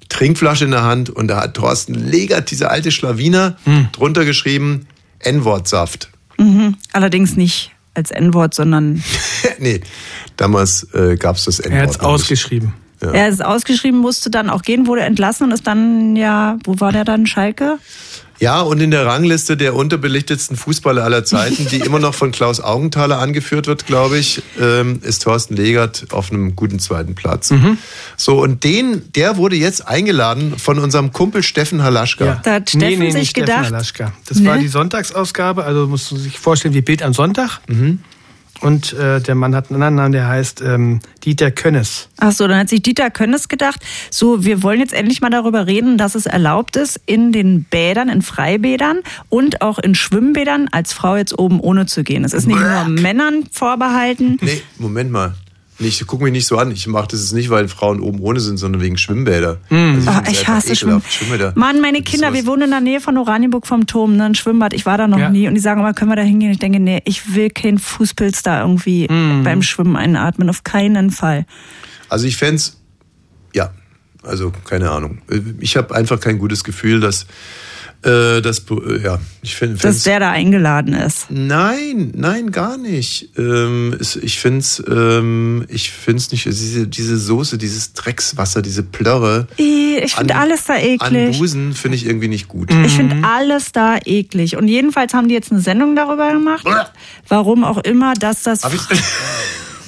Speaker 6: Trinkflasche in der Hand und da hat Thorsten Legert, dieser alte Schlawiner,
Speaker 8: Mhm.
Speaker 6: drunter geschrieben, N-Wort-Saft.
Speaker 7: Mhm. Allerdings nicht als N-Wort, sondern
Speaker 6: nee, damals äh, gab es das N-Wort.
Speaker 8: Er hat's
Speaker 6: noch nicht.
Speaker 8: ausgeschrieben.
Speaker 6: Ja.
Speaker 7: er ist ausgeschrieben, musste dann auch gehen, wurde entlassen und ist dann ja, wo war der dann? Schalke?
Speaker 6: Ja, und in der Rangliste der unterbelichtetsten Fußballer aller Zeiten, die immer noch von Klaus Augenthaler angeführt wird, glaube ich, ähm, ist Thorsten Legert auf einem guten zweiten Platz. So, und den, der wurde jetzt eingeladen von unserem Kumpel Steffen Halaschka.
Speaker 7: Da hat Steffen sich
Speaker 8: nicht
Speaker 7: gedacht-
Speaker 8: Steffen Alaschka. Das war
Speaker 7: Ne?
Speaker 8: die Sonntagsausgabe, also musst du sich vorstellen, wie Bild am Sonntag. Und äh, der Mann hat einen anderen Namen, der heißt ähm, Dieter Könnes.
Speaker 7: Ach so, dann hat sich Dieter Könnes gedacht, so, wir wollen jetzt endlich mal darüber reden, dass es erlaubt ist, in den Bädern, in Freibädern und auch in Schwimmbädern als Frau jetzt oben ohne zu gehen. Es ist nicht nur Männern vorbehalten.
Speaker 6: Nee, Moment mal. Ich guck mich nicht so an. Ich mache das jetzt nicht, weil Frauen oben ohne sind, sondern wegen Schwimmbäder.
Speaker 2: Mhm.
Speaker 6: Also
Speaker 7: Ah,
Speaker 6: find's
Speaker 7: ich
Speaker 6: einfach
Speaker 7: hasse Schwimmen.
Speaker 6: ekelhaft, Schwimmbäder.
Speaker 7: Mann, meine
Speaker 6: Das ist
Speaker 7: Kinder,
Speaker 6: sowas-
Speaker 7: wir wohnen in der Nähe von Oranienburg vom Turm, ne, ein Schwimmbad. Ich war da noch
Speaker 8: Ja.
Speaker 7: nie und die sagen immer, können wir da hingehen? Ich denke, nee, ich will keinen Fußpilz da irgendwie
Speaker 6: Hm.
Speaker 7: beim Schwimmen einatmen, auf keinen Fall.
Speaker 6: Also ich fänd's, ja, also keine Ahnung. Ich habe einfach kein gutes Gefühl, dass äh, das, äh, ja, ich finde,
Speaker 7: Dass der da eingeladen ist.
Speaker 6: Nein, nein, gar nicht. Ähm, es, ich find's, ähm, ich find's nicht. es ist Diese, diese Soße, dieses Dreckswasser, diese Plörre.
Speaker 7: Ih, Ich finde
Speaker 6: an-
Speaker 7: alles da
Speaker 6: An
Speaker 7: eklig. Mm.
Speaker 6: Busen finde ich irgendwie nicht gut.
Speaker 7: Ich finde alles da eklig. Und jedenfalls haben die jetzt eine Sendung darüber gemacht. Warum auch immer, dass das.
Speaker 6: Hab ich,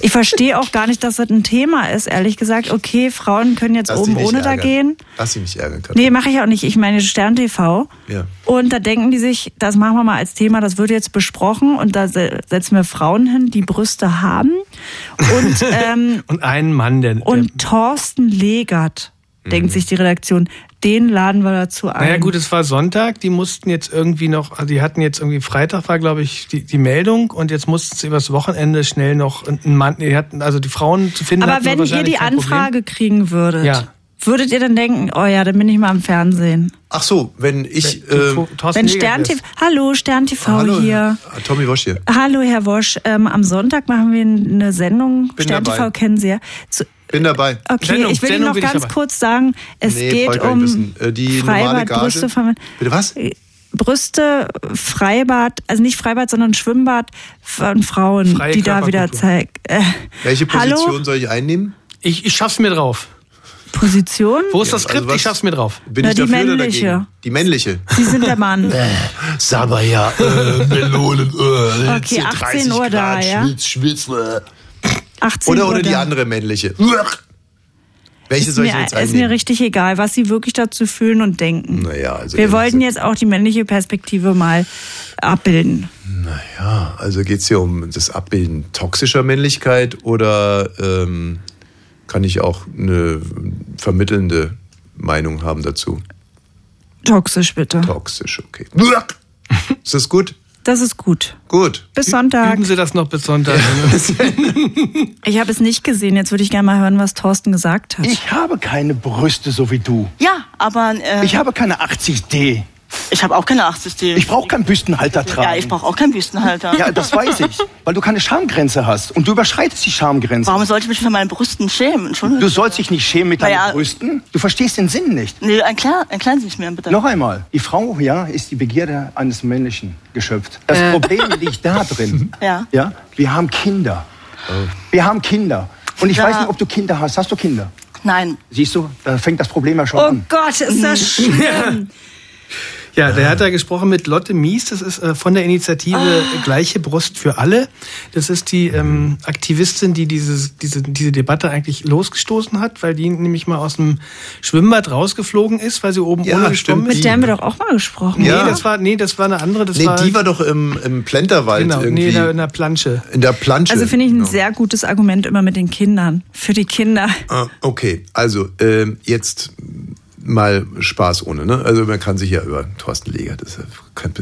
Speaker 7: Ich verstehe auch gar nicht, dass das ein Thema ist, ehrlich gesagt. Okay, Frauen können jetzt
Speaker 6: Lass dich
Speaker 7: oben
Speaker 6: nicht
Speaker 7: ohne da
Speaker 6: ärgern.
Speaker 7: gehen.
Speaker 6: Lass sie nicht ärgern, Katrin.
Speaker 7: Nee, mache ich auch nicht. Ich meine Stern TV.
Speaker 6: Ja.
Speaker 7: Und da denken die sich, das machen wir mal als Thema, das wird jetzt besprochen und da se- setzen wir Frauen hin, die Brüste haben. Und ähm,
Speaker 8: Und einen Mann, der. der
Speaker 7: Und Thorsten Legert,
Speaker 6: Mhm.
Speaker 7: denkt sich die Redaktion, den laden wir dazu ein.
Speaker 8: naja, gut, es war Sonntag, die mussten jetzt irgendwie noch, also die hatten jetzt irgendwie Freitag war, glaube ich, die, die Meldung und jetzt mussten sie übers Wochenende schnell noch einen Mann, die hatten, also die Frauen zu finden.
Speaker 7: Aber
Speaker 8: hatten
Speaker 7: wenn ihr
Speaker 8: wahrscheinlich
Speaker 7: die
Speaker 8: kein Problem.
Speaker 7: Anfrage kriegen würdet,
Speaker 8: Ja.
Speaker 7: würdet ihr dann denken, oh ja, dann bin ich mal im Fernsehen.
Speaker 6: Ach so, wenn ich. ähm,
Speaker 8: Thorsten
Speaker 7: wenn
Speaker 8: Legert
Speaker 7: Stern
Speaker 8: ist.
Speaker 7: TV, hallo Stern TV
Speaker 6: hallo,
Speaker 7: hier.
Speaker 6: ah, Tommy Wosch hier.
Speaker 7: Hallo Herr Wosch, ähm, am Sonntag machen wir eine Sendung.
Speaker 6: Bin
Speaker 7: Stern
Speaker 6: dabei.
Speaker 7: TV kennen Sie ja. Zu,
Speaker 6: Bin dabei.
Speaker 7: okay,
Speaker 8: Sendung,
Speaker 7: ich will
Speaker 8: Sendung
Speaker 7: Ihnen
Speaker 8: bin
Speaker 7: noch
Speaker 8: ich
Speaker 7: ganz
Speaker 8: dabei.
Speaker 7: kurz sagen, es
Speaker 6: Nee,
Speaker 7: geht
Speaker 6: wollt ihr nicht
Speaker 7: um
Speaker 6: wissen. Äh, die normale Gage?
Speaker 7: Freibadbrüste von
Speaker 6: Bitte was?
Speaker 7: Äh, Brüste, Freibad, also nicht Freibad, sondern Schwimmbad von Frauen,
Speaker 8: Freie
Speaker 7: die da wieder
Speaker 8: Körperkultur.
Speaker 7: zeigen. Äh,
Speaker 6: Welche Position
Speaker 7: Hallo?
Speaker 6: soll ich einnehmen?
Speaker 8: Ich, ich schaff's mir drauf.
Speaker 7: Position?
Speaker 8: Wo ist das
Speaker 6: also
Speaker 8: Skript?
Speaker 6: was-
Speaker 8: ich schaff's mir drauf.
Speaker 6: Bin
Speaker 7: Na,
Speaker 6: ich
Speaker 7: die
Speaker 6: dafür oder
Speaker 7: männliche.
Speaker 6: dagegen? Die männliche.
Speaker 7: Sie sind der Mann.
Speaker 9: Sabaya, äh, Melonen, äh,
Speaker 7: Okay,
Speaker 9: 30
Speaker 7: 18 Uhr
Speaker 9: Grad,
Speaker 7: da, ja?
Speaker 9: Schwitz, Schwitz, äh.
Speaker 7: 18
Speaker 6: Oder,
Speaker 7: Uhr
Speaker 6: oder die
Speaker 7: da.
Speaker 6: andere männliche. Welche
Speaker 7: Ist
Speaker 6: soll ich
Speaker 7: mir,
Speaker 6: jetzt
Speaker 7: ist mir
Speaker 6: einnehmen?
Speaker 7: richtig egal, was sie wirklich dazu fühlen und denken.
Speaker 6: Naja, also
Speaker 7: Wir
Speaker 6: ehrlich
Speaker 7: wollten
Speaker 6: gesagt-
Speaker 7: jetzt auch die männliche Perspektive mal abbilden.
Speaker 6: Ja, also geht es hier um das Abbilden toxischer Männlichkeit oder ähm, kann ich auch eine vermittelnde Meinung haben dazu?
Speaker 7: Toxisch bitte.
Speaker 6: Toxisch, okay. Ist das gut?
Speaker 7: Das ist gut.
Speaker 6: Gut.
Speaker 7: Bis Sonntag.
Speaker 8: Üben Sie das noch bis Sonntag.
Speaker 7: Ich habe es nicht gesehen. Jetzt würde ich gerne mal hören, was Thorsten gesagt hat.
Speaker 12: Ich habe keine Brüste so wie du.
Speaker 13: Ja, aber äh,
Speaker 12: Ich habe keine 80D.
Speaker 13: ich habe auch keine 80D.
Speaker 12: Ich brauche keinen Büstenhalter tragen.
Speaker 13: Ja, ich brauche auch keinen Büstenhalter.
Speaker 12: Ja, das weiß ich, weil du keine Schamgrenze hast und du überschreitest die Schamgrenze.
Speaker 13: Warum sollte ich mich für meinen Brüsten schämen?
Speaker 12: Du
Speaker 13: Entschuldigung.
Speaker 12: sollst dich nicht schämen mit deinen
Speaker 13: Naja.
Speaker 12: Brüsten. Du verstehst den Sinn nicht.
Speaker 13: Nee, erklär, erklären Sie es mir bitte.
Speaker 12: Noch einmal, die Frau ja, ist die Begierde eines männlichen geschöpft. Das Problem liegt da drin.
Speaker 13: Ja.
Speaker 12: ja. Wir haben Kinder. Wir haben Kinder. Und ich
Speaker 13: Ja.
Speaker 12: weiß nicht, ob du Kinder hast. Hast du Kinder?
Speaker 13: Nein.
Speaker 12: Siehst du, da fängt das Problem ja schon
Speaker 7: Oh
Speaker 12: an.
Speaker 7: Gott, ist das schlimm.
Speaker 8: Ja, der hat da gesprochen mit Lotte Mies, das ist äh, von der Initiative Gleiche Brust für alle. Das ist die ähm, Aktivistin, die dieses, diese, diese Debatte eigentlich losgestoßen hat, weil die nämlich mal aus dem Schwimmbad rausgeflogen ist, weil sie oben
Speaker 6: Ja,
Speaker 8: ohne gestorben
Speaker 6: Oh, stimmt.
Speaker 8: ist.
Speaker 7: Mit der haben wir doch auch mal gesprochen.
Speaker 8: Nee,
Speaker 6: Ja.
Speaker 8: das war, nee, das war eine andere. Das
Speaker 6: Nee,
Speaker 8: war,
Speaker 6: die war doch im, im Plenterwald
Speaker 8: genau, nee,
Speaker 6: irgendwie.
Speaker 8: in der, in der Plansche.
Speaker 6: in der Plansche.
Speaker 7: Also finde ich ein
Speaker 6: Genau.
Speaker 7: sehr gutes Argument immer mit den Kindern. Für die Kinder.
Speaker 6: Ah, okay, also ähm, jetzt mal Spaß ohne. Ne? Also man kann sich ja über Thorsten Legert, das ist, ja- kann-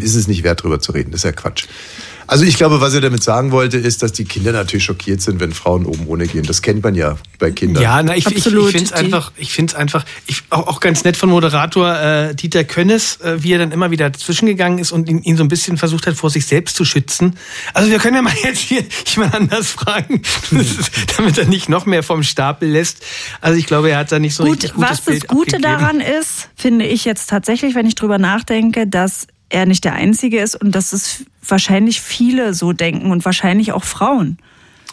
Speaker 6: ist es nicht wert, drüber zu reden. Das ist ja Quatsch. Also ich glaube, was er damit sagen wollte, ist, dass die Kinder natürlich schockiert sind, wenn Frauen oben ohne gehen. Das kennt man ja bei Kindern.
Speaker 8: Ja, na, ich, ich, ich finde es einfach, ich find's einfach ich, auch, auch ganz nett von Moderator äh, Dieter Könnes, äh, wie er dann immer wieder dazwischen gegangen ist und ihn, ihn so ein bisschen versucht hat, vor sich selbst zu schützen. Also wir können ja mal jetzt hier jemand anders fragen, das ist, damit er nicht noch mehr vom Stapel lässt. Also ich glaube, er hat da nicht so
Speaker 7: Gut,
Speaker 8: richtig gutes
Speaker 7: was
Speaker 8: Bild
Speaker 7: das Gute
Speaker 8: abgegeben.
Speaker 7: daran ist, finde ich jetzt tatsächlich, wenn ich drüber nachdenke, dass er nicht der Einzige ist und dass es wahrscheinlich viele so denken und wahrscheinlich auch Frauen.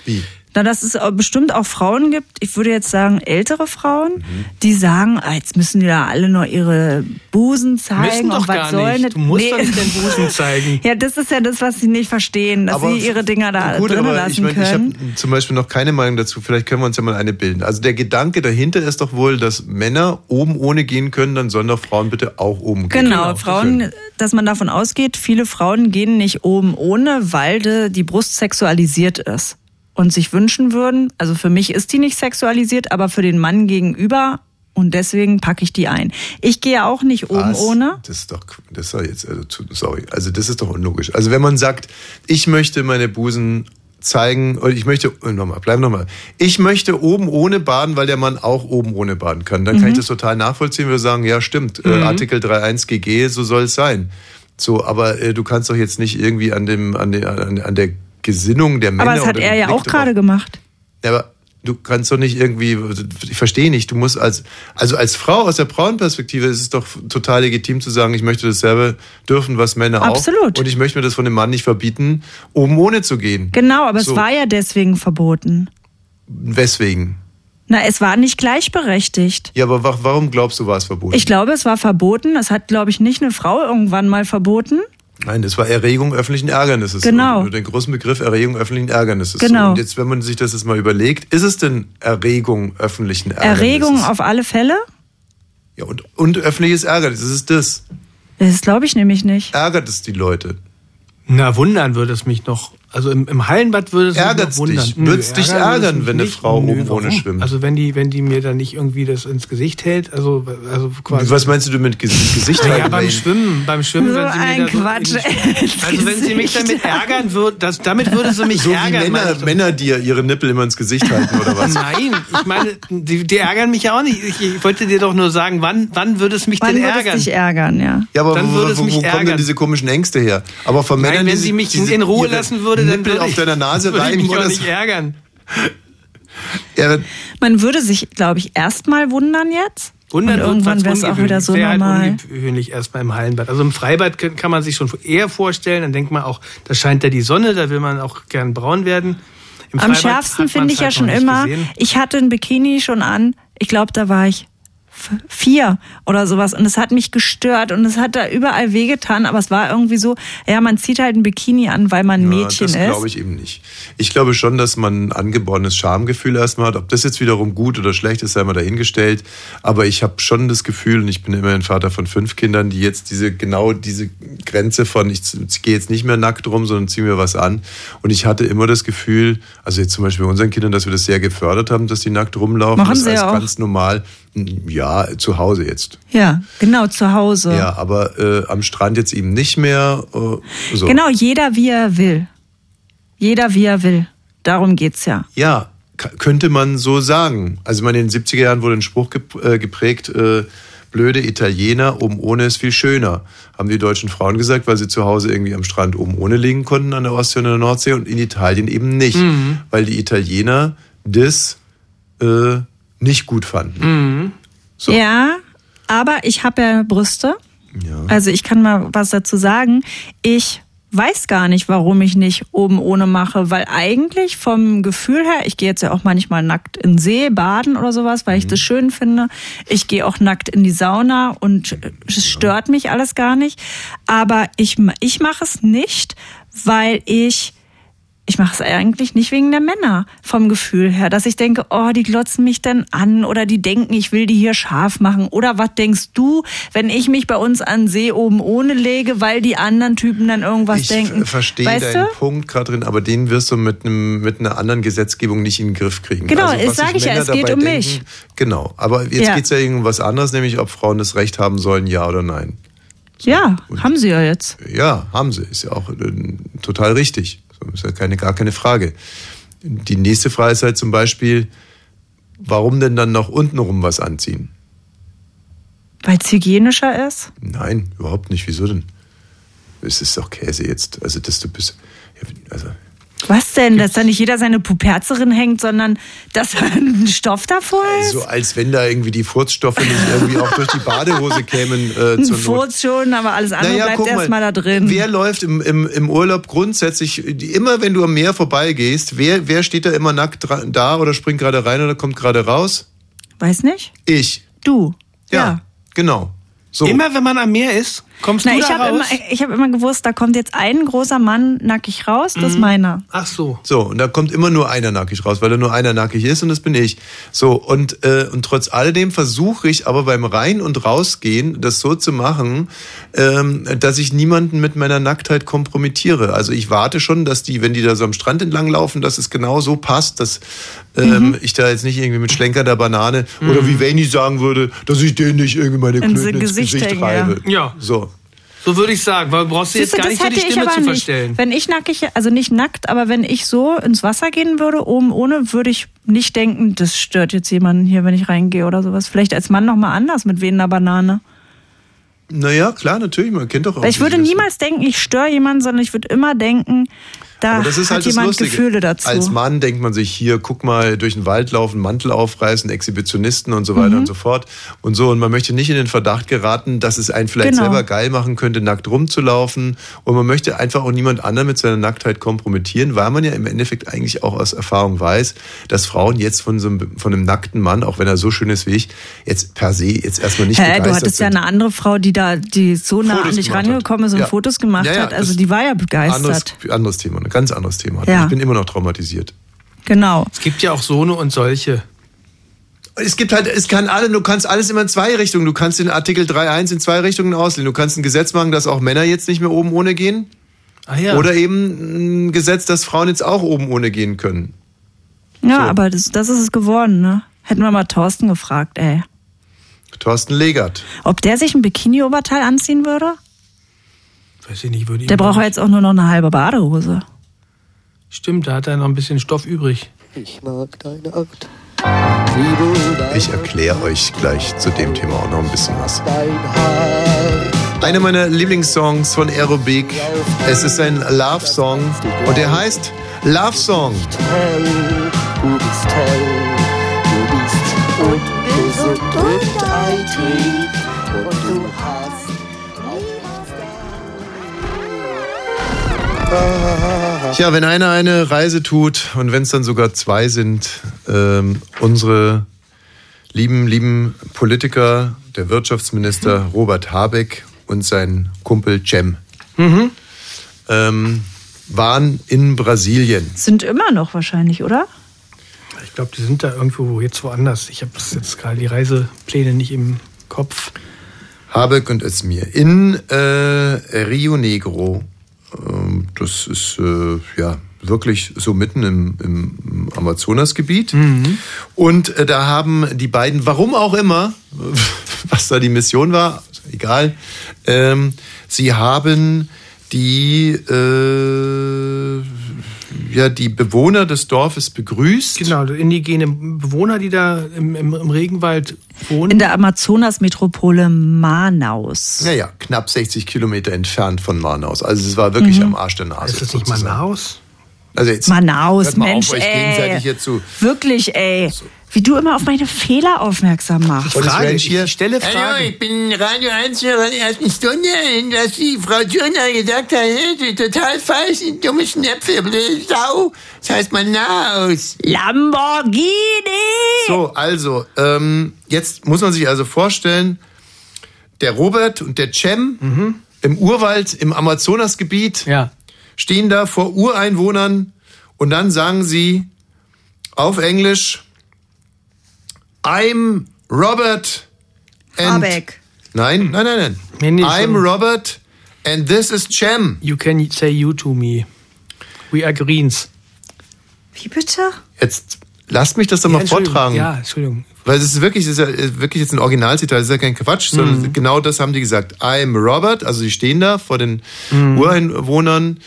Speaker 6: Wie?
Speaker 7: Na, dass es äh, bestimmt auch Frauen gibt, ich würde jetzt sagen ältere Frauen,
Speaker 8: Mhm.
Speaker 7: die sagen, ah, jetzt müssen die da alle nur ihre Busen zeigen
Speaker 8: Müssen doch
Speaker 7: und was
Speaker 8: gar
Speaker 7: soll
Speaker 8: nicht.
Speaker 7: das?
Speaker 8: Du musst
Speaker 7: Nee.
Speaker 8: doch nicht deinen Busen zeigen.
Speaker 7: Ja, das ist ja das, was sie nicht verstehen, dass
Speaker 6: Aber
Speaker 7: sie ihre Dinger da
Speaker 6: Gut,
Speaker 7: drin
Speaker 6: aber
Speaker 7: lassen
Speaker 6: ich, mein, ich
Speaker 7: können.
Speaker 6: habe zum Beispiel noch keine Meinung dazu. Vielleicht können wir uns ja mal eine bilden. Also der Gedanke dahinter ist doch wohl, dass Männer oben ohne gehen können, dann sollen doch Frauen bitte auch oben gehen.
Speaker 7: Genau, Frauen, dass man davon ausgeht, viele Frauen gehen nicht oben ohne, weil de, die Brust sexualisiert ist und sich wünschen würden, also für mich ist die nicht sexualisiert, aber für den Mann gegenüber und deswegen packe ich die ein. Ich gehe auch nicht oben
Speaker 6: Was?
Speaker 7: ohne.
Speaker 6: Das ist doch, das ist doch jetzt, also, zu- sorry, also das ist doch unlogisch. Also wenn man sagt, ich möchte meine Busen zeigen, oder ich möchte, oh, nochmal, bleib nochmal, ich möchte oben ohne baden, weil der Mann auch oben ohne baden kann, dann kann
Speaker 14: Mhm.
Speaker 6: ich das total nachvollziehen, wir sagen, ja stimmt, äh,
Speaker 14: Mhm.
Speaker 6: Artikel 3.1 GG, so soll es sein. So, aber äh, du kannst doch jetzt nicht irgendwie an dem, an, den, an, an der Gesinnung der Männer
Speaker 7: Aber das hat
Speaker 6: oder
Speaker 7: er
Speaker 6: dem
Speaker 7: ja
Speaker 6: Blick
Speaker 7: auch gerade gemacht.
Speaker 6: ja, aber du kannst doch nicht irgendwie, ich verstehe nicht, du musst als, also als Frau aus der Frauenperspektive ist es doch total legitim zu sagen, ich möchte dasselbe dürfen, was Männer auch.
Speaker 7: Absolut.
Speaker 6: Und ich möchte mir das von dem Mann nicht verbieten, oben ohne zu gehen.
Speaker 7: Genau, aber
Speaker 6: So.
Speaker 7: es war ja deswegen verboten.
Speaker 6: Weswegen?
Speaker 7: Na, es war nicht gleichberechtigt.
Speaker 6: Ja, aber wa- warum glaubst du, war es verboten?
Speaker 7: Ich glaube, es war verboten. Es hat, glaube ich, nicht eine Frau irgendwann mal verboten.
Speaker 6: Nein, das war Erregung öffentlichen Ärgernisses.
Speaker 7: Genau.
Speaker 6: Nur den großen Begriff Erregung öffentlichen Ärgernisses.
Speaker 7: Genau.
Speaker 6: Und jetzt, wenn man sich das jetzt mal überlegt, ist es denn Erregung öffentlichen Ärgernisses?
Speaker 7: Erregung auf alle Fälle?
Speaker 6: Ja, und, und öffentliches Ärgernis, das ist das.
Speaker 7: Das glaube ich nämlich nicht.
Speaker 6: Ärgert es die Leute?
Speaker 8: Na, wundern würde es mich noch. Also im, im Hallenbad würde es
Speaker 6: Ärgert's
Speaker 8: mich noch wundern.
Speaker 6: dich? Würd's dich
Speaker 8: würde es
Speaker 6: ärgern,
Speaker 8: mich
Speaker 6: wenn eine Frau
Speaker 8: Nö,
Speaker 6: oben ohne
Speaker 8: warum?
Speaker 6: schwimmt?
Speaker 8: Also wenn die, wenn die mir dann nicht irgendwie das ins Gesicht hält, also, also quasi.
Speaker 6: Was meinst du mit Ges Gesicht?
Speaker 8: Ja,
Speaker 6: halten bei
Speaker 8: beim
Speaker 6: ihnen?
Speaker 8: Schwimmen, beim Schwimmen,
Speaker 7: So
Speaker 8: wenn sie mir
Speaker 7: ein
Speaker 8: da so
Speaker 7: Quatsch.
Speaker 8: ins- Also wenn sie mich damit ärgern würde, das, damit würde sie mich
Speaker 6: so
Speaker 8: ärgern.
Speaker 6: wie
Speaker 8: meine
Speaker 6: Männer,
Speaker 8: ich doch.
Speaker 6: Männer, die ja ihre Nippel immer ins Gesicht halten oder was?
Speaker 8: Nein, ich meine, die, die ärgern mich ja auch nicht. Ich, ich wollte dir doch nur sagen, wann, wann würde es mich
Speaker 7: Wann
Speaker 8: denn
Speaker 7: würde
Speaker 8: ärgern?
Speaker 7: es dich ärgern, ja.
Speaker 6: Ja, aber
Speaker 8: Dann
Speaker 6: wo,
Speaker 8: würde es
Speaker 6: wo,
Speaker 8: mich
Speaker 6: wo kommen denn
Speaker 8: ärgern.
Speaker 6: diese komischen Ängste her? Aber von Männern,
Speaker 8: Nein, wenn
Speaker 6: die
Speaker 8: sie
Speaker 6: sich-
Speaker 8: mich
Speaker 6: diese,
Speaker 8: in Ruhe
Speaker 6: ihre
Speaker 8: lassen würde, dann
Speaker 6: Nippel
Speaker 8: würde
Speaker 6: auf
Speaker 8: ich-
Speaker 6: deiner Nase
Speaker 8: würde ich
Speaker 6: reiben
Speaker 8: mich auch
Speaker 6: oder
Speaker 8: nicht
Speaker 6: so.
Speaker 8: ärgern.
Speaker 6: Ja,
Speaker 7: Man würde sich, glaube ich, erstmal wundern jetzt.
Speaker 8: Wundern
Speaker 7: und irgendwann wäre es auch wieder so normal.
Speaker 8: Halt ungewöhnlich erstmal im Hallenbad. Also im Freibad kann kann man sich schon eher vorstellen. Dann denkt man auch, da scheint ja die Sonne, da will man auch gern braun werden. Im
Speaker 7: Am
Speaker 8: Freibad
Speaker 7: schärfsten
Speaker 8: hat
Speaker 7: finde
Speaker 8: man's
Speaker 7: ich ja
Speaker 8: halt noch
Speaker 7: schon
Speaker 8: nicht
Speaker 7: immer,
Speaker 8: gesehen.
Speaker 7: ich hatte ein Bikini schon an, ich glaube, da war ich f- vier oder sowas und es hat mich gestört und es hat da überall wehgetan, aber es war irgendwie so, ja, man zieht halt ein Bikini an, weil man ein Mädchen
Speaker 6: das glaube
Speaker 7: ist.
Speaker 6: ich eben nicht. Ich glaube schon, dass man ein angeborenes Schamgefühl erstmal hat. Ob das jetzt wiederum gut oder schlecht ist, sei mal dahingestellt. Aber ich habe schon das Gefühl, und ich bin immerhin Vater von fünf Kindern, die jetzt diese genau diese Grenze von, ich, z- ich gehe jetzt nicht mehr nackt rum, sondern ziehe mir was an. Und ich hatte immer das Gefühl, also jetzt zum Beispiel bei unseren Kindern, dass wir das sehr gefördert haben, dass die nackt rumlaufen.
Speaker 7: Machen
Speaker 6: das
Speaker 7: sie
Speaker 6: als
Speaker 7: ja auch.
Speaker 6: ganz normal. Ja, zu Hause jetzt.
Speaker 7: Ja, genau, zu Hause.
Speaker 6: Ja, aber äh, am Strand jetzt eben nicht mehr. Äh, so.
Speaker 7: Genau, jeder wie er will. Jeder wie er will. Darum geht's ja.
Speaker 6: Ja, k- könnte man so sagen. Also ich meine, in den 70er Jahren wurde ein Spruch gep- äh, geprägt, äh, blöde Italiener, oben ohne ist viel schöner, haben die deutschen Frauen gesagt, weil sie zu Hause irgendwie am Strand oben ohne liegen konnten, an der Ostsee und an der Nordsee und in Italien eben nicht,
Speaker 8: Mhm.
Speaker 6: weil die Italiener das äh, nicht gut fanden.
Speaker 7: Ja, aber ich habe ja Brüste. Also ich kann mal was dazu sagen. Ich weiß gar nicht, warum ich nicht oben ohne mache, weil eigentlich vom Gefühl her, ich gehe jetzt ja auch manchmal nackt in den See baden oder sowas, weil ich das schön finde. Ich gehe auch nackt in die Sauna und es stört mich alles gar nicht. Aber ich, ich mache es nicht, weil ich ich mache es eigentlich nicht wegen der Männer vom Gefühl her, dass ich denke, oh, die glotzen mich denn an oder die denken, ich will die hier scharf machen oder was denkst du, wenn ich mich bei uns an See oben ohne lege, weil die anderen Typen dann irgendwas denken?
Speaker 6: Ich verstehe
Speaker 7: weißt
Speaker 6: deinen
Speaker 7: du?
Speaker 6: Punkt, Katrin, aber den wirst du mit, einem, mit einer anderen Gesetzgebung nicht in den Griff kriegen.
Speaker 7: Genau,
Speaker 6: also, was
Speaker 7: das sag
Speaker 6: sich
Speaker 7: ich ja,
Speaker 6: Männer
Speaker 7: es geht
Speaker 6: dabei
Speaker 7: um
Speaker 6: denken,
Speaker 7: mich.
Speaker 6: Genau, aber jetzt
Speaker 7: Ja.
Speaker 6: geht es ja um was anderes, nämlich ob Frauen das Recht haben sollen, ja oder nein.
Speaker 7: Ja, haben sie ja jetzt.
Speaker 6: Ja, haben sie, ist ja auch äh, total richtig. So, Ist ja keine, gar keine Frage. Die nächste Frage ist halt zum Beispiel, warum denn dann noch untenrum was anziehen?
Speaker 7: Weil es hygienischer ist?
Speaker 6: Nein, überhaupt nicht. Wieso denn? Es ist doch Käse jetzt. Also, dass du bist. Ja, also,
Speaker 7: Was denn, dass da nicht jeder seine Puperzerin hängt, sondern dass da ein Stoff davor ist?
Speaker 6: so als wenn da irgendwie die Furzstoffe nicht irgendwie auch durch die Badehose kämen äh,
Speaker 7: ein
Speaker 6: zur Not.
Speaker 7: Furz schon, aber alles andere
Speaker 6: Naja,
Speaker 7: bleibt
Speaker 6: guck mal,
Speaker 7: erstmal da drin.
Speaker 6: Wer läuft im, im, im Urlaub grundsätzlich, die- immer wenn du am Meer vorbeigehst, wer, wer steht da immer nackt dra- da oder springt gerade rein oder kommt gerade raus?
Speaker 7: Weiß nicht.
Speaker 6: Ich.
Speaker 7: Du.
Speaker 6: Ja. Genau. So.
Speaker 8: Immer wenn man am Meer ist, kommst
Speaker 7: Na,
Speaker 8: du
Speaker 7: ich
Speaker 8: da
Speaker 7: habe
Speaker 8: raus.
Speaker 7: immer, e- ich hab immer gewusst, da kommt jetzt ein großer Mann nackig raus, das
Speaker 6: Mhm.
Speaker 7: ist meiner.
Speaker 8: Ach so.
Speaker 6: So, und da kommt immer nur einer nackig raus, weil da nur einer nackig ist und das bin ich. So, und, äh, und trotz alledem versuche ich aber beim Rein- und Rausgehen das so zu machen, ähm, dass ich niemanden mit meiner Nacktheit kompromittiere. Also ich warte schon, dass die, wenn die da so am Strand entlang laufen, dass es genau so passt, dass
Speaker 7: Mhm.
Speaker 6: ähm, ich da jetzt nicht irgendwie mit Schlenker der Banane oder wie Vaney sagen würde, dass ich denen nicht irgendwie meine
Speaker 7: Ins
Speaker 6: Klöten ins
Speaker 7: Gesicht
Speaker 6: Gesicht,
Speaker 7: hängen, ja.
Speaker 6: reibe.
Speaker 8: Ja.
Speaker 6: So.
Speaker 8: So würde ich sagen, weil du brauchst du jetzt
Speaker 7: Siehste,
Speaker 8: gar nicht so die Stimme zu verstellen.
Speaker 7: Wenn ich nackig, also nicht nackt, aber wenn ich so ins Wasser gehen würde, oben ohne, würde ich nicht denken, das stört jetzt jemanden hier, wenn ich reingehe oder sowas. Vielleicht als Mann nochmal anders mit wehender Banane.
Speaker 6: Oh, Naja, klar, natürlich, man kennt doch auch
Speaker 7: Weil ich würde
Speaker 6: diese-
Speaker 7: niemals denken, ich störe jemanden, sondern ich würde immer denken, da
Speaker 6: Aber das ist
Speaker 7: hat
Speaker 6: halt das
Speaker 7: jemand
Speaker 6: Lustige.
Speaker 7: Gefühle dazu.
Speaker 6: Als Mann denkt man sich hier, guck mal, durch den Wald laufen, Mantel aufreißen, Exhibitionisten und so
Speaker 7: Mhm.
Speaker 6: weiter und so fort und so. Und man möchte nicht in den Verdacht geraten, dass es einen vielleicht
Speaker 7: Genau.
Speaker 6: selber geil machen könnte, nackt rumzulaufen. Und man möchte einfach auch niemand anderen mit seiner Nacktheit kompromittieren, weil man ja im Endeffekt eigentlich auch aus Erfahrung weiß, dass Frauen jetzt von so einem, von einem nackten Mann, auch wenn er so schön ist wie ich, jetzt per se jetzt erstmal nicht
Speaker 7: Hä, du
Speaker 6: begeistert
Speaker 7: hattest ja
Speaker 6: sind.
Speaker 7: eine andere Frau, die da, die so nah an
Speaker 6: Fotos
Speaker 7: dich
Speaker 6: gemacht
Speaker 7: rangekommen ist und
Speaker 6: Ja.
Speaker 7: Fotos gemacht
Speaker 6: Ja, ja,
Speaker 7: hat. Also
Speaker 6: das-
Speaker 7: die war ja begeistert.
Speaker 6: anderes, anderes Thema, ein ganz anderes Thema.
Speaker 7: Ja.
Speaker 6: Ich bin immer noch traumatisiert.
Speaker 7: Genau.
Speaker 8: Es gibt ja auch so eine und solche.
Speaker 6: Es gibt halt, es kann alle, du kannst alles immer in zwei Richtungen. Du kannst den Artikel 3.1 in zwei Richtungen auslegen. Du kannst ein Gesetz machen, dass auch Männer jetzt nicht mehr oben ohne gehen.
Speaker 8: Ah, ja.
Speaker 6: Oder eben ein Gesetz, dass Frauen jetzt auch oben ohne gehen können.
Speaker 7: Ja, aber das, das ist es geworden, ne? Hätten wir mal Thorsten gefragt, ey.
Speaker 6: Thorsten Legert.
Speaker 7: Ob der sich ein Bikini-Oberteil anziehen würde?
Speaker 8: Weiß ich nicht, würde
Speaker 7: Der
Speaker 8: ihm-
Speaker 7: braucht jetzt auch nur noch eine halbe Badehose.
Speaker 8: Stimmt, da hat er noch ein bisschen Stoff übrig.
Speaker 14: Ich mag deine Akt.
Speaker 6: Ich erkläre euch gleich zu dem Thema auch noch ein bisschen was. Einer meiner Lieblingssongs von Aerobic. Es ist ein Love-Song und der heißt Love Song.
Speaker 14: Du bist toll, du bist ungesund und eitel und du hast auch
Speaker 6: Tja, wenn einer eine Reise tut und wenn es dann sogar zwei sind, ähm, unsere lieben, lieben Politiker, der Wirtschaftsminister Robert Habeck und sein Kumpel Cem,
Speaker 8: Mhm.
Speaker 6: ähm, waren in Brasilien.
Speaker 7: Sind immer noch wahrscheinlich, oder?
Speaker 8: Ich glaube, die sind da irgendwo jetzt woanders. Ich habe jetzt gerade die Reisepläne nicht im Kopf.
Speaker 6: Habeck und Esmir in äh, Rio Negro. Ähm, das ist äh, ja wirklich so mitten im, im Amazonasgebiet. Und äh, da haben die beiden, warum auch immer, was da die Mission war, egal, ähm, sie haben die, äh, ja, die Bewohner des Dorfes begrüßt.
Speaker 8: Genau, die indigene Bewohner, die da im, im, im Regenwald wohnen.
Speaker 7: In der Amazonas-Metropole Manaus.
Speaker 6: Naja, knapp 60 Kilometer entfernt von Manaus. Also es war wirklich am Arsch der Nase. Ist das nicht Manaus? Also jetzt,
Speaker 7: Manaus,
Speaker 6: hört mal
Speaker 7: Mensch,
Speaker 6: auf, euch
Speaker 7: ey.
Speaker 6: gegenseitig hier zu.
Speaker 7: Wirklich, ey. Wie du immer auf meine Fehler aufmerksam machst.
Speaker 6: Und es werden hier,
Speaker 15: Hallo, ich bin Radio 1 Hörer der ersten Stunde. Und Was die Frau Thürner gesagt hat, das ist total falsch. Ein dumme Schnäpfe, blöde Sau. Das heißt mal Naus.
Speaker 7: Lamborghini!
Speaker 6: So, also, ähm, jetzt muss man sich also vorstellen, der Robert und der Cem im Urwald, im Amazonasgebiet, stehen da vor Ureinwohnern Und dann sagen sie auf Englisch, I'm Robert and...
Speaker 7: Habeck.
Speaker 6: Nein, nein, nein, nein. I'm Robert and this is Cem.
Speaker 8: You can say you to me. We are Greens.
Speaker 7: Wie bitte?
Speaker 6: Jetzt lasst mich das doch mal
Speaker 8: Entschuldigung.
Speaker 6: vortragen.
Speaker 8: Ja, Entschuldigung.
Speaker 6: Weil es ist wirklich, es ist ja äh, wirklich jetzt ein Originalzitat, es ist ja kein Quatsch, sondern
Speaker 8: Mhm.
Speaker 6: genau das haben die gesagt. I'm Robert, also die stehen da vor den
Speaker 8: Mhm.
Speaker 6: Ureinwohnern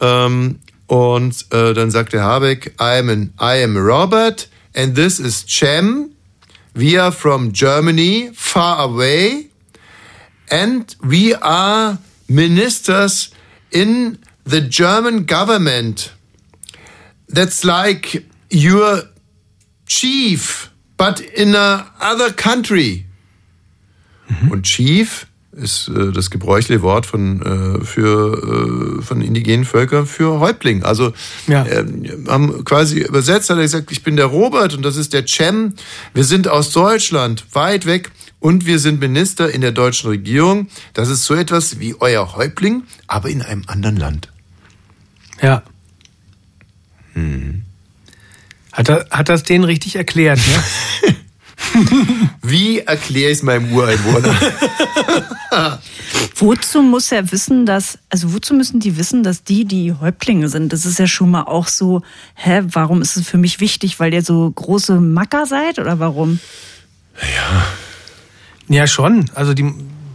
Speaker 6: ähm, und äh, dann sagt der Habeck, I'm an, I am Robert and this is Cem. We are from Germany, far away and we are ministers in the German government. That's like your chief, but in a other country. Und chief ist äh, das gebräuchliche Wort von, äh, für, äh, von indigenen Völkern für Häuptling. Also
Speaker 8: Ja.
Speaker 6: ähm, haben quasi übersetzt, hat er gesagt, ich bin der Robert und das ist der Cem. Wir sind aus Deutschland, weit weg und wir sind Minister in der deutschen Regierung. Das ist so etwas wie euer Häuptling, aber in einem anderen Land.
Speaker 8: Ja.
Speaker 6: Hm.
Speaker 8: Hat, er, hat das denen richtig erklärt, ne?
Speaker 6: Wie erkläre ich es meinem Ureinwohner?
Speaker 7: Wozu muss er wissen, dass, also wozu müssen die wissen, dass die die Häuptlinge sind? Das ist ja schon mal auch so, hä, warum ist es für mich wichtig, weil ihr so große Macker seid oder warum?
Speaker 8: Ja, schon. Also die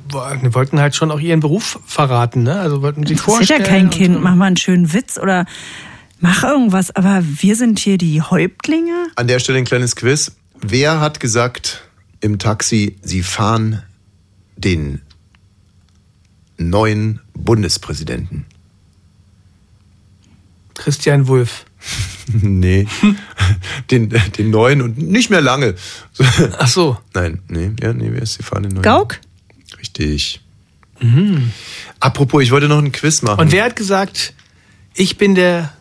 Speaker 8: wollten halt schon auch ihren Beruf verraten, ne? Also wollten sie
Speaker 7: Das ist ja
Speaker 8: vorstellen.
Speaker 7: kein Kind, mach mal einen schönen Witz oder mach irgendwas, aber wir sind hier die Häuptlinge?
Speaker 6: An der Stelle ein kleines Quiz. Wer hat gesagt im Taxi, Sie fahren den neuen Bundespräsidenten?
Speaker 8: Christian Wulff.
Speaker 6: Nee. den, den neuen und nicht mehr lange.
Speaker 8: Ach so.
Speaker 6: Nein, nee, ja, nee, wer ist Sie fahren den neuen?
Speaker 7: Gauk?
Speaker 6: Richtig. Apropos, ich wollte noch ein Quiz machen.
Speaker 8: Mhm. Und wer hat gesagt, ich bin der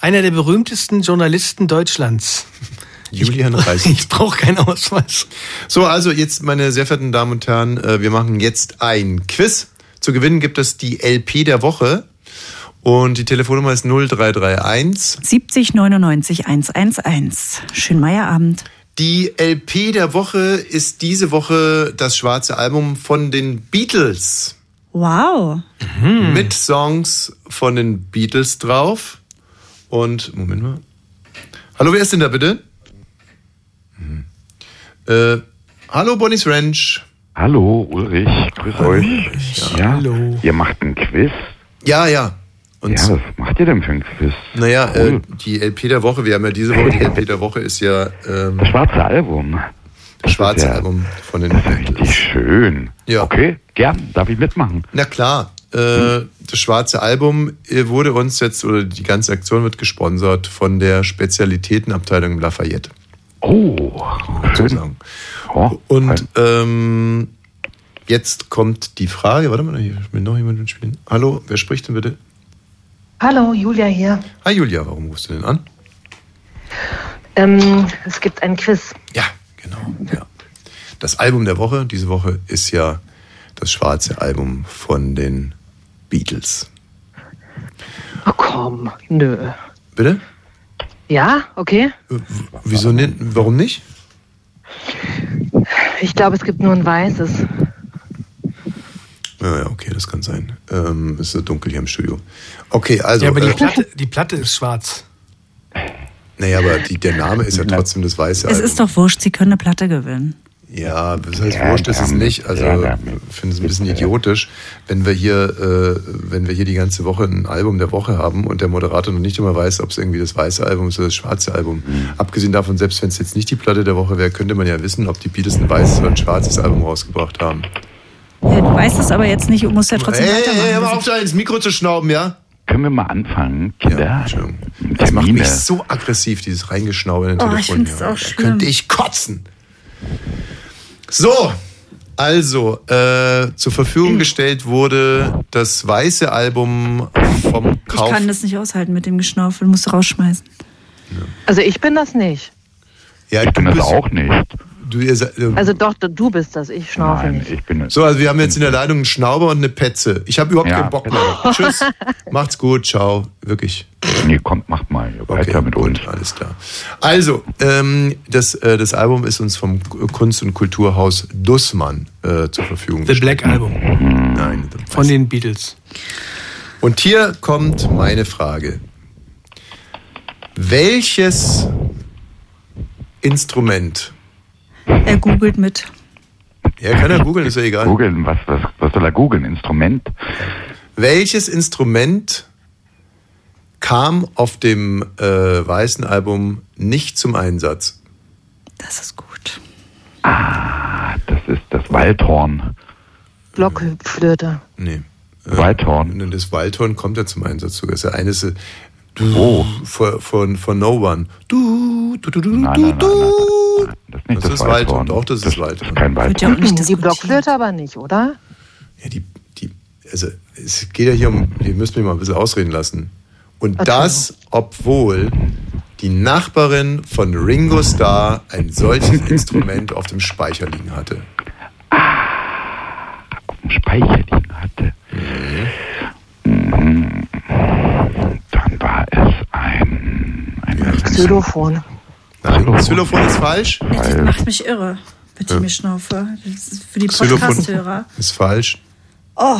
Speaker 8: einer der berühmtesten Journalisten Deutschlands?
Speaker 6: Julian Reis.
Speaker 8: Ich brauche keinen Ausweis.
Speaker 6: So, also jetzt, meine sehr verehrten Damen und Herren, äh, wir machen jetzt ein Quiz. Zu gewinnen gibt es die LP der Woche. Und die Telefonnummer ist 0331.
Speaker 7: 70 99 111. Schönen Meierabend.
Speaker 6: Die LP der Woche ist diese Woche das schwarze Album von den Beatles.
Speaker 7: Wow.
Speaker 6: Mit Songs von den Beatles drauf. Und, Moment mal. Hallo, wer ist denn da bitte? Hm. Äh, hallo, Bonnie's Ranch.
Speaker 16: Hallo Ulrich, grüß euch. Ja, Hallo. Ihr macht ein Quiz?
Speaker 6: Ja, ja.
Speaker 16: ja, was macht ihr denn für ein Quiz?
Speaker 6: Naja, äh, die LP der Woche, wir haben ja diese Woche, die LP der Woche ist ja. Ähm, das
Speaker 16: schwarze Album.
Speaker 6: Das schwarze Album von den
Speaker 16: Richtig schön.
Speaker 6: Ja.
Speaker 16: Okay, gern, darf ich mitmachen?
Speaker 6: Na klar, äh, das schwarze Album äh, wurde uns jetzt, oder die ganze Aktion wird gesponsert von der Spezialitätenabteilung im Lafayette.
Speaker 16: Oh,
Speaker 6: sozusagen. Und ähm, jetzt kommt die Frage, warte mal, hier will noch jemand mitspielen. Hallo, wer spricht denn bitte?
Speaker 17: Hallo, Julia hier.
Speaker 6: Hi Julia, warum rufst du denn an?
Speaker 17: Ähm, es gibt ein Quiz.
Speaker 6: genau, Das Album der Woche, diese Woche ist ja das schwarze Album von den Beatles.
Speaker 17: Oh komm, nö.
Speaker 6: Bitte?
Speaker 17: Ja, okay.
Speaker 6: Wieso nicht? Warum nicht?
Speaker 17: Ich glaube, es gibt nur ein weißes.
Speaker 6: Ja, ja, okay, das kann sein. Ähm, es ist so dunkel hier im Studio. Okay, also.
Speaker 8: ja, aber die
Speaker 6: äh,
Speaker 8: Platte, die Platte ist schwarz.
Speaker 6: Naja, aber die, der Name ist ja trotzdem das weiße
Speaker 7: Es
Speaker 6: Album.
Speaker 7: ist doch wurscht, sie können eine Platte gewinnen.
Speaker 6: Ja, das heißt,
Speaker 16: Ja,
Speaker 6: wurscht ist es
Speaker 16: damit,
Speaker 6: nicht. Also,
Speaker 16: ja,
Speaker 6: ich finde es ein bisschen idiotisch, wenn wir hier, äh, wenn wir hier die ganze Woche ein Album der Woche haben und der Moderator noch nicht immer weiß, ob es irgendwie das weiße Album ist oder das schwarze Album. Abgesehen davon, selbst wenn es jetzt nicht die Platte der Woche wäre, könnte man ja wissen, ob die Beatles ein weißes oder ein schwarzes Album rausgebracht haben.
Speaker 7: Ja, du weißt es aber jetzt nicht, du musst ja trotzdem
Speaker 6: Hey,
Speaker 7: weitermachen.
Speaker 6: hey, hör mal
Speaker 2: also
Speaker 6: auf, da ins Mikro zu schnauben, ja?
Speaker 16: Können wir mal anfangen, Kinder? Ja,
Speaker 6: Das macht mich so aggressiv, dieses Reingeschnaube in den
Speaker 16: Oh, ich
Speaker 6: Telefon.
Speaker 16: find's
Speaker 6: hier.
Speaker 16: auch
Speaker 6: Da
Speaker 16: schlimm.
Speaker 6: könnte ich kotzen. So, also, äh, zur Verfügung gestellt wurde das weiße Album vom
Speaker 7: Ich
Speaker 6: Kauf.
Speaker 7: kann das nicht aushalten mit dem Geschnaufel, musst du rausschmeißen.
Speaker 17: Also ich bin das nicht.
Speaker 6: Ja, ich bin
Speaker 16: das auch nicht.
Speaker 6: du, ihr seid, äh,
Speaker 17: Also doch, du bist das, ich schnaufe nicht.
Speaker 16: ich bin
Speaker 6: so, also wir haben jetzt in der Leitung einen Schnauber und eine Petze. Ich habe überhaupt keinen Bock mehr. Tschüss. Macht's gut. Ciao. Wirklich.
Speaker 16: Nee, kommt, macht Halt mal. Ihr okay, weiter mit uns.
Speaker 6: Alles klar. Also, ähm, das, äh, das Album ist uns vom Kunst- und Kulturhaus Dussmann äh, zur Verfügung
Speaker 8: The Black Album.
Speaker 6: Nein.
Speaker 8: Von den Beatles.
Speaker 6: Und hier kommt meine Frage. Welches Instrument?
Speaker 7: Er googelt mit.
Speaker 6: Ja, kann er googeln, ist ja egal.
Speaker 16: Googeln, was, was, was soll er googeln? Instrument?
Speaker 6: Welches Instrument kam auf dem äh, weißen Album nicht zum Einsatz?
Speaker 7: Das ist gut.
Speaker 16: Ah, Das ist das Waldhorn.
Speaker 17: Glockhüpflöte.
Speaker 6: Nee. Waldhorn. Äh, Das Waldhorn kommt ja zum Einsatz sogar. Das ist ja eines äh, du, von, von, von No One. Du, du, du, du, du, du. Das ist Waldhorn. Doch, das ist Waldhorn. Das ist kein
Speaker 17: die Blockflöte aber nicht, oder?
Speaker 6: also es geht ja hier um, ihr müsst mich mal ein bisschen ausreden lassen. Und das, obwohl die Nachbarin von Ringo Starr ein solches Instrument auf dem Speicher liegen hatte.
Speaker 16: Ah, Auf dem Speicher liegen hatte. Mhm. Dann war es ein. ein
Speaker 17: Xylophon.
Speaker 6: Nein, Xylophon ist falsch.
Speaker 7: Das macht mich irre. Bitte
Speaker 6: Ja.
Speaker 7: mir Schnaufe. Das ist für die
Speaker 6: Xylophon
Speaker 7: Podcast-Hörer.
Speaker 6: ist falsch.
Speaker 7: Oh,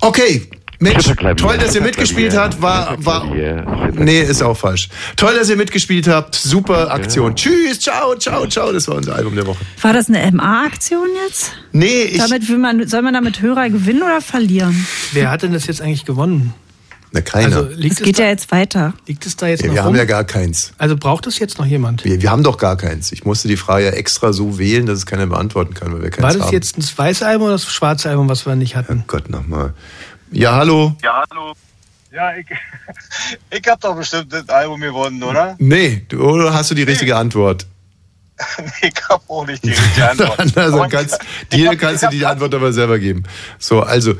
Speaker 6: Okay, Mensch, toll, dass
Speaker 16: Schritterklavier,
Speaker 6: ihr mitgespielt habt. War, war, nee, ist auch falsch. Toll, dass ihr mitgespielt habt. Super Aktion. Tschüss, ciao, ciao, ciao. Das war unser Album der Woche.
Speaker 7: war das eine MA-Aktion jetzt?
Speaker 6: Nee, ich.
Speaker 7: Damit will man, soll man damit Hörer gewinnen oder verlieren?
Speaker 8: Wer hat denn das jetzt eigentlich gewonnen?
Speaker 6: Na, keiner.
Speaker 8: Also liegt
Speaker 7: Es geht ja jetzt weiter.
Speaker 8: Liegt es da jetzt
Speaker 6: Ja,
Speaker 8: noch
Speaker 6: wir haben
Speaker 8: rum?
Speaker 6: ja gar keins.
Speaker 8: Also braucht es jetzt noch jemand?
Speaker 6: Wir, wir haben doch gar keins. Ich musste die Frage ja extra so wählen, dass es keiner beantworten kann, weil wir keins
Speaker 8: War das
Speaker 6: haben.
Speaker 8: jetzt das weiße Album oder das schwarze Album, was wir nicht hatten?
Speaker 6: Gott nochmal. Ja, hallo.
Speaker 18: Ja, hallo. Ja, ich, ich hab doch bestimmt das Album gewonnen, oder?
Speaker 6: Nee, du, oder hast du die richtige Antwort?
Speaker 18: Ich hab auch nicht die richtige Antwort.
Speaker 6: also
Speaker 18: Aber
Speaker 6: kannst, dir kannst du die Antwort aber selber geben. So, also,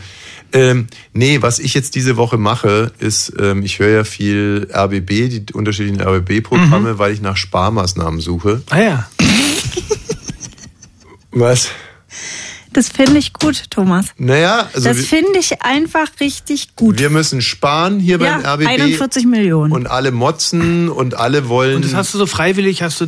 Speaker 6: ähm, nee, was ich jetzt diese Woche mache, ist, ähm, ich höre ja viel RBB, die unterschiedlichen RBB-Programme,
Speaker 8: Mhm.
Speaker 6: weil ich nach Sparmaßnahmen suche.
Speaker 8: Ah ja.
Speaker 6: Was?
Speaker 7: Das finde ich gut, Thomas.
Speaker 6: Naja, also
Speaker 7: das
Speaker 6: wir-
Speaker 7: finde ich einfach richtig gut.
Speaker 6: Wir müssen sparen hier
Speaker 7: Ja,
Speaker 6: beim RBB.
Speaker 7: 41 Millionen.
Speaker 6: Und alle motzen und alle wollen.
Speaker 8: Und das hast du so freiwillig, hast du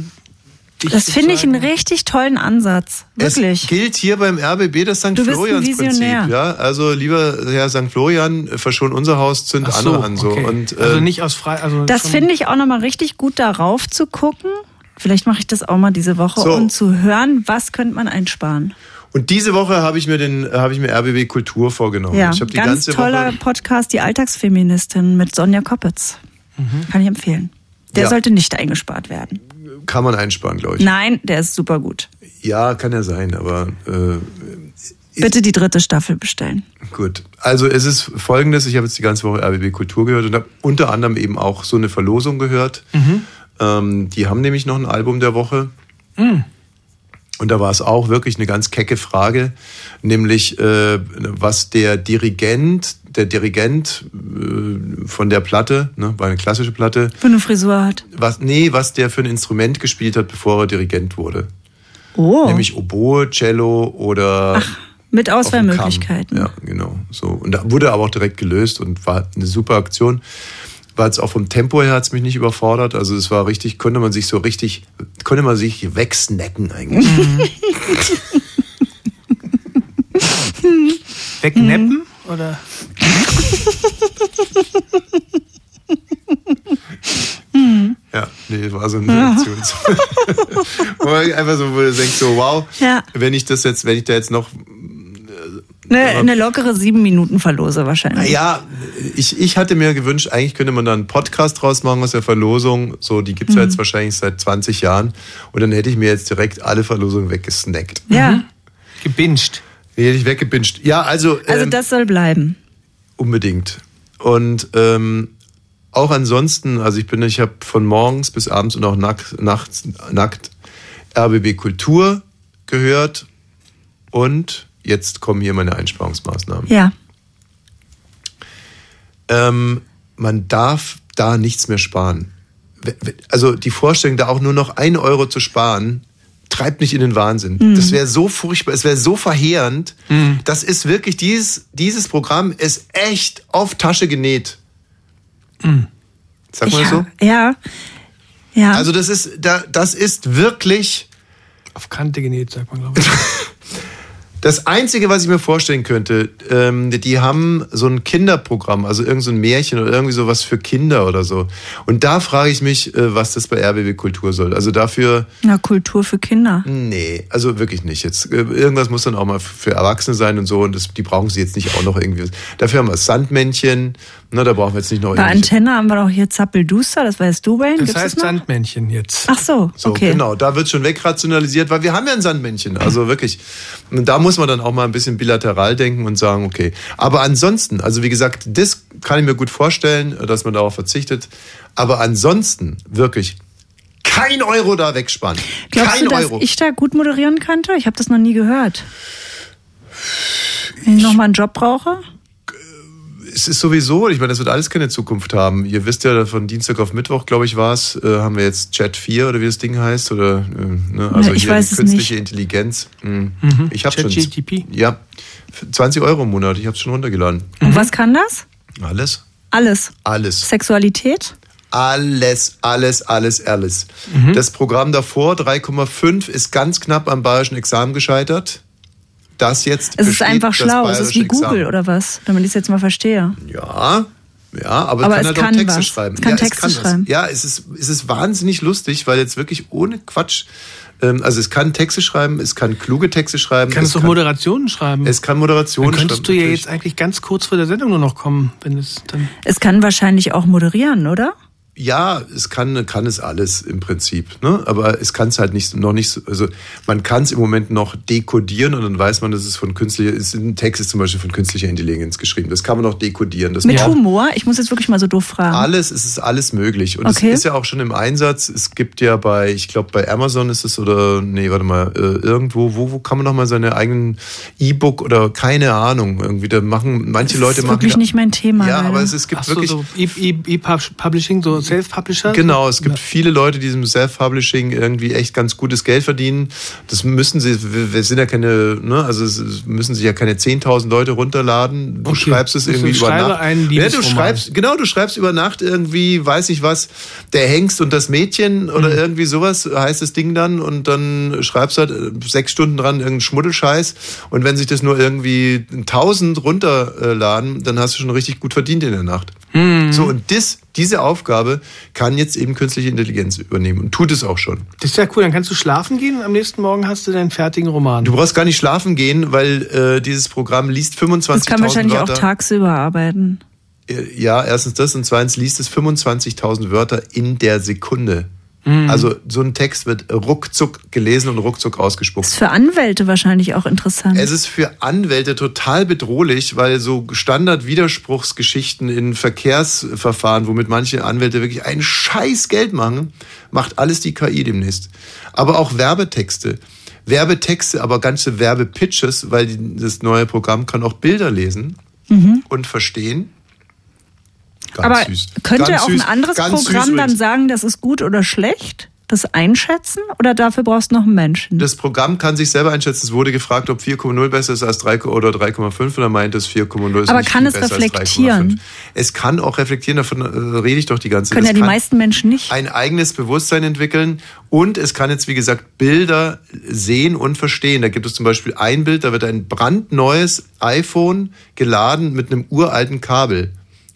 Speaker 7: Das finde ich einen richtig tollen Ansatz.
Speaker 6: Wirklich. Es gilt hier beim RBB das St.
Speaker 7: Du bist ein
Speaker 6: Florians-Prinzip.
Speaker 7: Visionär.
Speaker 6: Ja? Also, lieber Herr St. Florian, äh, verschon unser Haus, zünd
Speaker 8: Ach
Speaker 6: andere
Speaker 8: so,
Speaker 6: an. So.
Speaker 8: okay.
Speaker 6: Und, äh,
Speaker 8: Also nicht aus frei. Also
Speaker 7: Das
Speaker 8: schon-
Speaker 7: finde ich auch nochmal richtig gut, darauf zu gucken. Vielleicht mache ich das auch mal diese Woche,
Speaker 6: So.
Speaker 7: um zu hören, was könnte man einsparen.
Speaker 6: und diese Woche habe ich mir den habe ich mir RBB Kultur vorgenommen.
Speaker 7: ja,
Speaker 6: ich habe die
Speaker 7: ganz
Speaker 6: ganze
Speaker 7: toller
Speaker 6: Woche
Speaker 7: Podcast, die Alltagsfeministin mit Sonja Koppitz. Kann ich empfehlen. Der
Speaker 6: Mhm. Ja.
Speaker 7: sollte nicht eingespart werden.
Speaker 6: kann man einsparen, glaube ich.
Speaker 7: Nein, der ist super gut.
Speaker 6: Ja, kann ja sein, aber äh,
Speaker 7: Bitte die dritte Staffel bestellen.
Speaker 6: Gut, also es ist folgendes, ich habe jetzt die ganze Woche RBB Kultur gehört und habe unter anderem eben auch so eine Verlosung gehört. Ähm, die haben nämlich noch ein Album der Woche
Speaker 8: Mhm.
Speaker 6: und da war es auch wirklich eine ganz kecke Frage, nämlich äh, was der Dirigent, der Dirigent äh, von der Platte, ne, war eine klassische Platte,
Speaker 7: Für eine Frisur hat.
Speaker 6: was, nee, was der für ein Instrument gespielt hat, bevor er Dirigent wurde.
Speaker 7: Oh.
Speaker 6: Nämlich Oboe, Cello oder...
Speaker 7: Mit
Speaker 6: dem Kamm.
Speaker 7: Auswahlmöglichkeiten.
Speaker 6: Ja, genau. So. Und da wurde aber auch direkt gelöst und war eine super Aktion. War jetzt auch vom Tempo her hat es mich nicht überfordert. Also es war richtig, konnte man sich so richtig, konnte man sich wegsnacken eigentlich.
Speaker 7: Mhm. Mhm.
Speaker 8: Wegneppen? Oder?
Speaker 6: ja, nee, war so eine
Speaker 7: Ja.
Speaker 6: Aktion. Wo man einfach so, wo du denkst, so, wow,
Speaker 7: Ja.
Speaker 6: wenn ich das jetzt, wenn ich da jetzt noch
Speaker 7: Eine, eine lockere sieben Minuten Verlose wahrscheinlich.
Speaker 6: Ja, ich, ich hatte mir gewünscht, eigentlich könnte man da einen Podcast draus machen aus der Verlosung. So, die gibt's ja
Speaker 7: Mhm.
Speaker 6: jetzt wahrscheinlich seit 20 Jahren. Und dann hätte ich mir jetzt direkt alle Verlosungen weggesnackt.
Speaker 7: Ja.
Speaker 8: Gebinged.
Speaker 6: Die hätte ich weggebinscht. Ja, also,
Speaker 7: Also
Speaker 6: ähm,
Speaker 7: das soll bleiben.
Speaker 6: unbedingt. Und ähm, auch ansonsten, also ich bin, ich habe von morgens bis abends und auch nackt, nachts, nackt RBB Kultur gehört. Und jetzt kommen hier meine Einsparungsmaßnahmen.
Speaker 7: Ja.
Speaker 6: Ähm, man darf da nichts mehr sparen. w- w- also die Vorstellung, da auch nur noch ein Euro zu sparen, treibt mich in den Wahnsinn.
Speaker 14: Mhm.
Speaker 6: Das wäre so furchtbar, es wäre so verheerend. Das ist wirklich, dieses, dieses Programm ist echt auf Tasche genäht. Sag mal
Speaker 7: ich,
Speaker 6: so.
Speaker 7: Ja. Ja.
Speaker 6: Also das ist, da, das ist wirklich.
Speaker 8: Auf Kante genäht, sagt man, glaube ich.
Speaker 6: Das Einzige, was ich mir vorstellen könnte, ähm, die- die haben so ein Kinderprogramm, also irgend so ein Märchen oder irgendwie sowas für Kinder oder so. Und da frage ich mich, äh, was das bei RBB Kultur soll. Also dafür,
Speaker 7: Na, Kultur für Kinder.
Speaker 6: nee, also wirklich nicht. Jetzt äh, Irgendwas muss dann auch mal für Erwachsene sein und so und das, die brauchen sie jetzt nicht auch noch irgendwie. Dafür haben wir das Sandmännchen, na, da brauchen wir jetzt nicht noch
Speaker 7: Bei
Speaker 6: irgendwie.
Speaker 7: Antenne haben wir doch hier Zappelduster, das weißt du, Wayne. Gibt's noch?
Speaker 8: Sandmännchen jetzt.
Speaker 7: Ach so,
Speaker 6: So,
Speaker 7: okay.
Speaker 6: genau, da wird schon wegrationalisiert, weil wir haben ja ein Sandmännchen. Also wirklich. Und da muss man dann auch mal ein bisschen bilateral denken und sagen, okay. Aber ansonsten, also wie gesagt, das kann ich mir gut vorstellen, dass man darauf verzichtet. Aber ansonsten wirklich kein Euro da wegsparen.
Speaker 7: Glaubst
Speaker 6: kein
Speaker 7: du, dass
Speaker 6: Euro.
Speaker 7: ich da gut moderieren könnte? Ich habe das noch nie gehört. Wenn ich nochmal einen Job brauche?
Speaker 6: es ist sowieso, ich meine, das wird alles keine Zukunft haben. Ihr wisst ja, von Dienstag auf Mittwoch, glaube ich, war es, äh, haben wir jetzt Chat 4 oder wie das Ding heißt. Oder, äh, ne? Also
Speaker 7: Na, ich
Speaker 6: hier
Speaker 7: weiß es
Speaker 6: künstliche Intelligenz. Mhm. Ich habe schon.
Speaker 8: ChatGPT?
Speaker 6: Ja. Für 20 Euro im Monat, ich habe es schon runtergeladen.
Speaker 7: Und was kann das?
Speaker 6: Alles?
Speaker 7: Alles.
Speaker 6: Alles.
Speaker 7: Sexualität?
Speaker 6: Alles, alles, alles, alles. Das Programm davor, 3,5, ist ganz knapp am bayerischen Examen gescheitert. Das jetzt.
Speaker 7: Es ist
Speaker 6: besteht
Speaker 7: einfach
Speaker 6: das
Speaker 7: schlau, es ist wie
Speaker 6: bayerische
Speaker 7: Google
Speaker 6: Examen.
Speaker 7: oder was, damit ich es jetzt mal verstehe.
Speaker 6: Ja, ja, aber,
Speaker 7: Aber
Speaker 6: es kann
Speaker 7: es
Speaker 6: halt
Speaker 7: kann
Speaker 6: auch Texte
Speaker 7: was.
Speaker 6: schreiben.
Speaker 7: Es kann
Speaker 6: ja,
Speaker 7: Texte
Speaker 6: was.
Speaker 7: schreiben.
Speaker 6: Ja, es ist, es ist wahnsinnig lustig, weil jetzt wirklich ohne Quatsch. ähm, Also es kann Texte schreiben, es kann kluge Texte schreiben.
Speaker 8: Kannst
Speaker 6: es
Speaker 8: doch
Speaker 6: kann,
Speaker 8: Moderationen schreiben.
Speaker 6: Es kann Moderationen
Speaker 8: Dann könntest du
Speaker 6: schreiben.
Speaker 8: ja jetzt eigentlich ganz kurz vor der Sendung nur noch kommen, wenn es dann.
Speaker 7: Es kann wahrscheinlich auch moderieren, oder?
Speaker 6: Ja, es kann, kann es alles im Prinzip, ne? Aber es kann es halt nicht, noch nicht so, also man kann es im Moment noch dekodieren und dann weiß man, dass es von künstlicher, ist, ein Text ist zum Beispiel von künstlicher Intelligenz geschrieben. Das kann man noch dekodieren. Das
Speaker 7: Mit
Speaker 6: braucht-
Speaker 7: Humor? Ich muss jetzt wirklich mal so doof fragen.
Speaker 6: alles, es ist alles möglich. Und
Speaker 7: Okay.
Speaker 6: es ist ja auch schon im Einsatz. Es gibt ja bei, ich glaube, bei Amazon ist es oder, nee, warte mal, äh, irgendwo, wo, wo kann man nochmal seine eigenen E-Book oder keine Ahnung irgendwie da machen? Manche
Speaker 7: das
Speaker 6: Leute
Speaker 7: ist
Speaker 6: machen.
Speaker 7: wirklich
Speaker 6: ja-
Speaker 7: nicht mein Thema.
Speaker 6: Ja,
Speaker 7: leider.
Speaker 6: aber es, es gibt
Speaker 8: Ach so,
Speaker 6: wirklich.
Speaker 8: so E-, E-Publishing, so Self-Publisher.
Speaker 6: Genau, es gibt viele Leute, die im Self-Publishing irgendwie echt ganz gutes Geld verdienen. Das müssen sie, wir wir sind ja keine, ne, also es- es müssen sich ja keine 10.000 Leute runterladen. Du schreibst es
Speaker 8: Also
Speaker 6: irgendwie
Speaker 8: ich
Speaker 6: über
Speaker 8: schreibe
Speaker 6: Nacht.
Speaker 8: einen
Speaker 6: ja, du
Speaker 8: Liebesroman.
Speaker 6: schreibst, genau, du schreibst über Nacht irgendwie, weiß ich was, der Hengst und das Mädchen oder irgendwie sowas heißt das Ding dann und dann schreibst halt äh, sechs Stunden dran irgendeinen Schmuddelscheiß und wenn sich das nur irgendwie 1000 runterladen, dann hast du schon richtig gut verdient in der Nacht. So, und das, diese Aufgabe kann jetzt eben künstliche Intelligenz übernehmen und tut es auch schon.
Speaker 8: Das ist ja cool, dann kannst du schlafen gehen und am nächsten Morgen hast du deinen fertigen Roman.
Speaker 6: Du brauchst gar nicht schlafen gehen, weil äh, dieses Programm liest 25.000
Speaker 7: das kann wahrscheinlich
Speaker 6: Wörter.
Speaker 7: auch tagsüber arbeiten.
Speaker 6: Äh, Ja, erstens das und zweitens liest es 25.000 Wörter in der Sekunde.
Speaker 7: Mhm.
Speaker 6: Also so ein Text wird ruckzuck gelesen und ruckzuck ausgespuckt.
Speaker 7: Ist für Anwälte wahrscheinlich auch interessant.
Speaker 6: Es ist für Anwälte total bedrohlich, weil so Standard-Widerspruchsgeschichten in Verkehrsverfahren, womit manche Anwälte wirklich ein scheiß Geld machen, macht alles die KI demnächst. Aber auch Werbetexte. Werbetexte, aber ganze Werbepitches, weil die- das neue Programm kann auch Bilder lesen
Speaker 7: Mhm.
Speaker 6: und verstehen. Ganz
Speaker 7: aber
Speaker 6: süß.
Speaker 7: könnte
Speaker 6: Ganz
Speaker 7: auch
Speaker 6: süß.
Speaker 7: ein anderes
Speaker 6: Ganz süß
Speaker 7: Programm dann
Speaker 6: übrigens.
Speaker 7: sagen, das ist gut oder schlecht? Das einschätzen? Oder dafür brauchst du noch einen Menschen?
Speaker 6: Das Programm kann sich selber einschätzen. Es wurde gefragt, ob 4,0 besser ist als 3 oder 3,5 und er meint, es 4,0 ist
Speaker 7: aber
Speaker 6: nicht
Speaker 7: kann
Speaker 6: viel
Speaker 7: es
Speaker 6: besser als
Speaker 7: reflektieren?
Speaker 6: Es kann auch reflektieren, davon äh, rede ich doch die ganze Zeit.
Speaker 7: Können ja
Speaker 6: Es
Speaker 7: die
Speaker 6: kann
Speaker 7: meisten Menschen nicht.
Speaker 6: Ein eigenes Bewusstsein entwickeln und es kann jetzt, wie gesagt, Bilder sehen und verstehen. Da gibt es zum Beispiel ein Bild, da wird ein brandneues iPhone geladen mit einem uralten Kabel.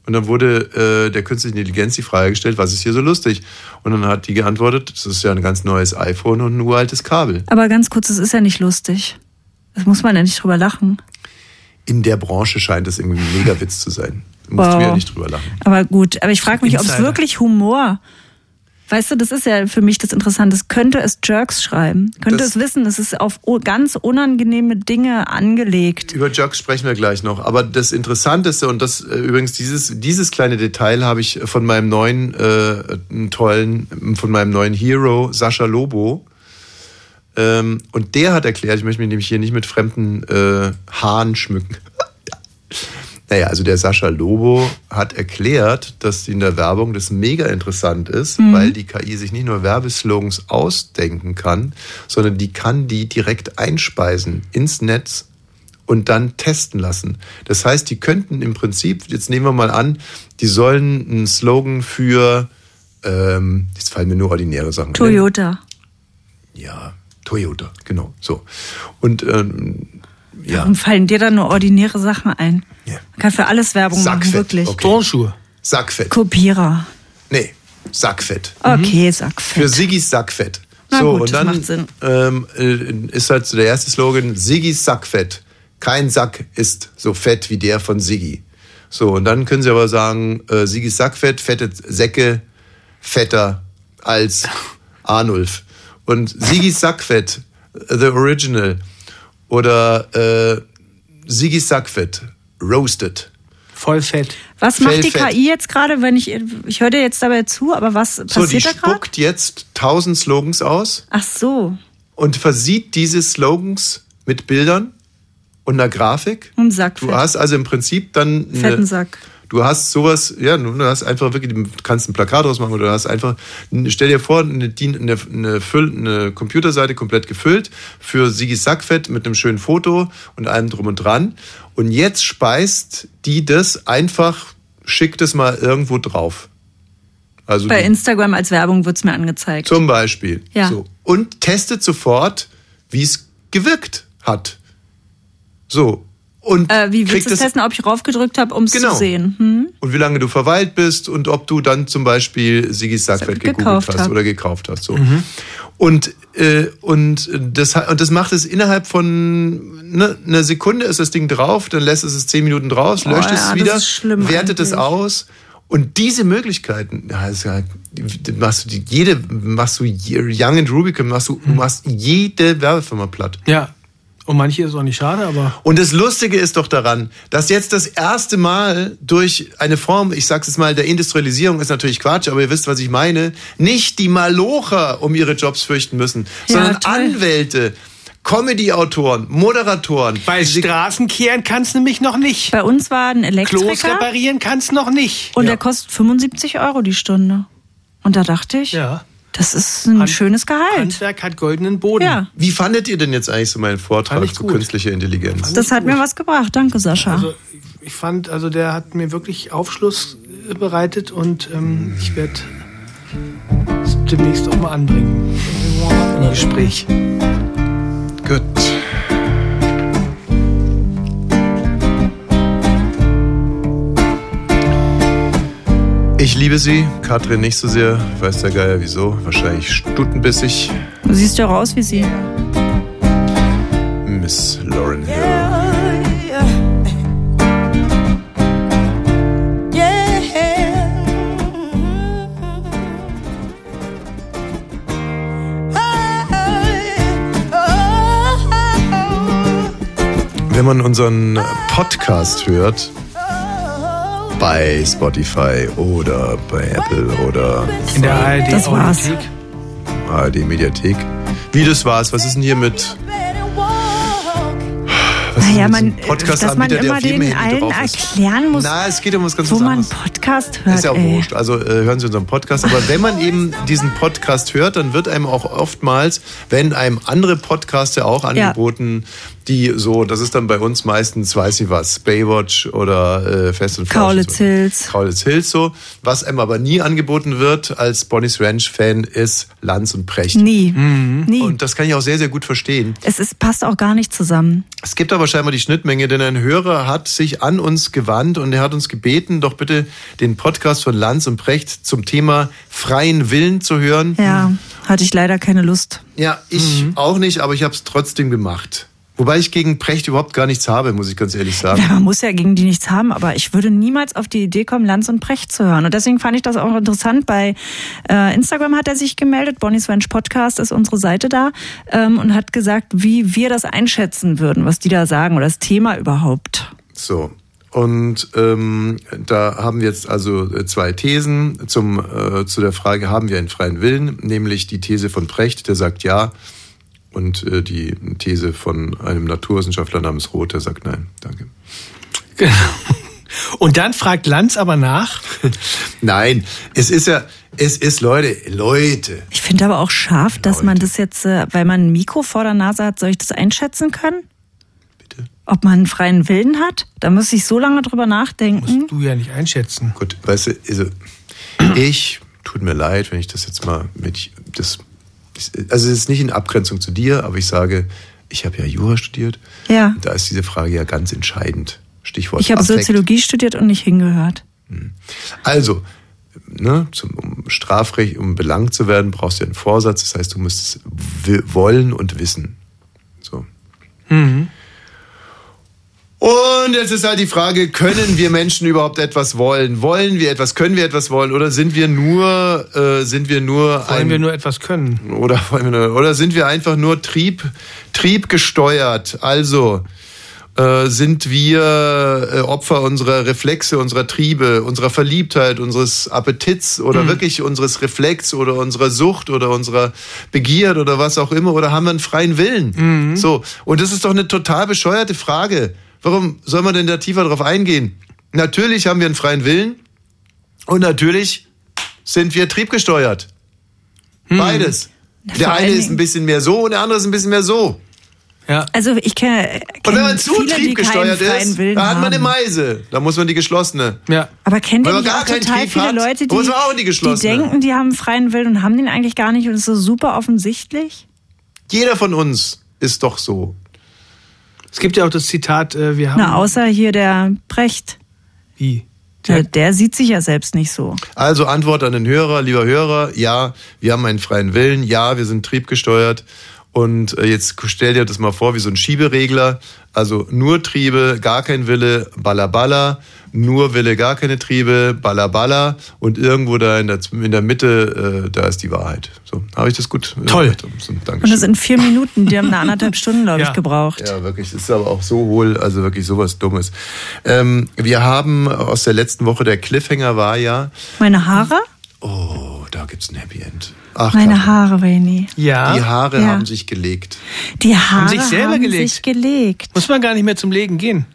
Speaker 6: Und dann wurde äh, der künstlichen Intelligenz die Frage gestellt, was ist hier so lustig? Und dann hat die geantwortet, das ist ja ein ganz neues iPhone und ein uraltes Kabel.
Speaker 7: Aber ganz kurz, das ist ja nicht lustig. Das muss man ja nicht drüber lachen.
Speaker 6: In der Branche scheint es irgendwie ein Megawitz zu sein. Da musst
Speaker 7: Wow.
Speaker 6: du ja nicht drüber lachen.
Speaker 7: Aber gut, aber ich frage mich, ob es
Speaker 6: Insider.
Speaker 7: wirklich Humor. Weißt du, das ist ja für mich das Interessante. Es könnte es Jerks schreiben, könnte
Speaker 6: Das-
Speaker 7: es wissen. Es ist auf o- ganz unangenehme Dinge angelegt.
Speaker 6: Über Jerks sprechen wir gleich noch. Aber das Interessanteste und das äh, übrigens dieses dieses kleine Detail habe ich von meinem neuen äh, tollen von meinem neuen Hero Sascha Lobo. Ähm, und der hat erklärt, ich möchte mich nämlich hier nicht mit fremden äh, Haaren schmücken. Naja, also der Sascha Lobo hat erklärt, dass in der Werbung das mega interessant ist,
Speaker 1: Mhm.
Speaker 6: weil die KI sich nicht nur Werbeslogans ausdenken kann, sondern die kann die direkt einspeisen ins Netz und dann testen lassen. Das heißt, die könnten im Prinzip, jetzt nehmen wir mal an, die sollen einen Slogan für, ähm, jetzt fallen mir nur ordinäre Sachen ein.
Speaker 7: Toyota.
Speaker 6: Ja, Toyota, genau, so. Und ähm, ja.
Speaker 7: Warum fallen dir da nur ordinäre Sachen ein? Man kann für alles Werbung machen, wirklich.
Speaker 6: Oh. Turnschuhe. Sackfett.
Speaker 7: Kopierer.
Speaker 6: Nee, Sackfett.
Speaker 7: Okay, sag.
Speaker 6: Mhm. Für Sigis Sackfett.
Speaker 7: Na
Speaker 6: so,
Speaker 7: gut,
Speaker 6: und
Speaker 7: das
Speaker 6: dann
Speaker 7: macht Sinn.
Speaker 6: Ähm, äh, ist halt so der erste Slogan: Sigis Sackfett. Kein Sack ist so fett wie der von Siggi. So, und dann können sie aber sagen: äh, Sigis Sackfett, fette Säcke, fetter als Arnulf. Und Sigis Sackfett, äh, The Original. Oder äh, Sigis Sackfett, Roasted.
Speaker 8: Voll fett.
Speaker 7: Was macht die
Speaker 6: Fellfett.
Speaker 7: KI jetzt gerade, wenn ich. Ich höre dir jetzt dabei zu, aber was
Speaker 6: So, die
Speaker 7: passiert da gerade?
Speaker 6: spuckt jetzt 1000 Slogans aus.
Speaker 7: Ach so.
Speaker 6: und versieht diese Slogans mit Bildern und einer Grafik.
Speaker 7: Und sagt
Speaker 6: Du hast also im Prinzip dann
Speaker 7: fetten Sack.
Speaker 6: Du hast sowas, ja, du hast einfach wirklich, du kannst ein Plakat draus machen oder du hast einfach, stell dir vor, eine, DIN- eine, eine, Füll, eine Computerseite komplett gefüllt für Sigi Sackfett mit einem schönen Foto und allem drum und dran. Und jetzt speist die das einfach, schickt es mal irgendwo drauf. Also
Speaker 7: Bei
Speaker 6: du-
Speaker 7: Instagram als Werbung wird es mir angezeigt.
Speaker 6: zum Beispiel.
Speaker 7: Ja.
Speaker 6: So. Und testet sofort, wie es gewirkt hat. So. Und
Speaker 7: Äh, wie willst
Speaker 6: kriegt
Speaker 7: du
Speaker 6: es
Speaker 7: es testen, ob ich raufgedrückt habe, um es
Speaker 6: Genau.
Speaker 7: zu sehen? Hm?
Speaker 6: und wie lange du verweilt bist und ob du dann zum Beispiel Sigi Sackfeld gegoogelt
Speaker 7: gekauft
Speaker 6: hast
Speaker 7: hab.
Speaker 6: oder gekauft hast. So. Und, äh, und, das, ha- und das macht es innerhalb von ne, einer Sekunde ist das Ding drauf, dann lässt es es zehn Minuten draus,
Speaker 1: Oh
Speaker 6: löscht
Speaker 1: ja,
Speaker 6: es
Speaker 1: das
Speaker 6: wieder,
Speaker 1: ist schlimm
Speaker 6: wertet es
Speaker 1: eigentlich.
Speaker 6: aus. Und diese Möglichkeiten, ja, ist ja, die machst du die, jede, machst du je- Young and Rubicon, machst du, machst jede Werbefirma platt.
Speaker 8: Ja. Und manche ist auch nicht schade, aber.
Speaker 6: Und das Lustige ist doch daran, dass jetzt das erste Mal durch eine Form, ich sag's jetzt mal, der Industrialisierung ist natürlich Quatsch, aber ihr wisst, was ich meine, nicht die Malocher um ihre Jobs fürchten müssen,
Speaker 8: Ja,
Speaker 6: sondern
Speaker 8: toll.
Speaker 6: Anwälte, Comedy-Autoren, Moderatoren.
Speaker 8: Bei Straßen kehren kannst du nämlich noch nicht.
Speaker 7: Bei uns war ein Elektriker.
Speaker 8: Klos reparieren kannst noch nicht.
Speaker 7: Und der kostet 75 Euro die Stunde. Und da dachte ich,
Speaker 8: Ja.
Speaker 7: das ist ein schönes Gehalt.
Speaker 8: Handwerk hat goldenen Boden.
Speaker 7: Ja.
Speaker 6: Wie fandet ihr denn jetzt eigentlich so meinen Vortrag zu künstlicher Intelligenz?
Speaker 7: Das hat mir was gebracht. Danke, Sascha.
Speaker 6: Also-
Speaker 8: Ich fand, also der hat mir wirklich Aufschluss äh, bereitet und ähm, ich werde es demnächst auch mal anbringen. Im Gespräch.
Speaker 6: Gut. Ich liebe sie, Katrin nicht so sehr, weiß der Geier wieso, wahrscheinlich stutenbissig.
Speaker 7: du siehst ja auch aus wie sie.
Speaker 6: Miss Lauren Hill. Wenn man unseren Podcast hört, bei Spotify oder bei Apple oder
Speaker 8: In der ARD
Speaker 6: Das war's.
Speaker 8: Audiothek.
Speaker 6: ARD Mediathek. Wie das war's? Was ist denn hier mit
Speaker 7: Naja, man, äh, dass man
Speaker 6: Podcast-Anbieter, der
Speaker 7: immer
Speaker 6: auf jedem
Speaker 7: den
Speaker 6: Handy
Speaker 7: allen
Speaker 6: drauf ist?
Speaker 7: erklären muss,
Speaker 6: Na, es geht um was ganz
Speaker 7: wo
Speaker 6: was
Speaker 7: man
Speaker 6: anderes.
Speaker 7: Podcast hört.
Speaker 6: Ist ja auch
Speaker 7: ey.
Speaker 6: wurscht. Also äh, hören Sie unseren Podcast. Aber wenn man eben diesen Podcast hört, dann wird einem auch oftmals, wenn einem andere Podcaster auch
Speaker 7: Ja.
Speaker 6: angeboten, die so, das ist dann bei uns meistens, weiß ich was, Baywatch oder äh, Fest und
Speaker 7: Kaulitz Hills.
Speaker 6: Kaulitz Hills so. Was einem aber nie angeboten wird als Bonnie's Ranch-Fan ist Lanz und Precht.
Speaker 7: Nie. Nie.
Speaker 6: Mhm. Und das kann ich auch sehr, sehr gut verstehen.
Speaker 7: Es ist, passt auch gar nicht zusammen.
Speaker 6: Es gibt aber scheinbar die Schnittmenge, denn ein Hörer hat sich an uns gewandt und er hat uns gebeten, doch bitte den Podcast von Lanz und Precht zum Thema freien Willen zu hören. Mhm.
Speaker 7: Ja, hatte ich leider keine Lust.
Speaker 6: Ja, ich auch nicht, aber ich habe es trotzdem gemacht. Wobei ich gegen Precht überhaupt gar nichts habe, muss ich ganz ehrlich sagen.
Speaker 7: Ja, man muss ja gegen die nichts haben, aber ich würde niemals auf die Idee kommen, Lanz und Precht zu hören. Und deswegen fand ich das auch interessant. Bei äh, Instagram hat er sich gemeldet, Bonnie's Ranch Podcast ist unsere Seite da, ähm, und hat gesagt, wie wir das einschätzen würden, was die da sagen oder das Thema überhaupt.
Speaker 6: So. Und ähm, da haben wir jetzt also äh, zwei Thesen zum, äh, zu der Frage, haben wir einen freien Willen? Nämlich die These von Precht, der sagt ja. Und äh, die These von einem Naturwissenschaftler namens Roth, der sagt nein. Danke.
Speaker 8: Genau. Und dann fragt Lanz aber nach.
Speaker 6: Nein, es ist ja, es ist, Leute, Leute.
Speaker 7: Ich finde aber auch scharf, dass man das jetzt, äh, weil man ein Mikro vor der Nase hat, soll ich das einschätzen können? Bitte. Ob man einen freien Willen hat? Da muss ich so lange drüber nachdenken.
Speaker 8: Du ja nicht einschätzen.
Speaker 6: Gut, weißt du, also ich, tut mir leid, wenn ich das jetzt mal mit, das, also es ist nicht in Abgrenzung zu dir, aber ich sage, ich habe ja Jura studiert.
Speaker 7: Ja.
Speaker 6: Da ist diese Frage ja ganz entscheidend. Stichwort
Speaker 7: Ich habe
Speaker 6: Affekt.
Speaker 7: Soziologie studiert und nicht hingehört.
Speaker 6: Also, ne, zum, um strafrecht, um belangt zu werden, brauchst du ja einen Vorsatz. Das heißt, du musst es wi- wollen und wissen. So.
Speaker 8: Mhm.
Speaker 6: Und jetzt ist halt die Frage, können wir Menschen überhaupt etwas wollen? Wollen wir etwas? Können wir etwas wollen? Oder sind wir nur, äh, sind wir nur
Speaker 8: Wollen
Speaker 6: ein,
Speaker 8: wir nur etwas können.
Speaker 6: oder, wollen wir nur, oder sind wir einfach nur Trieb, triebgesteuert? Also äh, sind wir äh, Opfer unserer Reflexe, unserer Triebe, unserer Verliebtheit, unseres Appetits oder wirklich unseres Reflex oder unserer Sucht oder unserer Begierde oder was auch immer? Oder haben wir einen freien Willen? So, und das ist doch eine total bescheuerte Frage. Warum soll man denn da tiefer drauf eingehen? Natürlich haben wir einen freien Willen und natürlich sind wir triebgesteuert. Beides.
Speaker 7: Na,
Speaker 6: der
Speaker 7: vor
Speaker 6: eine
Speaker 7: allen
Speaker 6: ist ein bisschen mehr so und der andere ist ein bisschen mehr so.
Speaker 7: Also ich kenne
Speaker 6: Und wenn
Speaker 7: kenne
Speaker 6: man zu
Speaker 7: viele, die keinen
Speaker 6: triebgesteuert
Speaker 7: freien
Speaker 6: ist,
Speaker 7: Willen
Speaker 6: da hat man eine
Speaker 7: haben.
Speaker 6: Meise. Da muss man die geschlossene.
Speaker 8: Ja.
Speaker 7: Aber kennt
Speaker 6: Weil
Speaker 7: ihr
Speaker 6: man
Speaker 7: nicht
Speaker 6: gar
Speaker 7: auch
Speaker 6: keinen
Speaker 7: total
Speaker 6: Trieb
Speaker 7: viele
Speaker 6: hat,
Speaker 7: Leute, die,
Speaker 6: muss man auch in die
Speaker 7: die
Speaker 6: geschlossene.
Speaker 7: denken, die haben freien Willen und haben den eigentlich gar nicht und es ist so super offensichtlich?
Speaker 6: Jeder von uns ist doch so.
Speaker 8: Es gibt ja auch das Zitat, äh, wir haben.
Speaker 7: Na, außer hier der Brecht.
Speaker 8: Wie?
Speaker 7: Der, der sieht sich ja selbst nicht so.
Speaker 6: Also Antwort an den Hörer, lieber Hörer, ja, wir haben einen freien Willen, ja, wir sind triebgesteuert. Und äh, jetzt stell dir das mal vor wie so ein Schieberegler. Also nur Triebe, gar kein Wille, balabala. Nur Wille, gar keine Triebe, balabala. Und irgendwo da in der, in der Mitte, äh, da ist die Wahrheit. So, habe ich das gut? Toll.
Speaker 7: Und das sind vier Minuten, die haben eine anderthalb Stunden, glaube ich, gebraucht.
Speaker 6: Ja, wirklich. Das ist aber auch so hohl, also wirklich sowas Dummes. Ähm, wir haben aus der letzten Woche, der Cliffhanger war ja,
Speaker 7: Meine Haare?
Speaker 6: oh, da gibt's ein Happy End. Ach,
Speaker 7: Meine
Speaker 6: Katrin.
Speaker 7: Haare, Veni.
Speaker 6: Die Haare
Speaker 7: Ja.
Speaker 6: haben sich gelegt.
Speaker 7: Die Haare
Speaker 8: sich selber
Speaker 7: haben
Speaker 8: gelegt.
Speaker 7: sich gelegt.
Speaker 8: Muss man gar nicht mehr zum Legen gehen.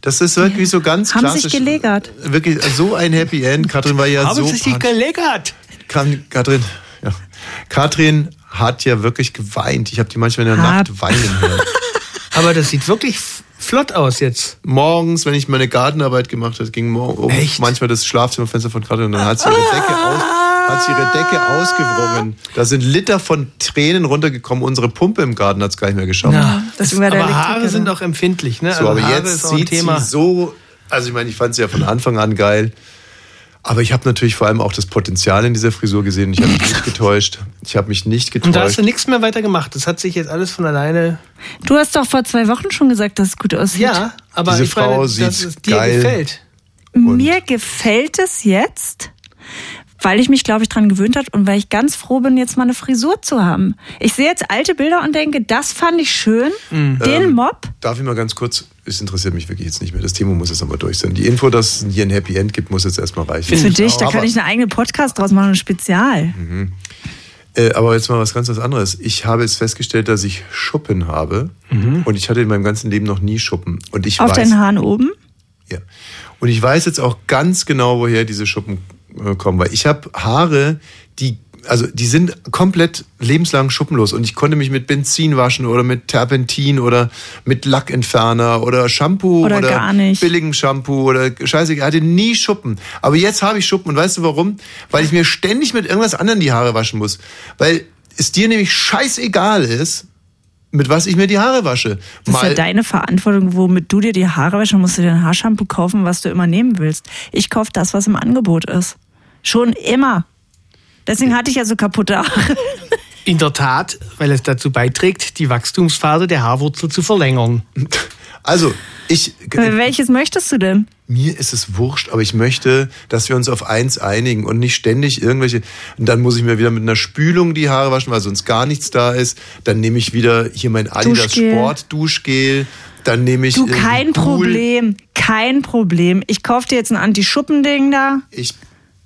Speaker 6: Das ist wirklich so ganz
Speaker 7: Haben
Speaker 6: klassisch.
Speaker 7: sich gelegert.
Speaker 6: Wirklich so ein Happy End. Katrin war ja
Speaker 8: Haben
Speaker 6: so.
Speaker 8: sich die geleckert.
Speaker 6: Kan Katrin, ja. Katrin hat ja wirklich geweint. Ich habe die manchmal in der
Speaker 8: Hab-
Speaker 6: Nacht weinen hören.
Speaker 8: Aber das sieht wirklich f- flott aus jetzt.
Speaker 6: Morgens, wenn ich meine Gartenarbeit gemacht habe, ging mor- um manchmal das Schlafzimmerfenster von Katrin und dann hat sie ihre Decke, aus, hat sie ihre Decke
Speaker 8: Ah.
Speaker 6: ausgewrungen. Da sind Liter von Tränen runtergekommen. Unsere Pumpe im Garten hat es gar nicht mehr geschafft.
Speaker 7: Das
Speaker 8: aber
Speaker 7: war der
Speaker 8: Haare
Speaker 7: Elektriker
Speaker 8: sind
Speaker 7: da.
Speaker 8: auch empfindlich, ne?
Speaker 6: So, aber
Speaker 8: Haare
Speaker 6: jetzt
Speaker 8: ist auch ein
Speaker 6: sieht
Speaker 8: Thema.
Speaker 6: sie so, also ich meine, ich fand sie ja von Anfang an geil. Aber ich habe natürlich vor allem auch das Potenzial in dieser Frisur gesehen. Ich habe mich nicht getäuscht. Ich habe mich nicht
Speaker 8: Und da hast
Speaker 6: getäuscht.
Speaker 8: du nichts mehr weiter gemacht. Das hat sich jetzt alles von alleine.
Speaker 7: Du hast doch vor zwei Wochen schon gesagt, dass es gut aussieht.
Speaker 8: Ja, aber
Speaker 6: Diese
Speaker 8: ich meine,
Speaker 6: Frau
Speaker 8: dass
Speaker 6: sieht
Speaker 8: es dir
Speaker 6: geil.
Speaker 8: gefällt.
Speaker 7: Mir gefällt es jetzt, weil ich mich, glaube ich, dran gewöhnt hat und weil ich ganz froh bin, jetzt mal eine Frisur zu haben. Ich sehe jetzt alte Bilder und denke, das fand ich schön.
Speaker 8: Mhm.
Speaker 7: Den
Speaker 6: Ähm,
Speaker 7: Mob.
Speaker 6: Darf ich mal ganz kurz, es interessiert mich wirklich jetzt nicht mehr. Das Thema muss jetzt aber durch sein. Die Info, dass es hier ein Happy End gibt, muss jetzt erstmal reichen.
Speaker 7: Für dich, da kann
Speaker 6: aber,
Speaker 7: ich einen eigenen Podcast draus machen, ein Spezial.
Speaker 8: Hm,
Speaker 6: äh, aber jetzt mal was ganz was anderes. Ich habe jetzt festgestellt, dass ich Schuppen habe. Und ich hatte in meinem ganzen Leben noch nie Schuppen. Und ich
Speaker 7: Auf
Speaker 6: weiß,
Speaker 7: deinen Haaren oben.
Speaker 6: Ja. Und ich weiß jetzt auch ganz genau, woher diese Schuppen äh, kommen, weil ich habe Haare, die also die sind komplett lebenslang schuppenlos und ich konnte mich mit Benzin waschen oder mit Terpentin oder mit Lackentferner oder Shampoo
Speaker 7: Oder gar nicht.
Speaker 6: billigem Shampoo oder scheiße, ich hatte nie Schuppen. Aber jetzt habe ich Schuppen und weißt du warum? Weil ich mir ständig mit irgendwas anderem die Haare waschen muss, weil es dir nämlich scheißegal ist, mit was ich mir die Haare wasche.
Speaker 7: Das ist ja
Speaker 6: Mal-
Speaker 7: deine Verantwortung, womit du dir die Haare wäschst, dann musst du dir ein Haarshampoo kaufen, was du immer nehmen willst. Ich kaufe das, was im Angebot ist. Schon immer. Deswegen hatte ich ja so kaputte Haare.
Speaker 8: In der Tat, weil es dazu beiträgt, die Wachstumsphase der Haarwurzel zu verlängern.
Speaker 6: Also, ich
Speaker 7: Welches möchtest du denn?
Speaker 6: mir ist es wurscht, aber ich möchte, dass wir uns auf eins einigen und nicht ständig irgendwelche. Und dann muss ich mir wieder mit einer Spülung die Haare waschen, weil sonst gar nichts da ist. Dann nehme ich wieder hier mein Adidas
Speaker 7: Duschgel.
Speaker 6: Sport Duschgel. Dann nehme ich
Speaker 7: Du,
Speaker 6: irgendwie
Speaker 7: kein
Speaker 6: Cool.
Speaker 7: Problem. Kein Problem. Ich kaufe dir jetzt ein Anti-Schuppen-Ding da,
Speaker 6: Ich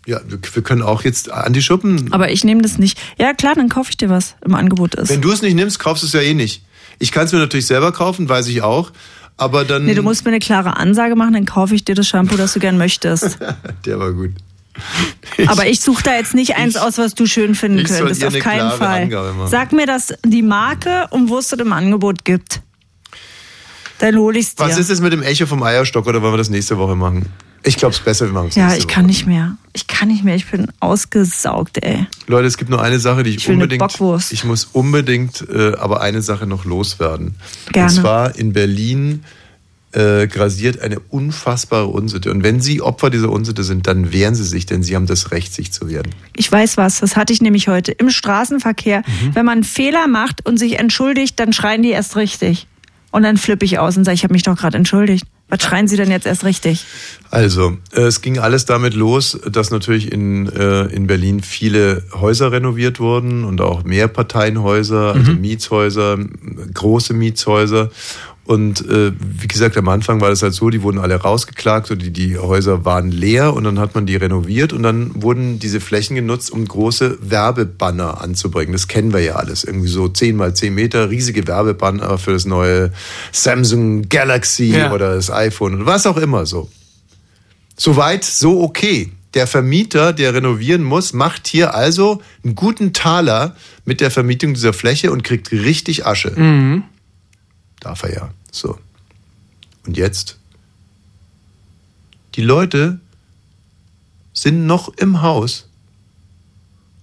Speaker 6: ja, wir, wir können auch jetzt Anti-Schuppen.
Speaker 7: aber ich nehme das nicht. Ja, klar, dann kaufe ich dir was im Angebot ist.
Speaker 6: Wenn du es nicht nimmst, kaufst du es ja eh nicht. Ich kann es mir natürlich selber kaufen, weiß ich auch. Aber dann.
Speaker 7: Nee, du musst mir eine klare Ansage machen, dann kaufe ich dir das Shampoo, das du gern möchtest.
Speaker 6: Der war gut.
Speaker 7: Aber ich suche da jetzt nicht eins aus, was du schön finden
Speaker 6: ich soll
Speaker 7: könntest.
Speaker 6: dir
Speaker 7: Auf
Speaker 6: eine
Speaker 7: keinen
Speaker 6: klare
Speaker 7: Fall.
Speaker 6: Angabe machen.
Speaker 7: Sag mir, dass die Marke und wo es das im Angebot gibt. Dann hole ich es dir.
Speaker 6: Was ist es mit dem Echo vom Eierstock oder wollen wir das nächste Woche machen? Ich glaube, es ist besser, wir machen es
Speaker 7: ja,
Speaker 6: nächste
Speaker 7: ich kann nicht mehr. Ich kann nicht mehr. Ich bin ausgesaugt, ey.
Speaker 6: Woche. Leute, es gibt nur eine Sache, die ich,
Speaker 7: Ich will eine
Speaker 6: unbedingt. Ich muss unbedingt, äh, aber eine Sache noch loswerden.
Speaker 7: Gerne.
Speaker 6: Und zwar in Berlin äh, grasiert eine unfassbare Unsitte. Und wenn Sie Opfer dieser Unsitte sind, dann wehren Sie sich, denn Sie haben das Recht, sich zu wehren.
Speaker 7: Ich weiß was, das hatte ich nämlich heute im Straßenverkehr.
Speaker 6: Mhm.
Speaker 7: Wenn man einen Fehler macht und sich entschuldigt, dann schreien die erst richtig. Und dann flippe ich aus und sage, ich habe mich doch gerade entschuldigt. Was schreien sie denn jetzt erst richtig?
Speaker 6: Also, äh, es ging alles damit los, dass natürlich in, äh, in Berlin viele Häuser renoviert wurden und auch Mehrparteienhäuser, also Mietshäuser, m- große Mietshäuser. Und äh, wie gesagt, am Anfang war das halt so, die wurden alle rausgeklagt und die, die Häuser waren leer und dann hat man die renoviert und dann wurden diese Flächen genutzt, um große Werbebanner anzubringen. Das kennen wir ja alles. Irgendwie so 10 mal 10 Meter, riesige Werbebanner für das neue Samsung Galaxy
Speaker 19: Ja.
Speaker 6: oder das iPhone und was auch immer so. Soweit, so okay. Der Vermieter, der renovieren muss, macht hier also einen guten Taler mit der Vermietung dieser Fläche und kriegt richtig Asche.
Speaker 8: Mhm.
Speaker 6: Darf er ja. So. Und jetzt? Die Leute sind noch im Haus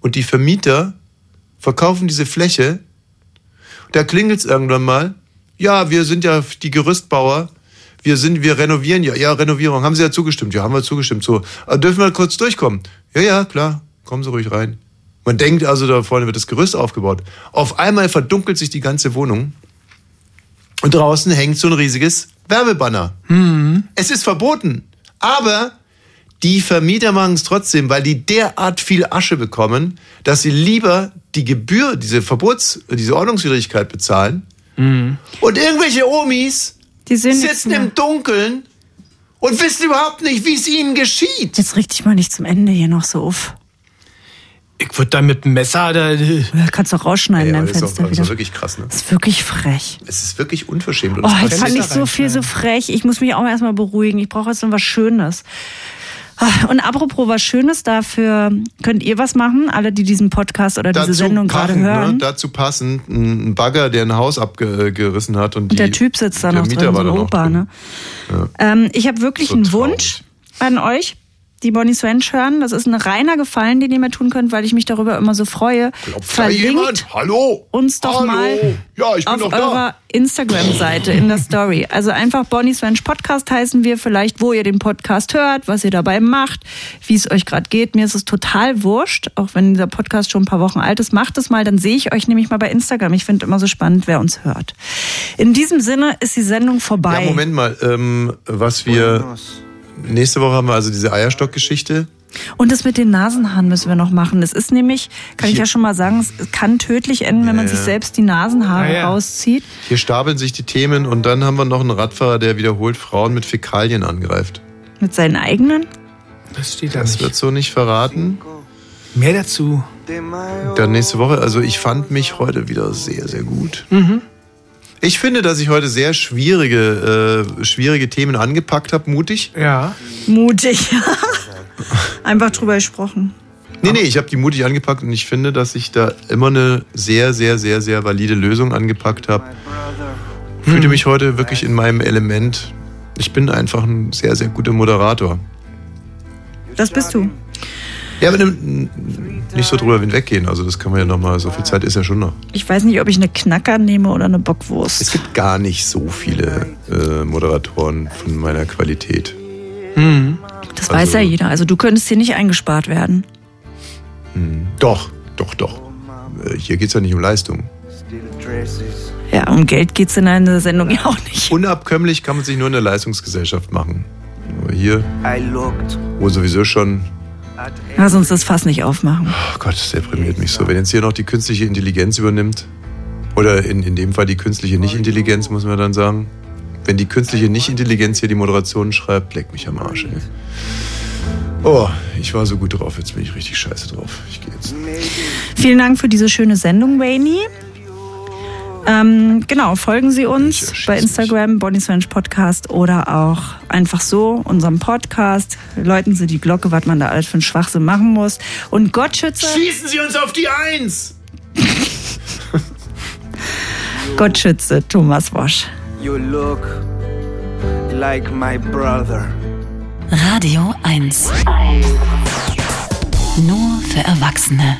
Speaker 6: und die Vermieter verkaufen diese Fläche. Da klingelt es irgendwann mal. Ja, wir sind ja die Gerüstbauer. Wir sind, wir renovieren ja. Ja, Renovierung. Haben Sie ja zugestimmt? Ja, haben wir zugestimmt. So, äh, dürfen wir kurz durchkommen? Ja, ja, klar. Kommen Sie ruhig rein. Man denkt also, da vorne wird das Gerüst aufgebaut. Auf einmal verdunkelt sich die ganze Wohnung. Und draußen hängt so ein riesiges Werbebanner. Es ist verboten. Aber die Vermieter machen es trotzdem, weil die derart viel Asche bekommen, dass sie lieber die Gebühr, diese Verbots-, diese Ordnungswidrigkeit bezahlen. Und irgendwelche Omis sitzen im Dunkeln und wissen überhaupt nicht, wie es ihnen geschieht.
Speaker 7: Jetzt richte ich mal nicht zum Ende hier noch so auf.
Speaker 8: Ich würde da mit dem Messer da.
Speaker 7: Kannst doch rausschneiden, dein Fenster wieder.
Speaker 6: wirklich krass, ne?
Speaker 7: Das ist wirklich frech.
Speaker 6: Es ist wirklich unverschämt.
Speaker 7: Oh, jetzt fand ich so viel so frech. Ich muss mich auch erstmal beruhigen. Ich brauche jetzt noch was Schönes. Ah, Und apropos was Schönes, dafür könnt ihr was machen, alle, die diesen Podcast oder diese Sendung gerade
Speaker 6: passend,
Speaker 7: hören.
Speaker 6: Ne? Dazu passend ein Bagger, der ein Haus abgerissen hat und,
Speaker 7: Und der
Speaker 6: die-
Speaker 7: Typ sitzt da
Speaker 6: der
Speaker 7: noch
Speaker 6: Mieter
Speaker 7: drin, so
Speaker 6: war
Speaker 7: ein
Speaker 6: da noch
Speaker 7: Opa, ne?
Speaker 6: Ja.
Speaker 7: Ähm, ich habe wirklich
Speaker 6: So
Speaker 7: einen
Speaker 6: traurig.
Speaker 7: Wunsch an euch, die Bonnie Swench hören. Das ist ein reiner Gefallen, den ihr mir tun könnt, weil ich mich darüber immer so freue.
Speaker 6: Glaubt da jemand? Hallo?
Speaker 7: uns doch
Speaker 6: Hallo?
Speaker 7: mal
Speaker 6: Ja, ich bin
Speaker 7: auf
Speaker 6: doch da.
Speaker 7: eurer Instagram-Seite in der Story. Also einfach Bonnie Swench Podcast heißen wir vielleicht, wo ihr den Podcast hört, was ihr dabei macht, wie es euch gerade geht. Mir ist es total wurscht, auch wenn dieser Podcast schon ein paar Wochen alt ist. Macht es mal, dann sehe ich euch nämlich mal bei Instagram. Ich finde immer so spannend, wer uns hört. In diesem Sinne ist die Sendung vorbei.
Speaker 6: Ja, Moment mal, ähm, was wir. Nächste Woche haben wir also diese Eierstock-Geschichte.
Speaker 7: Und das mit den Nasenhaaren müssen wir noch machen. Das ist nämlich, kann ich ja schon mal sagen, es kann tödlich enden, wenn man
Speaker 6: Ja,
Speaker 7: sich
Speaker 6: ja.
Speaker 7: selbst die Nasenhaare
Speaker 6: Ja, ja.
Speaker 7: rauszieht.
Speaker 6: Hier stapeln sich die Themen und dann haben wir noch einen Radfahrer, der wiederholt Frauen mit Fäkalien angreift.
Speaker 7: Mit seinen eigenen?
Speaker 8: Das steht
Speaker 6: Das wird so nicht verraten.
Speaker 8: Mehr dazu.
Speaker 6: Dann nächste Woche. Also ich fand mich heute wieder sehr, sehr gut.
Speaker 8: Mhm.
Speaker 6: Ich finde, dass ich heute sehr schwierige, äh, schwierige Themen angepackt habe, mutig.
Speaker 8: Ja.
Speaker 7: Mutig. Einfach drüber gesprochen.
Speaker 6: Nee, nee, ich habe die mutig angepackt und ich finde, dass ich da immer eine sehr, sehr, sehr, sehr valide Lösung angepackt habe. Fühlte mich heute wirklich in meinem Element. Ich bin einfach ein sehr, sehr guter Moderator.
Speaker 7: Das bist du.
Speaker 6: Ja, aber n- n- nicht so drüber hinweggehen. Also das kann man ja nochmal, so viel Zeit ist ja schon noch.
Speaker 7: Ich weiß nicht, ob ich eine Knacker nehme oder eine Bockwurst.
Speaker 6: Es gibt gar nicht so viele äh, Moderatoren von meiner Qualität.
Speaker 7: Das weiß ja jeder. Also du könntest hier nicht eingespart werden.
Speaker 6: Hm, Doch, doch, doch. Äh, Hier geht es ja nicht um Leistung.
Speaker 7: Ja, um Geld geht es in einer Sendung ja auch nicht.
Speaker 6: Unabkömmlich kann man sich nur in der Leistungsgesellschaft machen. Aber hier, wo sowieso schon,
Speaker 7: Lass uns das Fass nicht aufmachen.
Speaker 6: oh Gott, das deprimiert mich so. Wenn jetzt hier noch die künstliche Intelligenz übernimmt, oder in, in dem Fall die künstliche Nicht-Intelligenz, muss man dann sagen. Wenn die künstliche Nicht-Intelligenz hier die Moderation schreibt, leck mich am Arsch, ey. Oh, ich war so gut drauf, jetzt bin ich richtig scheiße drauf. Ich gehe jetzt.
Speaker 7: Vielen Dank für diese schöne Sendung, Wayne.
Speaker 2: Ähm, genau, folgen Sie uns bei Instagram, Bonnie's Ranch Podcast oder auch einfach so unserem Podcast. Läuten Sie die Glocke, was man da alles für einen Schwachsinn machen muss. Und Gott schütze,
Speaker 8: Schießen Sie uns auf die Eins!
Speaker 2: Gott schütze Thomas Wosch.
Speaker 12: You look like my brother.
Speaker 3: Radio 1. Nur für Erwachsene.